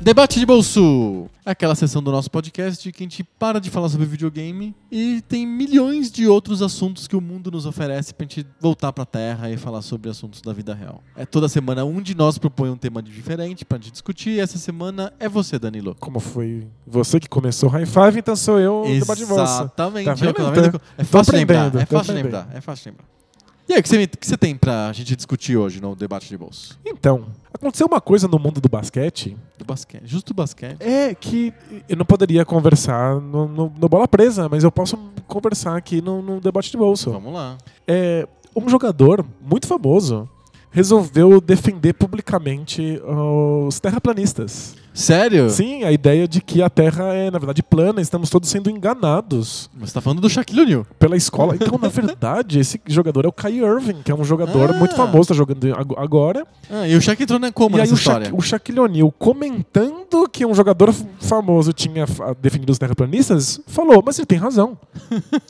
S1: Debate de bolso! É Aquela sessão do nosso podcast que a gente para de falar sobre videogame e tem milhões de outros assuntos que o mundo nos oferece pra gente voltar pra terra e falar sobre assuntos da vida real. É toda semana um de nós propõe um tema diferente pra gente discutir e essa semana é você, Danilo.
S2: Como foi você que começou o High Five, então sou eu o debate de bolso.
S1: Exatamente.
S2: Tá vendo?
S1: Olha, tá vendo?
S2: Tô-
S1: É fácil lembrar.
S2: aprendendo,
S1: É
S2: tô
S1: fácil
S2: aprendendo.
S1: lembrar. É fácil lembrar. E aí, o que você, me- o que você tem pra gente discutir hoje no debate de bolso?
S2: Então, aconteceu uma coisa no mundo do basquete
S1: Do basquete. Justo do basquete.
S2: É que eu não poderia conversar no, no- no Bola Presa, mas eu posso conversar aqui no, no debate de bolso.
S1: Vamos lá.
S2: É, um jogador muito famoso resolveu defender publicamente os terraplanistas.
S1: Sério?
S2: Sim, a ideia de que a Terra é, na verdade, plana, estamos todos sendo enganados
S1: Você tá falando do Shaquille O'Neal.
S2: pela escola.
S1: <laughs>
S2: Então, na verdade, esse jogador é o Kai Irving, que é um jogador
S1: Ah.
S2: muito famoso, tá jogando ag- agora.
S1: Ah, e o Shaq entrou na coma
S2: e aí
S1: nessa
S2: o,
S1: história.
S2: Shaq, o Shaquille O'Neal comentando que um jogador f- famoso tinha fa- definido os terraplanistas, falou, mas ele tem
S1: <laughs>
S2: razão.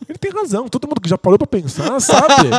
S2: ele tem razão. Todo mundo que já parou pra pensar, sabe?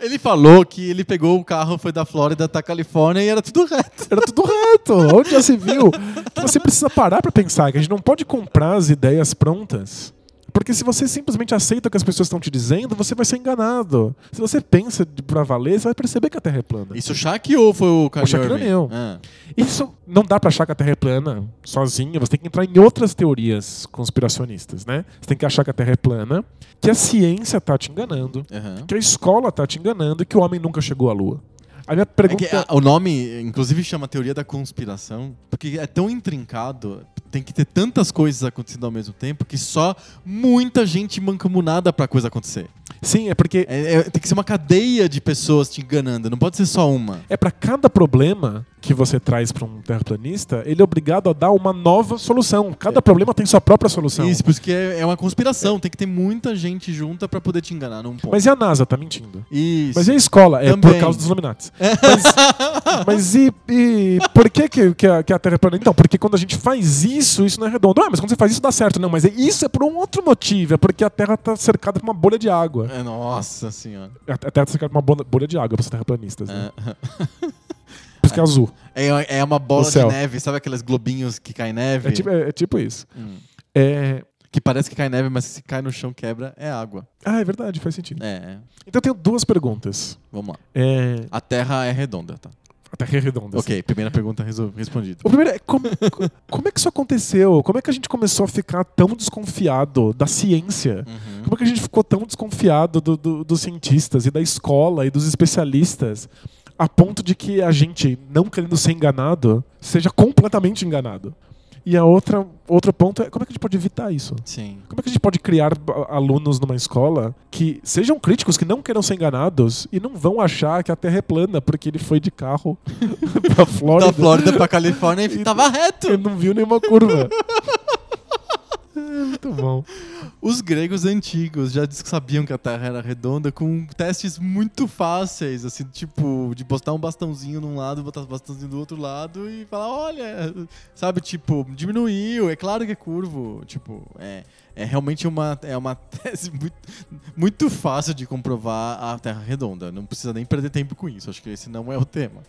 S1: ele falou que ele pegou o carro, foi da Flórida até a Califórnia e era tudo reto.
S2: Era tudo reto. Onde já se viu? Que você precisa parar pra pensar, que a gente não pode comprar as ideias prontas. Porque se você simplesmente aceita o que as pessoas estão te dizendo, você vai ser enganado. Se você pensa de- pra valer, você vai perceber que a Terra é plana.
S1: Isso o Shaq ou foi o Kyrie
S2: O Shaquille
S1: Irving?
S2: O'Neal.
S1: Ah.
S2: Isso não dá pra achar que a Terra é plana sozinha, você tem que entrar em outras teorias conspiracionistas, né? Você tem que achar que a Terra é plana, que a ciência tá te enganando,
S1: Aham.
S2: que a escola tá te enganando e que o homem nunca chegou à Lua. A minha pergunta
S1: É que, ah, o nome, inclusive, chama Teoria da Conspiração, porque é tão intrincado, tem que ter tantas coisas acontecendo ao mesmo tempo, que só muita gente mancomunada pra coisa acontecer.
S2: Sim, é porque
S1: É- é- tem que ser uma cadeia de pessoas te enganando, não pode ser só uma.
S2: é pra cada problema que você traz pra um terraplanista, ele é obrigado a dar uma nova solução. Cada problema tem sua própria solução.
S1: É. Isso, por isso que é, é uma conspiração, tem que ter muita gente junta pra poder te enganar num ponto.
S2: Mas e a NASA tá mentindo?
S1: Isso.
S2: Mas e a escola? É por
S1: Também.
S2: causa dos Illuminati.
S1: <laughs>
S2: Mas, mas e, e por que, que, que a, que a Terra é plana? Então, porque quando a gente faz isso, isso não é redondo. Ah, mas quando você faz isso dá certo. Não, mas é- isso é por um outro motivo. É porque a Terra está cercada por uma bolha de água.
S1: É, Nossa senhora.
S2: A a Terra está cercada por uma bolha- bolha de água para os terraplanistas. Né?
S1: É.
S2: Por isso que é azul.
S1: É, é uma bola
S2: No
S1: de
S2: céu.
S1: neve, sabe aqueles globinhos que caem neve?
S2: É tipo, é- é tipo isso.
S1: Hum.
S2: É...
S1: Que parece que cai neve, mas se cai no chão quebra, é água.
S2: Ah, é verdade, faz sentido.
S1: É, é.
S2: Então eu tenho duas perguntas.
S1: vamos lá.
S2: É,
S1: A Terra é redonda, tá?
S2: A Terra é redonda. assim.
S1: Ok, primeira pergunta resol- respondida.
S2: O primeiro é como, <laughs> co- como é que isso aconteceu? Como é que a gente começou a ficar tão desconfiado da ciência?
S1: Uhum,
S2: Como é que a gente ficou tão desconfiado do- do- dos cientistas e da escola e dos especialistas a ponto de que a gente, não querendo ser enganado, seja completamente enganado? E a outra outro ponto é como é que a gente pode evitar isso?
S1: Sim.
S2: Como é que a gente pode criar ba- alunos numa escola que sejam críticos, que não queiram ser enganados e não vão achar que a Terra é plana porque ele foi de carro <laughs> pra
S1: Da Flórida pra Califórnia e
S2: E-
S1: <laughs> tava
S2: eu
S1: reto.
S2: não viu nenhuma curva. <laughs> É, Muito bom.
S1: Os gregos antigos já dis- sabiam que a Terra era redonda com testes muito fáceis, assim, tipo, de botar um bastãozinho num lado, botar um bastãozinho do outro lado e falar, olha, sabe, tipo, diminuiu, é claro que é curvo, tipo, é, é realmente uma, é uma <laughs> tese muito, muito fácil de comprovar a Terra redonda, não precisa nem perder tempo com isso, acho que esse não é o tema.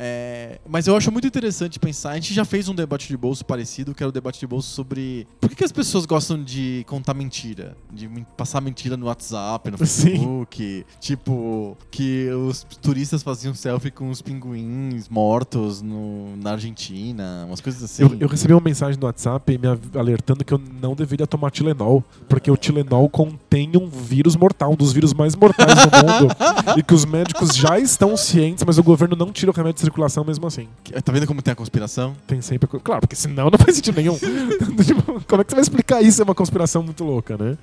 S1: É, mas eu acho muito interessante pensar. A gente já fez um debate de bolso parecido, que era o debate de bolso sobre por que, que as pessoas gostam de contar mentira, de men- passar mentira no WhatsApp, no
S2: Sim.
S1: Facebook. Tipo, que os turistas faziam selfie com os pinguins mortos no- na Argentina, umas coisas assim.
S2: Eu, eu recebi uma mensagem no WhatsApp me av- alertando que eu não deveria tomar Tilenol, porque o Tilenol contém um vírus mortal, um dos vírus mais mortais do
S1: <laughs>
S2: mundo, e que os médicos já estão cientes, mas o governo não tira o remédio de circulação mesmo assim.
S1: Tá vendo como tem a conspiração?
S2: Tem sempre. a co- Claro, porque senão não faz sentido nenhum. <laughs> Tipo, Como é que você vai explicar isso? É uma conspiração muito louca, né?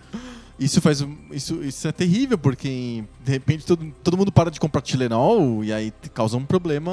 S1: Isso faz um- isso, isso é terrível, porque de repente todo, todo mundo para de comprar Tilenol e aí te- causa um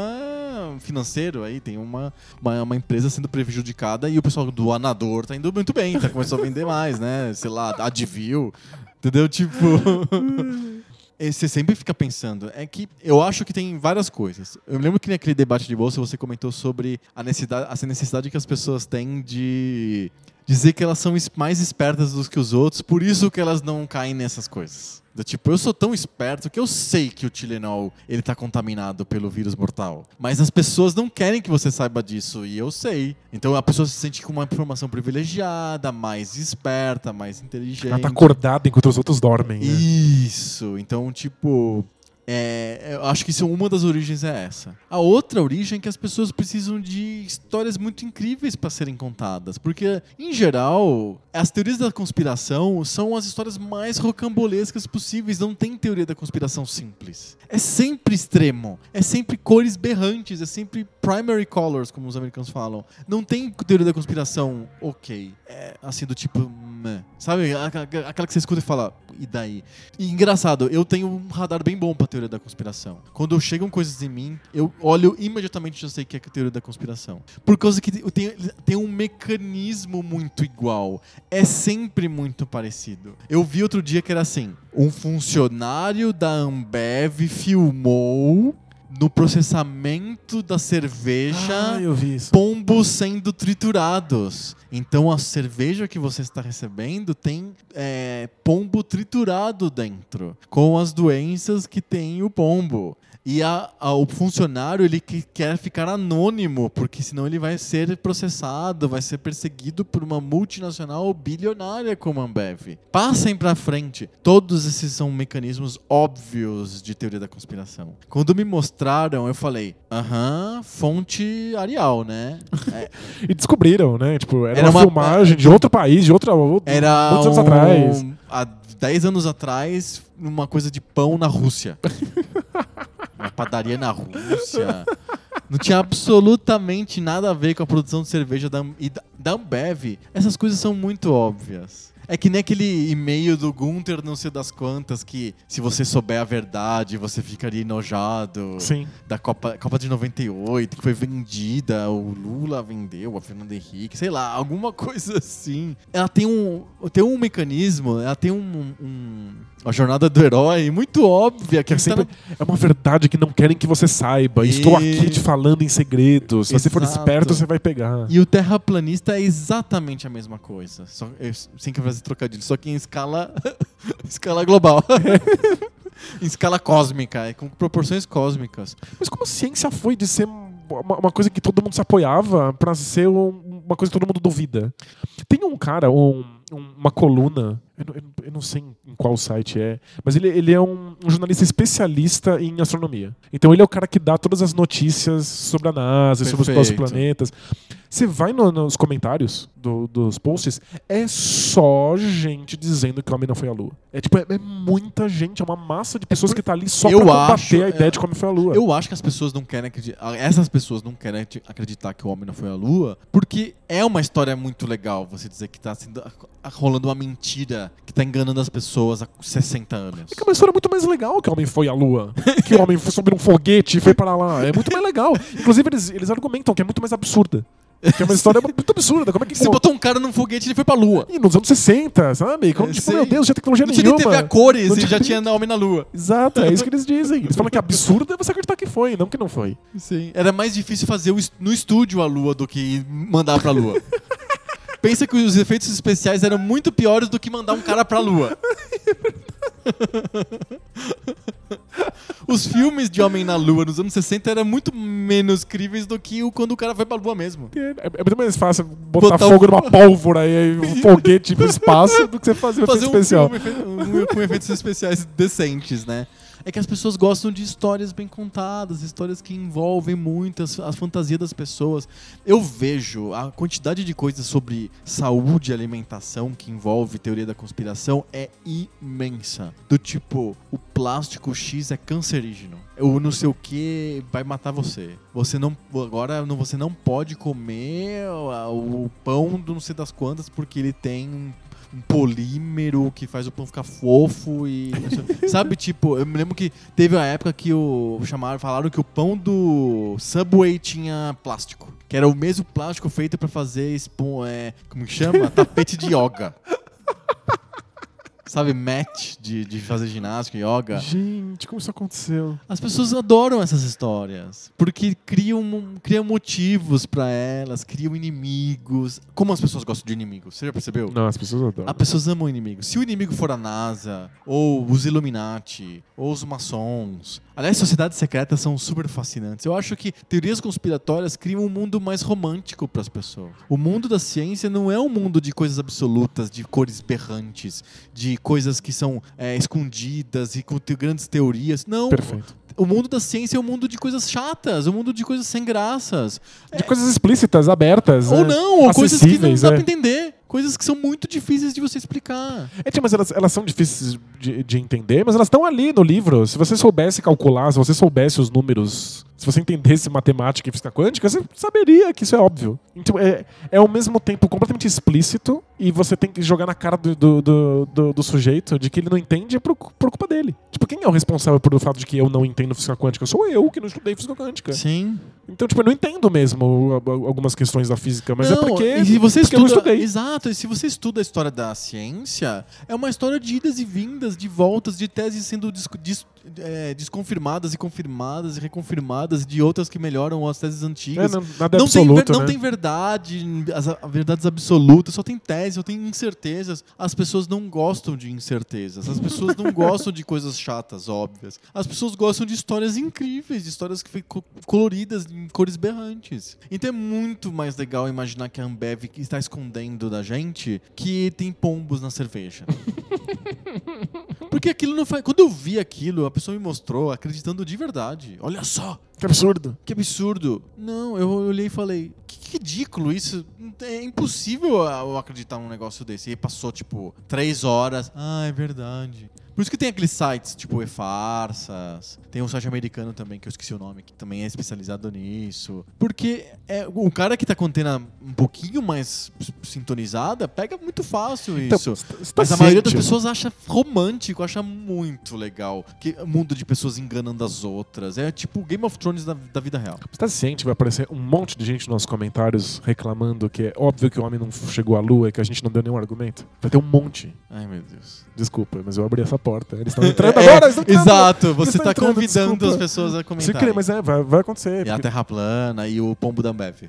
S1: problema financeiro. Aí tem uma, uma, uma empresa sendo prejudicada e o pessoal do Anador tá indo muito bem, tá começou a vender mais, né? Sei lá, Advil, entendeu? Tipo. <laughs> e Você sempre fica pensando. É que eu acho que tem várias coisas. Eu lembro que naquele debate de bolsa você comentou sobre a necessidade, essa necessidade que as pessoas têm de dizer que elas são es- mais espertas do que os outros, por isso que elas não caem nessas coisas. Do tipo, eu sou tão esperto que eu sei que o Tilenol, ele tá contaminado pelo vírus mortal. Mas as pessoas não querem que você saiba disso, e eu sei. Então a pessoa se sente com uma informação privilegiada, mais esperta, mais inteligente.
S2: Ela tá acordada enquanto os outros dormem. Né?
S1: Isso. Então, tipo. é, eu acho que isso, uma das origens é essa. A outra origem é que as pessoas precisam de histórias muito incríveis para serem contadas. Porque, em geral, as teorias da conspiração são as histórias mais rocambolescas possíveis. Não tem teoria da conspiração simples. É sempre extremo. É sempre cores berrantes. É sempre primary colors, como os americanos falam. Não tem teoria da conspiração ok. É, assim, do tipo. meh. Sabe? A- a- Aquela que você escuta e fala, e daí? E, engraçado, eu tenho um radar bem bom pra teoria da conspiração. Quando chegam coisas em mim, eu olho imediatamente e já sei que é teoria da conspiração. Por causa que eu tenho- tem um mecanismo muito igual. É sempre muito parecido. Eu vi outro dia que era assim: um funcionário da Ambev filmou no processamento da cerveja
S2: Ah, eu vi isso.
S1: pombos sendo triturados. Então a cerveja que você está recebendo tem é, pombo triturado dentro, com as doenças que tem o pombo. E a- a- o funcionário ele que- quer ficar anônimo, porque senão ele vai ser processado, vai ser perseguido por uma multinacional bilionária como a Ambev. Passem pra frente. Todos esses são mecanismos óbvios de teoria da conspiração. Quando me mostraram, eu falei: aham, fonte Arial, né?
S2: E descobriram, né? Tipo, era,
S1: Era uma-
S2: uma, filmagem de outro país, de outra. outro-
S1: Era
S2: Quantos anos
S1: um-
S2: atrás?
S1: Há 10 anos atrás, uma coisa de pão na Rússia. uma padaria na Rússia. Não tinha absolutamente nada a ver com a produção de cerveja da, Am- e da, da Ambev. Essas coisas são muito óbvias. É que nem aquele e-mail do Gunther, não sei das quantas, que se você souber a verdade, você ficaria enojado
S2: Sim.
S1: da Copa, Copa de 98, que foi vendida, o Lula vendeu, a Fernanda Henrique, sei lá, alguma <laughs> coisa assim. Ela tem um, tem um mecanismo, ela tem um, um- uma jornada do herói muito óbvia,
S2: Que
S1: que
S2: é,
S1: você tá
S2: sempre, é uma verdade que não querem que você saiba. Estou aqui te falando em segredo. Se você for
S1: Exato.
S2: esperto, você vai pegar.
S1: E o terraplanista é exatamente a mesma coisa. Só, eu- sem que eu faça trocadilho, só que em escala, <laughs> escala global. <laughs> em escala cósmica, é com proporções cósmicas.
S2: Mas como a ciência foi de ser uma, uma coisa que todo mundo se apoiava pra ser um- uma coisa que todo mundo duvida? Tem um cara, um um- uma coluna, eu, não- eu não- eu não sei em- em qual site é, mas ele, ele é um, um jornalista especialista em astronomia. Então ele é o cara que dá todas as notícias sobre a NASA, sobre os próximos
S1: Perfeito.
S2: planetas. Você vai no- nos comentários do- dos posts, é só gente dizendo que o homem não foi à Lua. É tipo, é, é muita gente, é uma massa de pessoas
S1: por-
S2: que tá ali só
S1: Eu
S2: pra combater
S1: acho,
S2: a
S1: é-
S2: ideia de que o homem foi à Lua.
S1: Eu acho que as pessoas não querem acreditar. Essas pessoas não querem acre- acreditar que o homem não foi à lua, porque é uma história muito legal você dizer que tá sendo, rolando uma mentira que tá enganando as pessoas há 60 anos.
S2: É que é uma história muito mais legal que o homem foi à lua. Que o homem foi sobre um foguete e foi para lá. É muito mais legal. Inclusive, eles, eles argumentam que é muito mais absurda. Que é
S1: <laughs>
S2: uma história muito absurda. Como é que.
S1: Você botou um cara num foguete e ele foi pra lua.
S2: E nos anos 60, sabe? Como,
S1: Eu
S2: tipo,
S1: sei.
S2: meu Deus, não tinha tecnologia
S1: Não tinha nem
S2: nenhuma.
S1: TV a cores
S2: Não
S1: e
S2: tinha-
S1: já tinha homem na lua.
S2: Exato, é isso que eles dizem. Eles falam que absurdo é você acreditar que foi, não que não foi.
S1: Sim. Era mais difícil fazer o est- no estúdio a lua do que mandar pra lua. Pensa que os efeitos especiais eram muito piores do que mandar um cara pra lua. Os filmes de Homem na Lua nos anos 60 eram muito menos críveis do que o quando o cara foi pra lua mesmo.
S2: É, é muito mais fácil
S1: Botar
S2: botar, fogo
S1: um-
S2: numa pólvora e um foguete pro espaço do que você fazer, um
S1: Fazer
S2: efeito
S1: um
S2: especial.
S1: filme efe- um- com efeitos especiais decentes, né? É que as pessoas gostam de histórias bem contadas, histórias que envolvem muito as, as fantasias das pessoas. Eu vejo a quantidade de coisas sobre saúde e alimentação que envolve teoria da conspiração é imensa. Do tipo, o plástico X é cancerígeno. O não sei o que vai matar você. Você não. Agora não, você não pode comer ah, o pão do não sei das quantas porque ele tem um um polímero que faz o pão ficar fofo e. Sabe, tipo, eu me lembro que teve uma época que o. Chamaram, falaram que o pão do Subway tinha plástico. Que era o mesmo plástico feito pra fazer espon, é, como que chama? Tapete de yoga. Sabe, match de, de fazer ginástica, yoga.
S2: Gente, como isso aconteceu?
S1: As pessoas adoram essas histórias, porque criam, criam motivos pra elas, criam inimigos. Como as pessoas gostam de inimigos, você já percebeu?
S2: Não, as pessoas adoram.
S1: As pessoas amam o inimigo. Se o inimigo for a NASA, ou os Illuminati, ou os maçons. Aliás, sociedades secretas são super fascinantes. Eu acho que teorias conspiratórias criam um mundo mais romântico para as pessoas. O mundo da ciência não é um mundo de coisas absolutas, de cores berrantes, de coisas que são é, escondidas e com te- grandes teorias. Não.
S2: Perfeito.
S1: O mundo da ciência é um mundo de coisas chatas, um mundo de coisas sem graças.
S2: De coisas explícitas, abertas.
S1: É. Ou
S2: né?
S1: não, ou coisas que não
S2: Acessíveis,
S1: dá
S2: é.
S1: pra entender. Coisas que são muito difíceis de você explicar.
S2: É, tia, mas elas, elas são difíceis de, de entender, mas elas estão ali no livro. Se você soubesse calcular, se você soubesse os números, se você entendesse matemática e física quântica, você saberia que isso é óbvio. Então é, é ao mesmo tempo completamente explícito e você tem que jogar na cara do, do, do, do- do sujeito de que ele não entende por, cu- por culpa dele. Tipo, quem é o responsável pelo fato de que eu não entendo física quântica? Sou eu que não estudei física quântica.
S1: Sim.
S2: Então, tipo, eu não entendo mesmo a- a- algumas questões da física, mas
S1: não,
S2: é porque,
S1: e se você estuda,
S2: porque eu não estudei.
S1: Exato, e se você estuda a história da ciência, é uma história de idas e vindas, de voltas, de teses sendo des- des- é, desconfirmadas e confirmadas e reconfirmadas, de outras que melhoram as teses
S2: É,
S1: antigas.
S2: não, nada é
S1: não, tem, ver-
S2: absoluto,
S1: não
S2: né?
S1: tem verdade, as a- verdades absolutas, só tem tese, só tem incertezas. As pessoas não gostam de incertezas, as pessoas não gostam de coisas chatas, óbvias. As pessoas gostam de histórias incríveis, de histórias que ficam coloridas em cores berrantes. Então é muito mais legal imaginar que a Ambev está escondendo da gente que tem pombos na cerveja. Porque aquilo não faz. Quando eu vi aquilo, a pessoa me mostrou acreditando de verdade. Olha só,
S2: Que absurdo.
S1: que absurdo. Não, eu olhei e falei, que, que ridículo isso. É impossível eu acreditar num negócio desse. E passou, tipo, três horas. Ah, é verdade. Por isso que tem aqueles sites, tipo E-Farsas. Tem um site americano também, que eu esqueci o nome, que também é especializado nisso. Porque é, o cara que tá com a antena um pouquinho mais s- sintonizada, pega muito fácil
S2: Então,
S1: isso.
S2: você tá- você tá
S1: Mas a maioria das
S2: ciente.
S1: pessoas acha romântico, acha muito legal. Que mundo de pessoas enganando as outras. É tipo o Game of Thrones da, da vida real.
S2: Você tá ciente, vai aparecer um monte de gente nos nossos comentários reclamando que é óbvio que o homem não chegou à lua e que a gente não deu nenhum argumento? Vai ter um monte.
S1: Ai, meu Deus. É,
S2: Desculpa, mas eu abri essa porta. Eles
S1: <laughs>
S2: estão entrando agora, eles estão entrando.
S1: Exato, você
S2: estão
S1: tá
S2: entrando,
S1: convidando
S2: desculpa.
S1: as pessoas a
S2: Você
S1: comentar.
S2: crê, mas é, vai, vai acontecer.
S1: E a
S2: porque-
S1: Terra plana e o pombo da Ambev.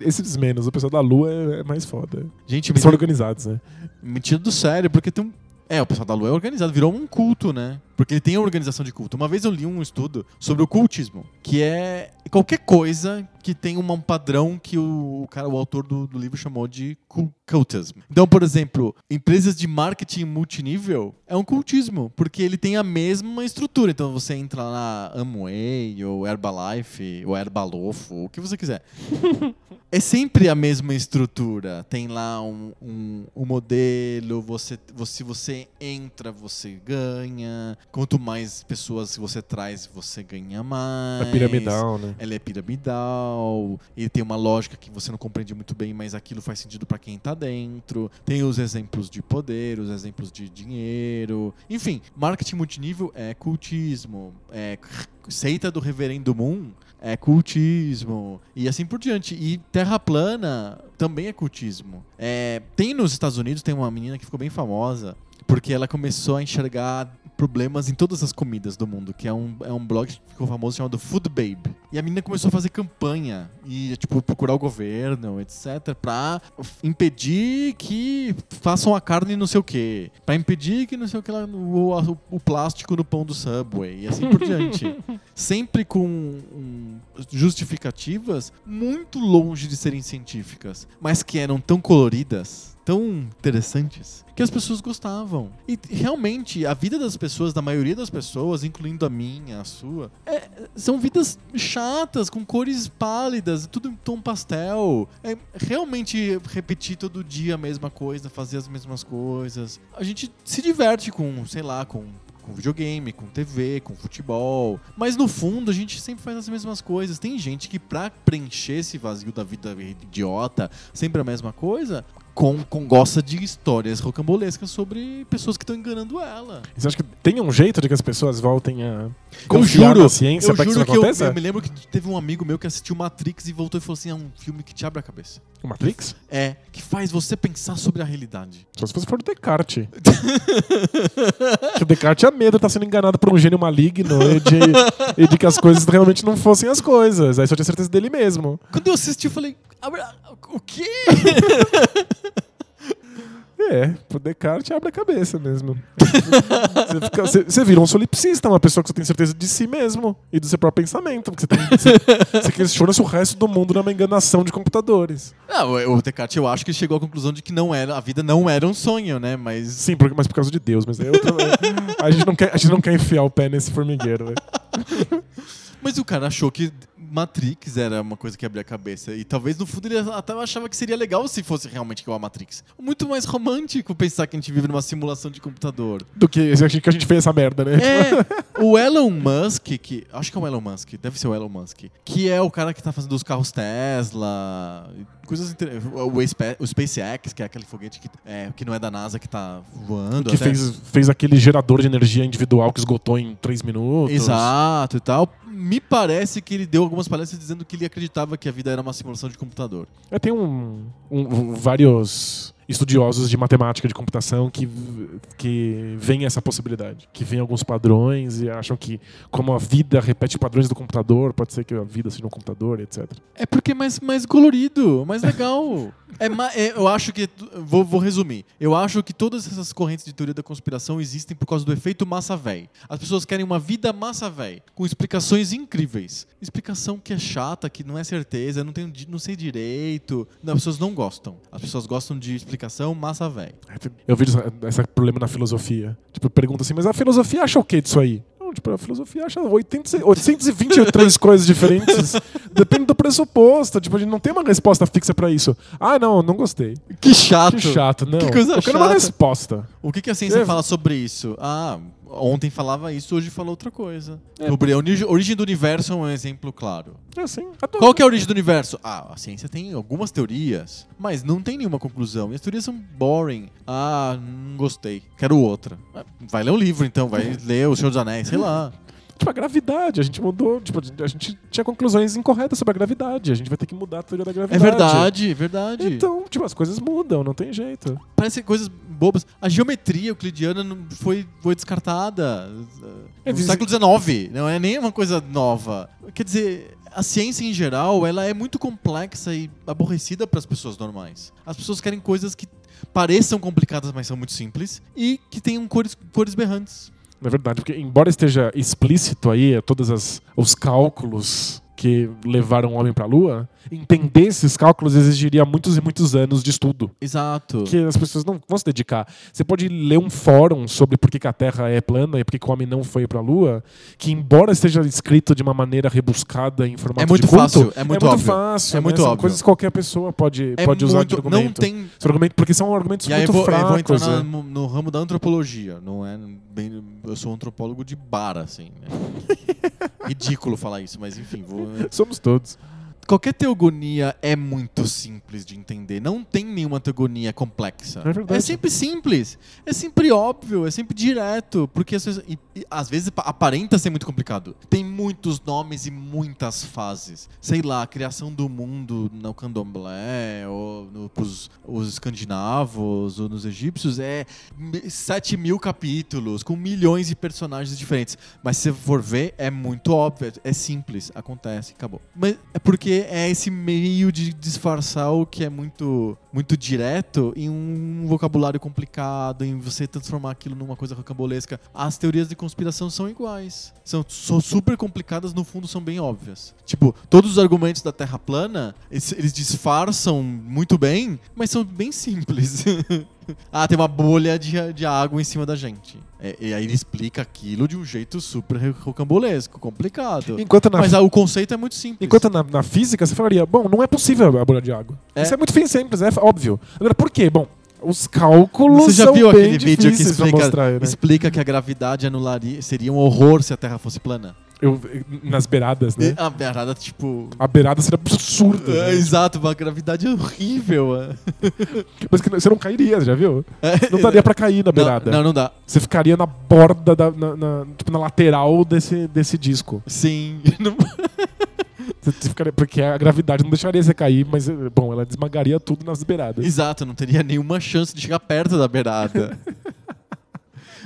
S2: Esses menos, o pessoal da lua é, é mais foda.
S1: Gente, me,
S2: Eles são organizados, né?
S1: me tira do sério, porque tem um... É, o pessoal da Lua é organizado, virou um culto, né? Porque ele tem a organização de culto. Uma vez eu li um estudo sobre o cultismo, que é qualquer coisa que tem uma- um padrão que o, o cara, o autor do, do livro chamou de cul- cultism. Então, por exemplo, empresas de marketing multinível é um cultismo, porque ele tem a mesma estrutura. Então você entra lá na Amway, ou Herbalife, ou Herbalofo, o que você quiser. É sempre a mesma estrutura. Tem lá um, um, um modelo, você, você- se você entra, você ganha. Quanto mais pessoas você traz, você ganha mais.
S2: É piramidal, né?
S1: Ela é piramidal, ele tem uma lógica que você não compreende muito bem, mas aquilo faz sentido pra quem tá dentro. Tem os exemplos de poder, os exemplos de dinheiro. Enfim, marketing multinível é cultismo. É seita do reverendo Moon é cultismo. E assim por diante. E terra plana também é cultismo. É, tem nos Estados Unidos, tem uma menina que ficou bem famosa, porque ela começou a enxergar problemas em todas as comidas do mundo, que é um, é um blog que ficou famoso chamado Food Babe. E a menina começou a fazer campanha e, tipo, procurar o governo, etc, pra f- impedir que façam a carne não sei o quê, pra impedir que não sei o que lá, o, a- o plástico no pão do Subway e assim por diante. Sempre com um, justificativas muito longe de serem científicas, mas que eram tão coloridas tão interessantes que as pessoas gostavam. E t- realmente, a vida das pessoas, da maioria das pessoas, incluindo a minha, a sua, é- são vidas chatas, com cores pálidas, tudo em tom pastel. É realmente repetir todo dia a mesma coisa, fazer as mesmas coisas. A gente se diverte com, sei lá, com com videogame, com TV, com futebol. Mas no fundo a gente sempre faz as mesmas coisas. Tem gente que pra preencher esse vazio da vida idiota, sempre a mesma coisa, com, com gosta de histórias rocambolescas sobre pessoas que estão enganando ela.
S2: Você acha que tem um jeito de que as pessoas voltem a
S1: Eu
S2: confiar
S1: juro,
S2: na ciência
S1: eu
S2: pra que isso
S1: juro
S2: não
S1: que eu,
S2: aconteça?
S1: eu me lembro que teve um amigo meu que assistiu Matrix e voltou e falou assim: é um filme que te abre a cabeça.
S2: O Matrix?
S1: É, que faz você pensar sobre a realidade.
S2: Só se fosse for o Descartes. <laughs> que o Descartes tinha medo de estar sendo enganado por um gênio maligno e de, e de que as coisas realmente não fossem as coisas. Aí só tinha certeza dele mesmo.
S1: Quando eu assisti, eu falei: "Abra- o quê? <laughs>
S2: É, o Descartes abre a cabeça mesmo. você, fica- você- você vira um solipsista, uma pessoa que só tem certeza de si mesmo e do seu próprio pensamento. Porque você, tem- você- você questiona se o resto do mundo não é uma enganação de computadores.
S1: Não, o o Descartes, eu acho que ele chegou à conclusão de que não era, a vida não era um sonho, né? Mas
S2: Sim, por- mas por causa de Deus. Mas é outra- a, gente não quer, a gente não quer enfiar o pé nesse formigueiro. né?
S1: Mas o cara achou que Matrix era uma coisa que abria a cabeça. E talvez no fundo ele até achava que seria legal se fosse realmente igual a Matrix. Muito mais romântico pensar que a gente vive numa simulação de computador.
S2: Do que esse aqui que a gente fez essa merda, né? <laughs>
S1: É, o Elon Musk, que. Acho que é o Elon Musk, deve ser o Elon Musk. Que é o cara que tá fazendo os carros Tesla, coisas inter... o, Spa- o SpaceX, que é aquele foguete que, é, que não é da NASA que tá voando.
S2: Que
S1: até.
S2: fez, fez aquele gerador de energia individual que esgotou em três minutos.
S1: Exato e tal. Me parece que ele deu algumas palestras dizendo que ele acreditava que a vida era uma simulação de computador.
S2: É, tem um, um- vários estudiosos de matemática de computação que que veem essa possibilidade, que veem alguns padrões e acham que como a vida repete padrões do computador, pode ser que a vida seja um computador, etc.
S1: É porque é mais, mais colorido, mais legal. <laughs> é, ma- é, eu acho que. Vou, vou resumir. Eu acho que todas essas correntes de teoria da conspiração existem por causa do efeito massa véi. As pessoas querem uma vida massa véi, com explicações incríveis. Explicação que é chata, que não é certeza, não, tem, di- não sei direito. Não, as pessoas não gostam. As pessoas gostam de explicação massa véi.
S2: Eu vejo essa- esse problema na filosofia. Tipo, pergunta assim, mas a filosofia acha o que disso aí? Não, tipo, a filosofia acha 800 e- 823 <laughs> coisas diferentes. Depende do pressuposto. Tipo, a gente não tem uma resposta fixa pra isso. Ah, não, não gostei.
S1: Que chato.
S2: Que chato, não.
S1: Que coisa
S2: Eu quero uma
S1: chata.
S2: resposta.
S1: O que, que a ciência
S2: É.
S1: fala sobre isso? Ah, ontem falava isso, hoje fala outra coisa. Sobre a origi- origem do universo é um exemplo claro.
S2: É assim. A tua-
S1: Qual que é a origem do universo? Ah, a ciência tem algumas teorias, mas não tem nenhuma conclusão. E as teorias são boring. Ah, não gostei. Quero outra. Ah, Vai ler um livro, então. <laughs> Vai ler O Senhor dos Anéis, sei lá.
S2: Tipo, a gravidade. A gente mudou. Tipo, a gente tinha conclusões incorretas sobre a gravidade. A gente vai ter que mudar a teoria da
S1: É
S2: gravidade.
S1: verdade, é verdade.
S2: Então, tipo, as coisas mudam, não tem jeito.
S1: Parecem coisas bobas. A geometria euclidiana não foi, foi descartada
S2: É,
S1: no
S2: diz-
S1: século XIX. Não é nem uma coisa nova. Quer dizer, a ciência em geral ela é muito complexa e aborrecida para as pessoas normais. As pessoas querem coisas que pareçam complicadas, mas são muito simples e que tenham cores, cores berrantes.
S2: Na É verdade, porque embora esteja explícito aí todos as, os cálculos que levaram o homem para a Lua, entender esses cálculos exigiria muitos e muitos anos de estudo.
S1: Exato.
S2: Que as pessoas não vão se dedicar. Você pode ler um fórum sobre por que, que a Terra é plana e por que, que o homem não foi para a Lua, que embora esteja escrito de uma maneira rebuscada em formato
S1: É muito
S2: de culto,
S1: fácil, é muito óbvio.
S2: fácil,
S1: É
S2: né?
S1: muito
S2: São
S1: óbvio.
S2: coisas que qualquer pessoa pode,
S1: É
S2: pode usar de
S1: muito-
S2: argumento.
S1: Não tem
S2: Esse argumento- porque são argumentos
S1: E aí
S2: muito
S1: eu vou, eu vou
S2: fracos.
S1: entrar na-
S2: né?
S1: no, no ramo da antropologia. Não é bem, eu sou um antropólogo de bar, assim.
S2: <laughs>
S1: né? Ridículo falar isso, mas enfim. Vou...
S2: Somos todos.
S1: Qualquer teogonia é muito simples de entender. Não tem nenhuma teogonia complexa.
S2: É verdade.
S1: sempre simples. É sempre óbvio. É sempre direto. Porque às vezes, e- e às vezes pa- aparenta ser muito complicado. Tem muitos nomes e muitas fases. Sei lá, a criação do mundo no candomblé, ou no, pros, os escandinavos, ou nos egípcios, é 7 mil capítulos, com milhões de personagens diferentes. Mas se você for ver, é muito óbvio, é simples, acontece, acabou. Mas é porque é esse meio de disfarçar o que é muito, muito direto em um vocabulário complicado, em você transformar aquilo numa coisa rocambolesca. As teorias de conspiração são iguais. São, são super complicadas, no fundo são bem óbvias. Tipo, todos os argumentos da Terra plana, eles, eles disfarçam muito bem, mas são bem simples. <laughs> Ah, tem uma bolha de, de água em cima da gente. É, e aí ele explica aquilo de um jeito super rocambolesco, complicado.
S2: Enquanto na
S1: Mas ah, o conceito é muito simples.
S2: Enquanto na, na física você falaria, bom, não é possível a bolha de água.
S1: É.
S2: Isso é muito fim- simples, é f- óbvio. Agora, por quê? Bom, os cálculos
S1: Você já
S2: são
S1: viu
S2: bem
S1: aquele vídeo que
S2: difíceis pra
S1: explica,
S2: mostrar, né?
S1: explica que a gravidade anularia, seria um horror se a Terra fosse plana?
S2: Eu- nas beiradas, né?
S1: E a beirada, tipo.
S2: A beirada seria absurda.
S1: é,
S2: né?
S1: exato, uma gravidade horrível. é.
S2: Tipo, Mas que você não cairia, já viu? <laughs> Não daria pra cair na beirada.
S1: Não, não dá.
S2: Você ficaria na borda, da, na, na- tipo, na lateral desse, desse disco.
S1: Sim. <laughs> Não-
S2: Você você ficaria, porque a gravidade não deixaria você cair, mas, eh, bom, ela desmagaria tudo nas beiradas.
S1: Exato, não teria nenhuma chance de chegar perto da beirada.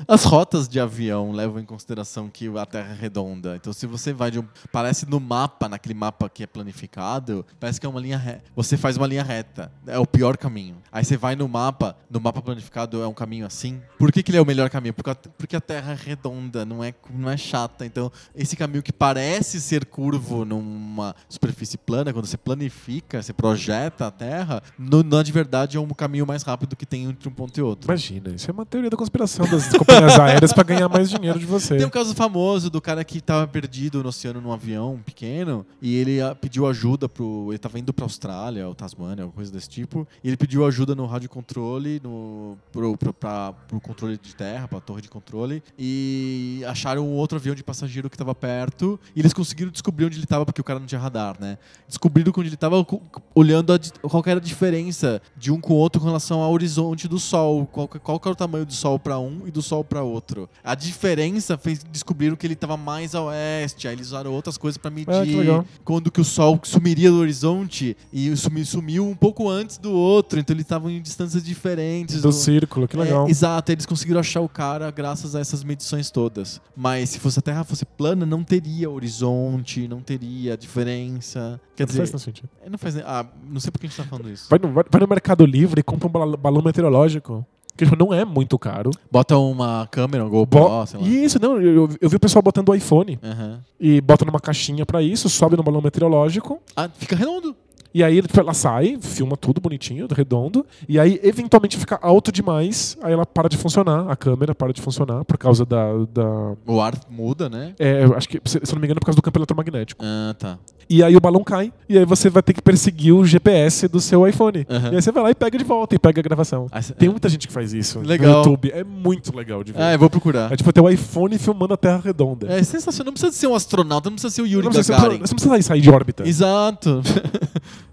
S1: As rotas de avião levam em consideração que a Terra é redonda. Então, se você vai de um. Parece no mapa, naquele mapa que é planificado, parece que é uma linha reta. Você faz uma linha reta. É o pior caminho. Aí você vai no mapa, no mapa planificado é um caminho assim. Por que, que ele é o melhor caminho? Porque a, porque a Terra é redonda, não é, não é chata. Então, esse caminho que parece ser curvo numa superfície plana, quando você planifica, você projeta a Terra, no, na de verdade é um caminho mais rápido que tem entre um ponto e outro.
S2: Imagina, isso é uma teoria da conspiração das companhias aéreas pra ganhar mais dinheiro de você.
S1: Tem um caso famoso do cara que tava perdido no oceano num avião pequeno e ele ah, pediu ajuda pro. Ele tava indo pra Austrália ou Tasmânia, alguma coisa desse tipo. E ele pediu ajuda no rádio controle, no, pro, pro, pra- pro controle de terra, pra torre de controle. E acharam um outro avião de passageiro que tava perto. E eles conseguiram descobrir onde ele tava, porque o cara não tinha radar, né? Descobriram que onde ele tava co- olhando a di- qual que era a diferença de um com o outro com relação ao horizonte do Sol. Qual, que- qual que era o tamanho do Sol para um e do Sol para outro. A diferença fez descobriram que ele estava mais a oeste. Aí eles usaram outras coisas para medir
S2: Ah, que legal.
S1: quando que o Sol sumiria do horizonte e sumi- sumiu um pouco antes do outro. Então eles estavam em distâncias diferentes.
S2: Do
S1: no-
S2: círculo, que legal.
S1: é, exato, eles conseguiram achar o cara graças a essas medições todas. Mas se fosse a Terra fosse plana, não teria horizonte, não teria diferença. Quer
S2: Não faz
S1: dizer,
S2: tanto sentido.
S1: é, não faz nem- Ah, não sei por que a gente tá falando isso.
S2: Vai no, vai- vai no Mercado Livre e compra um bala- balão meteorológico. Que tipo, não é muito caro.
S1: Bota uma câmera, um GoPro,
S2: Bo-
S1: sei lá.
S2: e isso, não, eu, eu- eu vi o pessoal botando o iPhone
S1: Aham.
S2: e bota numa caixinha pra isso, sobe no balão meteorológico,
S1: Ah, fica redondo.
S2: e aí tipo, ela sai, filma tudo bonitinho, redondo, e aí eventualmente fica alto demais, aí ela para de funcionar, a câmera para de funcionar por causa da. da-
S1: O ar muda, né?
S2: é, eu acho que, se se eu não me engano, por causa do campo eletromagnético.
S1: Ah, tá.
S2: E aí o balão cai, e aí você vai ter que perseguir o GPS do seu iPhone.
S1: Aham.
S2: E aí você vai lá e pega de volta e pega a gravação.
S1: Ah, cê-
S2: Tem muita gente que faz isso
S1: Legal.
S2: no YouTube. É muito legal de ver.
S1: Ah, eu vou procurar.
S2: É tipo ter o iPhone filmando a Terra Redonda.
S1: É sensacional. Não precisa ser um astronauta, não precisa ser o Yuri
S2: não precisa, um você
S1: Gagarin.
S2: não precisa sair de órbita.
S1: Exato. <laughs>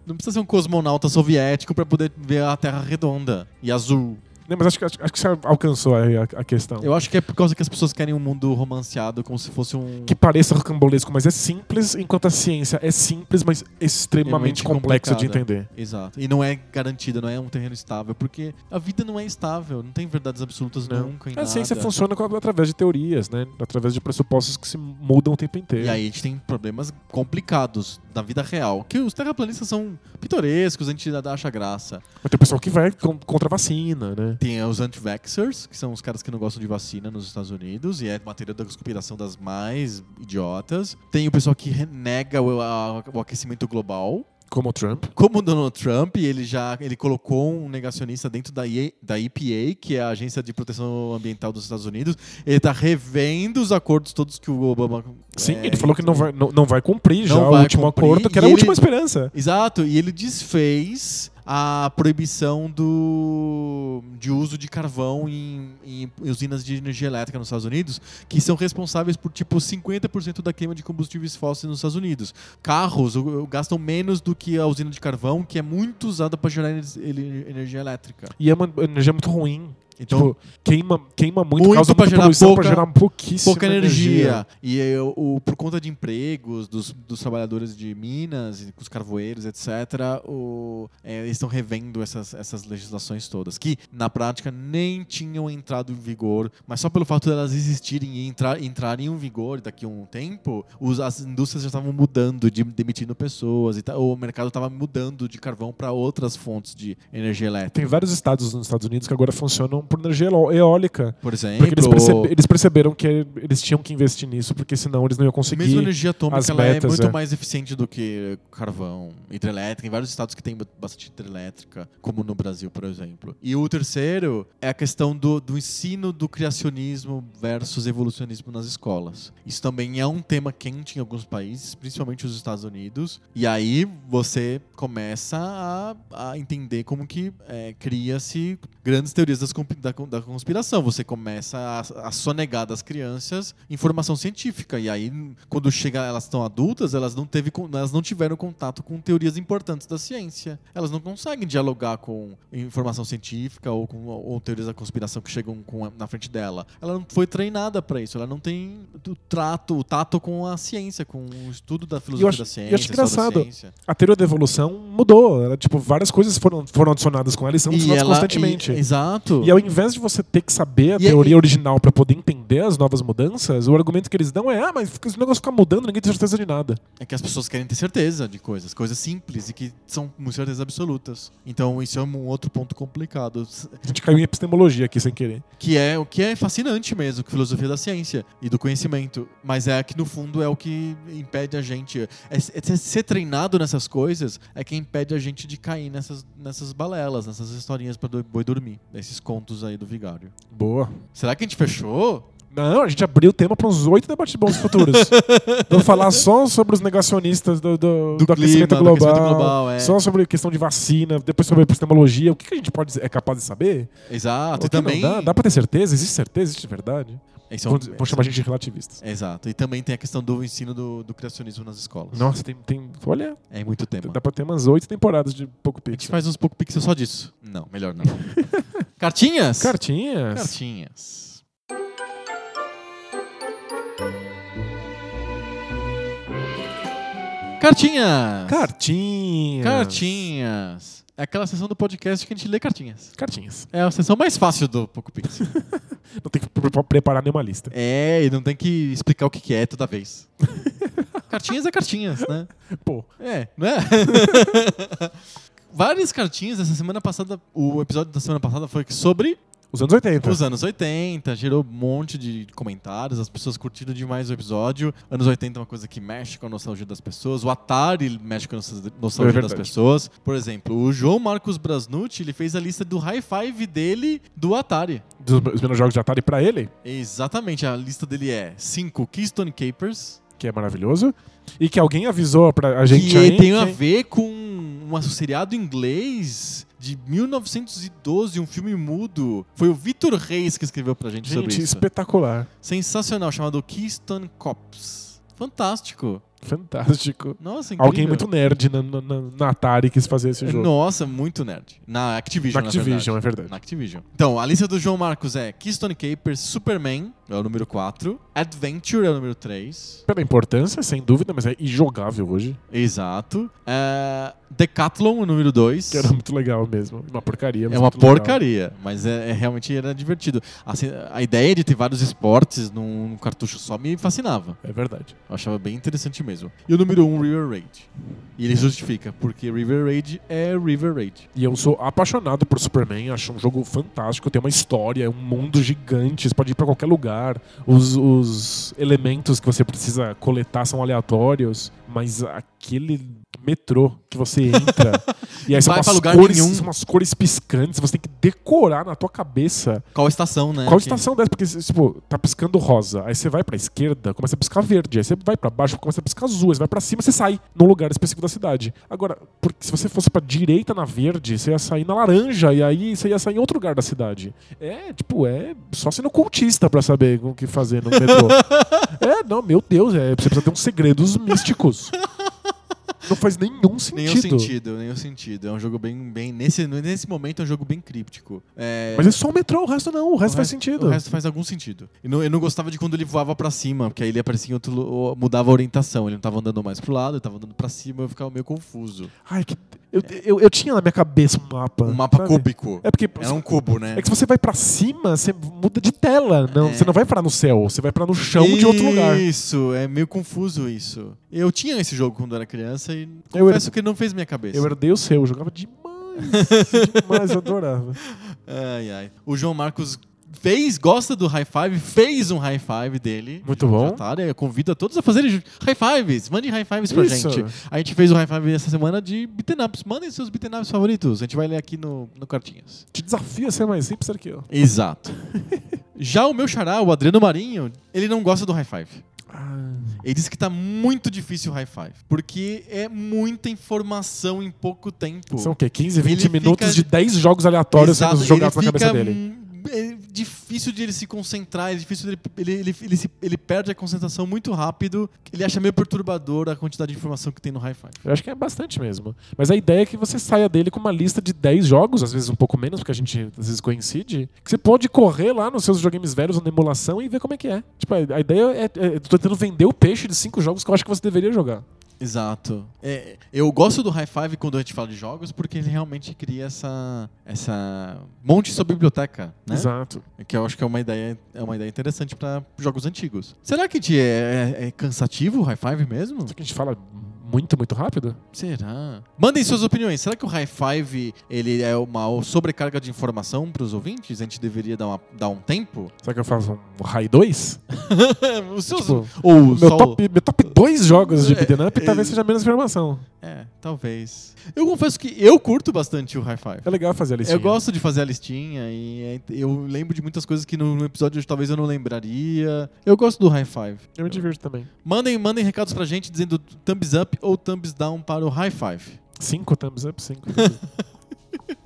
S1: não precisa ser um cosmonauta soviético pra poder ver a Terra redonda e azul.
S2: Né, mas acho que, acho, acho que você alcançou aí a, a questão.
S1: Eu acho que é por causa que as pessoas querem um mundo romanceado como se fosse um.
S2: Que pareça rocambolesco, mas é simples, enquanto a ciência é simples, mas extremamente
S1: Realmente
S2: complexa
S1: É
S2: de
S1: complicada.
S2: entender.
S1: Exato. E não é garantida, não é um terreno estável, porque a vida não é estável, não tem verdades absolutas nunca. Em
S2: Né? a
S1: nada.
S2: ciência assim funciona com- através de teorias, né? Através de pressupostos que se mudam o tempo inteiro.
S1: E aí a gente tem problemas complicados na vida real, que os terraplanistas são pitorescos, a gente ainda acha graça.
S2: Mas tem o pessoal que vai con- contra a vacina, né? né?
S1: Tem os anti-vaxxers, que são os caras que não gostam de vacina nos Estados Unidos, e é uma teoria da conspiração das mais idiotas. Tem o pessoal que renega o, a- o aquecimento global.
S2: Como o Trump.
S1: Como o Donald Trump, ele já ele colocou um negacionista dentro da, IE da EPA, que é a Agência de Proteção Ambiental dos Estados Unidos. Ele tá revendo os acordos todos que o Obama.
S2: Sim,
S1: é,
S2: ele falou que não vai, não, não vai cumprir já
S1: Não
S2: o
S1: vai
S2: último
S1: cumprir,
S2: acordo, que
S1: e
S2: era a
S1: ele-
S2: última esperança.
S1: Exato, e ele desfez a proibição do, de uso de carvão em, em usinas de energia elétrica nos Estados Unidos, que são responsáveis por tipo 50% da queima de combustíveis fósseis nos Estados Unidos. Carros uh, gastam menos do que a usina de carvão, que é muito usada para gerar ener- ele- energia elétrica.
S2: E é uma energia muito ruim.
S1: Então,
S2: tipo, queima, queima muito,
S1: Muito
S2: causa
S1: pra
S2: muita
S1: gerar
S2: poluição pra
S1: pouca-
S2: gerar pouquíssima
S1: pouca energia. E eu, o, por conta de empregos, dos, dos trabalhadores de minas, e os carvoeiros, etc., o, é, eles estão revendo essas, essas legislações todas, que na prática nem tinham entrado em vigor, mas só pelo fato delas existirem e entrar, entrarem em vigor daqui a um tempo, os- as indústrias já estavam mudando, de, demitindo pessoas, e ta- o mercado estava mudando de carvão para outras fontes de energia elétrica.
S2: Tem vários estados nos Estados Unidos que agora funcionam por energia eó- eólica.
S1: Por exemplo,
S2: Porque eles, percebe- eles perceberam que eles tinham que investir nisso, porque senão eles não iam conseguir.
S1: Mesmo a energia
S2: as
S1: atômica ela é
S2: metas,
S1: muito
S2: é.
S1: mais eficiente do que carvão, hidrelétrica. Em vários estados que tem bastante hidrelétrica, como no Brasil, por exemplo. E o terceiro é a questão do, do ensino do criacionismo versus evolucionismo nas escolas. Isso também é um tema quente em alguns países, principalmente os Estados Unidos. E aí você começa a, a entender como que é, cria-se grandes teorias das compi- da, con- da conspiração. Você começa a, a sonegar das crianças informação científica. E aí, quando chega, elas estão adultas, elas não, teve, con- elas não tiveram contato com teorias importantes da ciência. Elas não conseguem dialogar com informação científica ou com ou teorias da conspiração que chegam com a- na frente dela. Ela não foi treinada para isso. Ela não tem o trato, o tato com a ciência, com o estudo da filosofia
S2: acho-
S1: da
S2: e eu
S1: ciência.
S2: acho
S1: história da
S2: engraçado.
S1: ciência.
S2: A teoria da evolução mudou. Era, tipo, várias coisas foram, foram adicionadas com ela e são
S1: E
S2: adicionadas
S1: ela-
S2: constantemente.
S1: e- exato.
S2: E ao invés de você ter que saber a
S1: E-
S2: teoria original pra poder entender as novas mudanças, o argumento que eles dão é: ah, mas fica- esse negócio fica mudando, ninguém tem certeza de nada.
S1: É que as pessoas querem ter certeza de coisas, coisas simples e que são com certezas absolutas. Então, isso é um outro ponto complicado, s-
S2: A gente caiu em epistemologia aqui sem querer.
S1: que é o que é fascinante mesmo, que é a filosofia da ciência e do conhecimento, mas é que no fundo é o que impede a gente é, é ser treinado nessas coisas é que impede a gente de cair nessas nessas balelas, nessas historinhas para boi dormir, esses contos aí do vigário.
S2: Boa.
S1: Será que a gente fechou?
S2: Não, a gente abriu o tema para uns oito debates de bons
S1: <laughs>
S2: futuros. Vamos falar só sobre os negacionistas do, do, do
S1: clima,
S2: aquecimento
S1: do
S2: global,
S1: aquecimento global, é.
S2: só sobre questão de vacina, depois sobre epistemologia. O que, que a gente pode, é capaz de saber?
S1: Exato,
S2: O
S1: e
S2: que não
S1: Ah, também
S2: Dá, dá pra ter certeza? Existe certeza? Existe verdade?
S1: Esse é um-
S2: Vão, vão chamar a gente de relativistas.
S1: Exato. E também tem a questão do ensino do, do criacionismo nas escolas.
S2: Nossa, tem, tem. Olha,
S1: É muito tema.
S2: dá pra ter umas oito temporadas de pouco
S1: A gente
S2: pixel.
S1: faz uns pouco pixel só disso. Não, melhor não. <laughs> Cartinhas?
S2: Cartinhas.
S1: Cartinhas. Cartinhas.
S2: Cartinhas.
S1: Cartinhas. É aquela sessão do podcast que a gente lê cartinhas.
S2: Cartinhas.
S1: É a sessão mais fácil do Poco Pixel.
S2: Não tem que pre- pre- preparar nenhuma
S1: <laughs>
S2: lista.
S1: é, e não tem que explicar o que que é toda vez. <laughs> cartinhas é cartinhas, né?
S2: Pô,
S1: É, né? <laughs> Várias cartinhas essa semana passada. O episódio da semana passada foi sobre
S2: os anos 80.
S1: os anos 80. Gerou um monte de comentários, as pessoas curtiram demais o episódio. Anos 80 é uma coisa que mexe com a nostalgia das pessoas. O Atari mexe com a nostal- nostalgia das
S2: verdade.
S1: pessoas. Por exemplo, o João Marcos Brasnucci ele fez a lista do high five dele do Atari.
S2: Dos os meus jogos de Atari pra ele,
S1: Exatamente, a lista dele é 5 Keystone Capers.
S2: que é maravilhoso. E que alguém avisou pra a gente
S1: que
S2: aí.
S1: tem a
S2: que-
S1: ver com um seriado inglês de 1912, um filme mudo. Foi o Vitor Reis que escreveu pra gente, sobre
S2: Gente,
S1: isso.
S2: espetacular.
S1: Sensacional, chamado Keystone Cops. Fantástico.
S2: Fantástico.
S1: Nossa, incrível. É
S2: Alguém muito nerd na, na- na- na Atari quis fazer esse jogo.
S1: Nossa, muito nerd. Na Activision,
S2: Na
S1: na
S2: Activision,
S1: verdade.
S2: é verdade.
S1: Na Activision. Então, a lista do João Marcos é Keystone Capers, Superman, é o número 4, Adventure é o número 3,
S2: Pela importância, sem dúvida, mas é injogável hoje.
S1: exato, é... Decathlon, o número 2.
S2: Que era muito legal mesmo. Uma porcaria. mas
S1: É uma
S2: muito legal.
S1: porcaria, mas é, é realmente era divertido. Assim, a ideia de ter vários esportes num cartucho só me fascinava.
S2: É verdade.
S1: Eu achava bem interessante mesmo. E o número 1, um, River Raid. E ele justifica, porque River Raid é River Raid.
S2: E eu sou apaixonado por Superman, acho um jogo fantástico, tem uma história, é um mundo gigante, você pode ir pra qualquer lugar. Os, os elementos que você precisa coletar são aleatórios, mas aquele metrô que você entra
S1: <laughs>
S2: e aí são
S1: Vai
S2: umas,
S1: pra lugar
S2: cores,
S1: nenhum.
S2: são umas cores piscantes, você tem que decorar na tua cabeça
S1: Qual estação, né?
S2: qual
S1: Que-
S2: estação dessa, porque tipo, tá piscando rosa, aí você vai pra esquerda, começa a piscar verde, aí você vai pra baixo, começa a piscar azul, aí você vai pra cima, você sai num lugar específico da cidade. Agora, porque se você fosse pra direita na verde, você ia sair na laranja e aí você ia sair em outro lugar da cidade. É, tipo, é só sendo cultista pra saber o que fazer no
S1: <laughs>
S2: metrô. é, não, meu Deus, é, você precisa ter uns segredos místicos. Não faz nenhum sentido.
S1: Nenhum sentido, nenhum sentido. É um jogo bem. bem nesse, nesse momento é um jogo bem críptico. É,
S2: Mas é só o metrô, o resto não, o resto
S1: o
S2: faz
S1: resto-
S2: sentido.
S1: O resto faz algum sentido. E não- eu não gostava de quando ele voava pra cima, porque aí ele aparecia em outro. lu- ou mudava a orientação. Ele não tava andando mais pro lado, ele tava andando pra cima, eu ficava meio confuso.
S2: Ai, que- eu, eu, eu tinha na minha cabeça um mapa.
S1: Um mapa
S2: sabe?
S1: cúbico.
S2: É porque
S1: Era um cubo, né?
S2: É que se você vai pra cima, você muda de tela. Não,
S1: É.
S2: Você não vai parar no céu, você vai parar no chão é um de outro lugar.
S1: Isso, é meio confuso isso. Eu tinha esse jogo quando era criança e
S2: Eu
S1: confesso que não fez minha cabeça.
S2: Eu herdei o seu, eu jogava demais. demais, eu adorava.
S1: Ai, ai. O João Marcos fez, gosta do high five, fez um high five dele.
S2: Muito bom.
S1: Jantar, eu convido a todos a fazerem ju- high fives. Mandem high fives pra
S2: Isso.
S1: gente. A gente fez um high five essa semana de beaten ups. Mandem seus beaten ups favoritos. A gente vai ler aqui no, no Cartinhas.
S2: Te desafio a ser mais hipster que eu.
S1: Exato. <laughs> Já o meu xará, o Adriano Marinho, ele não gosta do high five.
S2: Ah,
S1: Ele disse que tá muito difícil o high five. Porque é muita informação em pouco tempo.
S2: são o quê? 15, 20
S1: Ele
S2: minutos
S1: fica-
S2: de 10 jogos aleatórios
S1: Exato,
S2: sendo jogados na
S1: ele
S2: cabeça
S1: fica,
S2: dele.
S1: hum, É difícil de ele se concentrar, é difícil dele, ele, ele, ele, se- ele perde a concentração muito rápido. Ele acha meio perturbador a quantidade de informação que tem no Hi-Fi.
S2: Eu acho que é bastante mesmo. Mas a ideia é que você saia dele com uma lista de 10 jogos, às vezes um pouco menos, porque a gente às vezes coincide, que você pode correr lá nos seus videogames velhos ou na emulação e ver como é que é. Tipo, a a ideia é, é. Eu tô tentando vender o peixe de 5 jogos que eu acho que você deveria jogar.
S1: Exato. É, eu gosto do High Five quando a gente fala de jogos porque ele realmente cria essa essa monte sua biblioteca, né?
S2: Exato.
S1: Que eu acho que é uma ideia é uma ideia interessante para jogos antigos. Será que te é, é- é cansativo o High Five mesmo?
S2: Só que a gente fala muito, muito rápido.
S1: Será? Mandem suas opiniões. Será que o High Five ele é uma sobrecarga de informação para os ouvintes? A gente deveria dar, uma- dar um tempo?
S2: Será que eu faço um High 2?
S1: <laughs> os seus
S2: Tipo,
S1: ou
S2: meu
S1: só o-
S2: top, meu top 2 jogos de
S1: É,
S2: beat'em up
S1: é-
S2: talvez seja menos informação.
S1: É, talvez. Eu confesso que eu curto bastante o High Five.
S2: É legal fazer a listinha.
S1: Eu gosto de fazer a listinha e é- eu lembro de muitas coisas que no no episódio de hoje talvez eu não lembraria. Eu gosto do High Five.
S2: Eu me divirto também.
S1: Mandem, mandem recados pra gente dizendo thumbs up ou thumbs down para o High Five.
S2: 5 thumbs up, 5. thumbs up.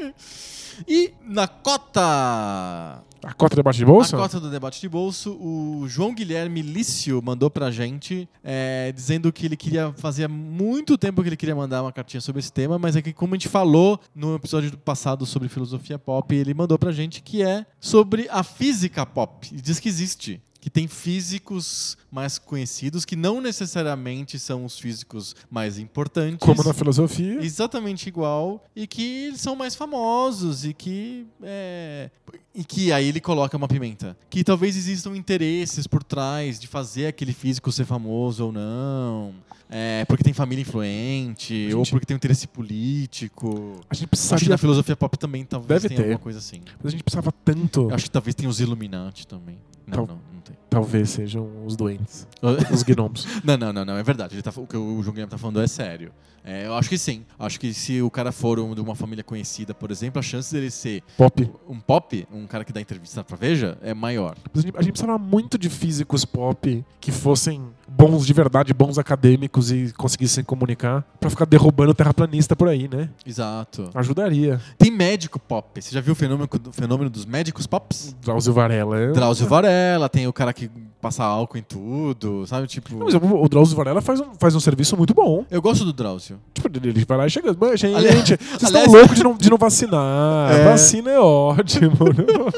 S1: E na cota
S2: <laughs> a cota debaixo de bolsa?
S1: A cota do debate de bolso, o João Guilherme Lício mandou pra gente, é, dizendo que ele queria, fazia muito tempo que ele queria mandar uma cartinha sobre esse tema, mas é que, como a gente falou no episódio do passado sobre filosofia pop, ele mandou pra gente que é sobre a física pop. E diz que existe. Que tem físicos mais conhecidos, que não necessariamente são os físicos mais importantes.
S2: Como na filosofia.
S1: Exatamente igual. E que eles são mais famosos e que. é, E que aí ele coloca uma pimenta. Que talvez existam interesses por trás de fazer aquele físico ser famoso ou não. É, porque tem família influente,
S2: Gente.
S1: ou porque tem um interesse político.
S2: A
S1: Acho
S2: gente
S1: que
S2: precisaria
S1: na filosofia pop também talvez
S2: Deve
S1: tenha
S2: ter.
S1: alguma coisa assim.
S2: Mas a gente precisava tanto.
S1: Eu acho que talvez tenha os Illuminati também. Não,
S2: Tal-
S1: não, não tem.
S2: Talvez sejam os <laughs> doentes. Os gnomos.
S1: Não, não, não, não, é verdade. Ele tá fa- o que o João Guilherme tá falando é sério. É, eu acho que sim. Acho que se o cara for um, de uma família conhecida, por exemplo, a chance dele ser
S2: Pop.
S1: um pop, um cara que dá entrevista pra Veja, é maior.
S2: Mas A gente, a gente precisava muito de físicos pop que fossem bons de verdade, bons acadêmicos e conseguissem comunicar pra ficar derrubando terraplanista por aí, né?
S1: Exato.
S2: Ajudaria.
S1: Tem médico pop. Você já viu o fenômeno, o fenômeno dos médicos pops?
S2: Drauzio Varela. é-
S1: Drauzio Varela, tem o cara que passa álcool em tudo, sabe? Tipo.
S2: Não, mas o o Drauzio Varela faz um, faz um serviço muito bom.
S1: Eu gosto do Drauzio.
S2: Tipo, ele- ele vai lá e chega. "Mano, Gente,
S1: Aliás- É.
S2: vocês estão
S1: aliás- <laughs>
S2: loucos de não, de não vacinar.
S1: É.
S2: Vacina é ótimo.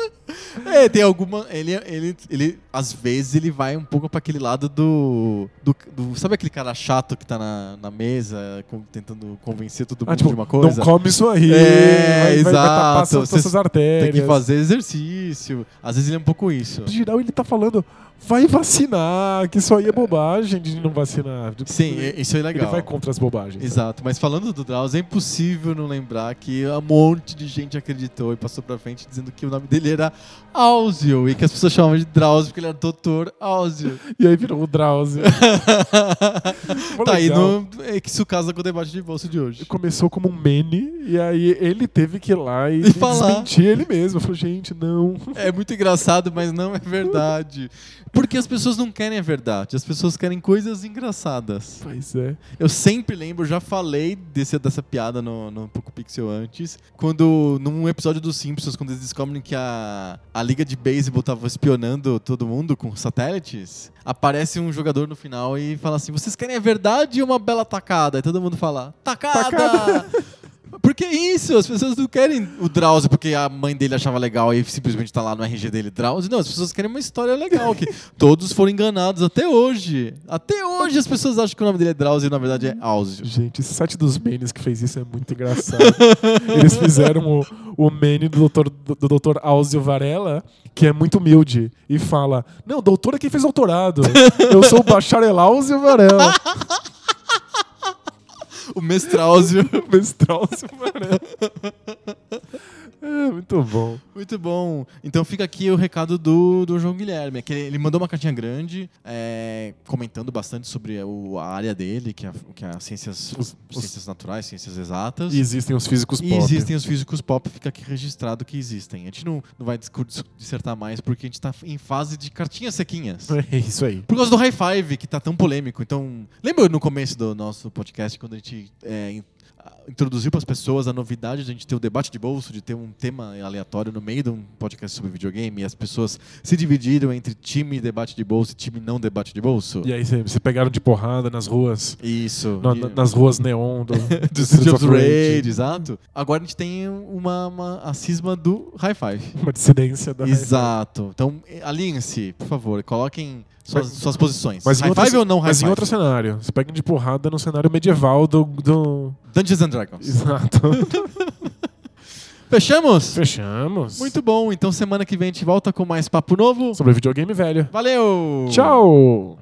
S2: <laughs>
S1: É, tem alguma. Ele, ele, ele, às vezes, ele vai um pouco pra aquele lado do. do, do- sabe aquele cara chato que tá na, na mesa com- tentando convencer todo mundo
S2: Ah, tipo,
S1: de uma coisa?
S2: não come isso aí.
S1: É,
S2: vai, Vai, vai
S1: exato.
S2: tapar essas,
S1: Cês
S2: essas artérias.
S1: Tem que fazer exercício. Às vezes ele é um pouco isso.
S2: No geral, ele tá falando, vai vacinar, que isso aí é bobagem de não vacinar.
S1: Sim,
S2: ele,
S1: e- isso é legal.
S2: ele vai contra as bobagens. né?
S1: Exato, mas falando do Drauzio, é impossível não lembrar que um monte de gente acreditou e passou pra frente dizendo que o nome dele era Áuzio e que as pessoas chamavam de Drauzio porque ele era doutor Áuzio.
S2: <laughs> E aí virou
S1: <laughs>
S2: o Drauzio. Pô,
S1: tá aí
S2: legal.
S1: no. É que isso casa com o debate de bolsa de hoje.
S2: Começou como um meme, e aí ele teve que ir lá e,
S1: E falar.
S2: desmentir ele mesmo. Falou, gente, não. <laughs>
S1: É muito engraçado, mas não é verdade. Porque as pessoas não querem a verdade, as pessoas querem coisas engraçadas.
S2: Pois é.
S1: Eu sempre lembro, eu já falei desse, dessa piada no, no Poco Pixel antes, quando num episódio dos Simpsons, quando eles descobrem que a, a liga de beisebol tava espionando todo mundo com satélites, aparece um jogador no final e fala assim, vocês querem a verdade ou uma bela tacada? E todo mundo fala, tacada! Por que isso? As pessoas não querem o Drauzio porque a mãe dele achava legal e simplesmente tá lá no RG dele Drauzio. Não, as pessoas querem uma história legal, <laughs> que todos foram enganados até hoje. Até hoje as pessoas acham que o nome dele é Drauzio e na verdade é Áuzio.
S2: Gente, esse site dos memes que fez isso é
S1: <laughs>
S2: muito engraçado. Eles fizeram o, o meme do doutor, do doutor Áuzio Varela, que é muito humilde, e fala: Não, doutor é quem fez doutorado. Eu sou o bacharel Áuzio
S1: <laughs>
S2: Varela. <laughs>
S1: O mestrauzio.
S2: Mestre Áuzio Varela. É, muito bom.
S1: <laughs> Muito bom. Então fica aqui o recado do, do João Guilherme. Que ele, ele mandou uma cartinha grande, é, comentando bastante sobre o- a área dele, que é, que é as ciências,
S2: Os- os-
S1: ciências naturais, ciências exatas.
S2: E existem os físicos
S1: E
S2: pop.
S1: existem os físicos pop, fica aqui registrado que existem. A gente não, não vai discu- dis- dissertar mais porque a gente tá em fase de cartinhas sequinhas.
S2: <laughs> É isso aí.
S1: Por causa do high five, que tá tão polêmico. Então, lembra no começo do nosso podcast, quando a gente é, in- ah, introduziu para as pessoas a novidade de a gente ter o debate de bolso, de ter um tema aleatório no meio de um podcast sobre videogame, e as pessoas se dividiram entre time debate de bolso e time não debate de bolso?
S2: E aí vocês pegaram de porrada nas ruas.
S1: Isso.
S2: na-
S1: E-
S2: na- nas ruas
S1: <laughs>
S2: neon do,
S1: do Street of
S2: Rage.
S1: Rage, exato. Agora a gente tem uma, uma a cisma do high five.
S2: Uma dissidência da
S1: Exato. Então, eh, alinhem-se, por favor. Coloquem suas,
S2: Mas-
S1: suas posições.
S2: Mas, em,
S1: high
S2: outras-
S1: five ou não high
S2: mas em
S1: five?
S2: outro cenário. Você pega de porrada no cenário medieval do. do- <laughs>
S1: Dungeons and Dragons.
S2: Exato.
S1: Fechamos?
S2: Fechamos.
S1: Muito bom. Então, semana que vem a gente volta com mais papo novo.
S2: Sobre videogame velho.
S1: Valeu!
S2: Tchau!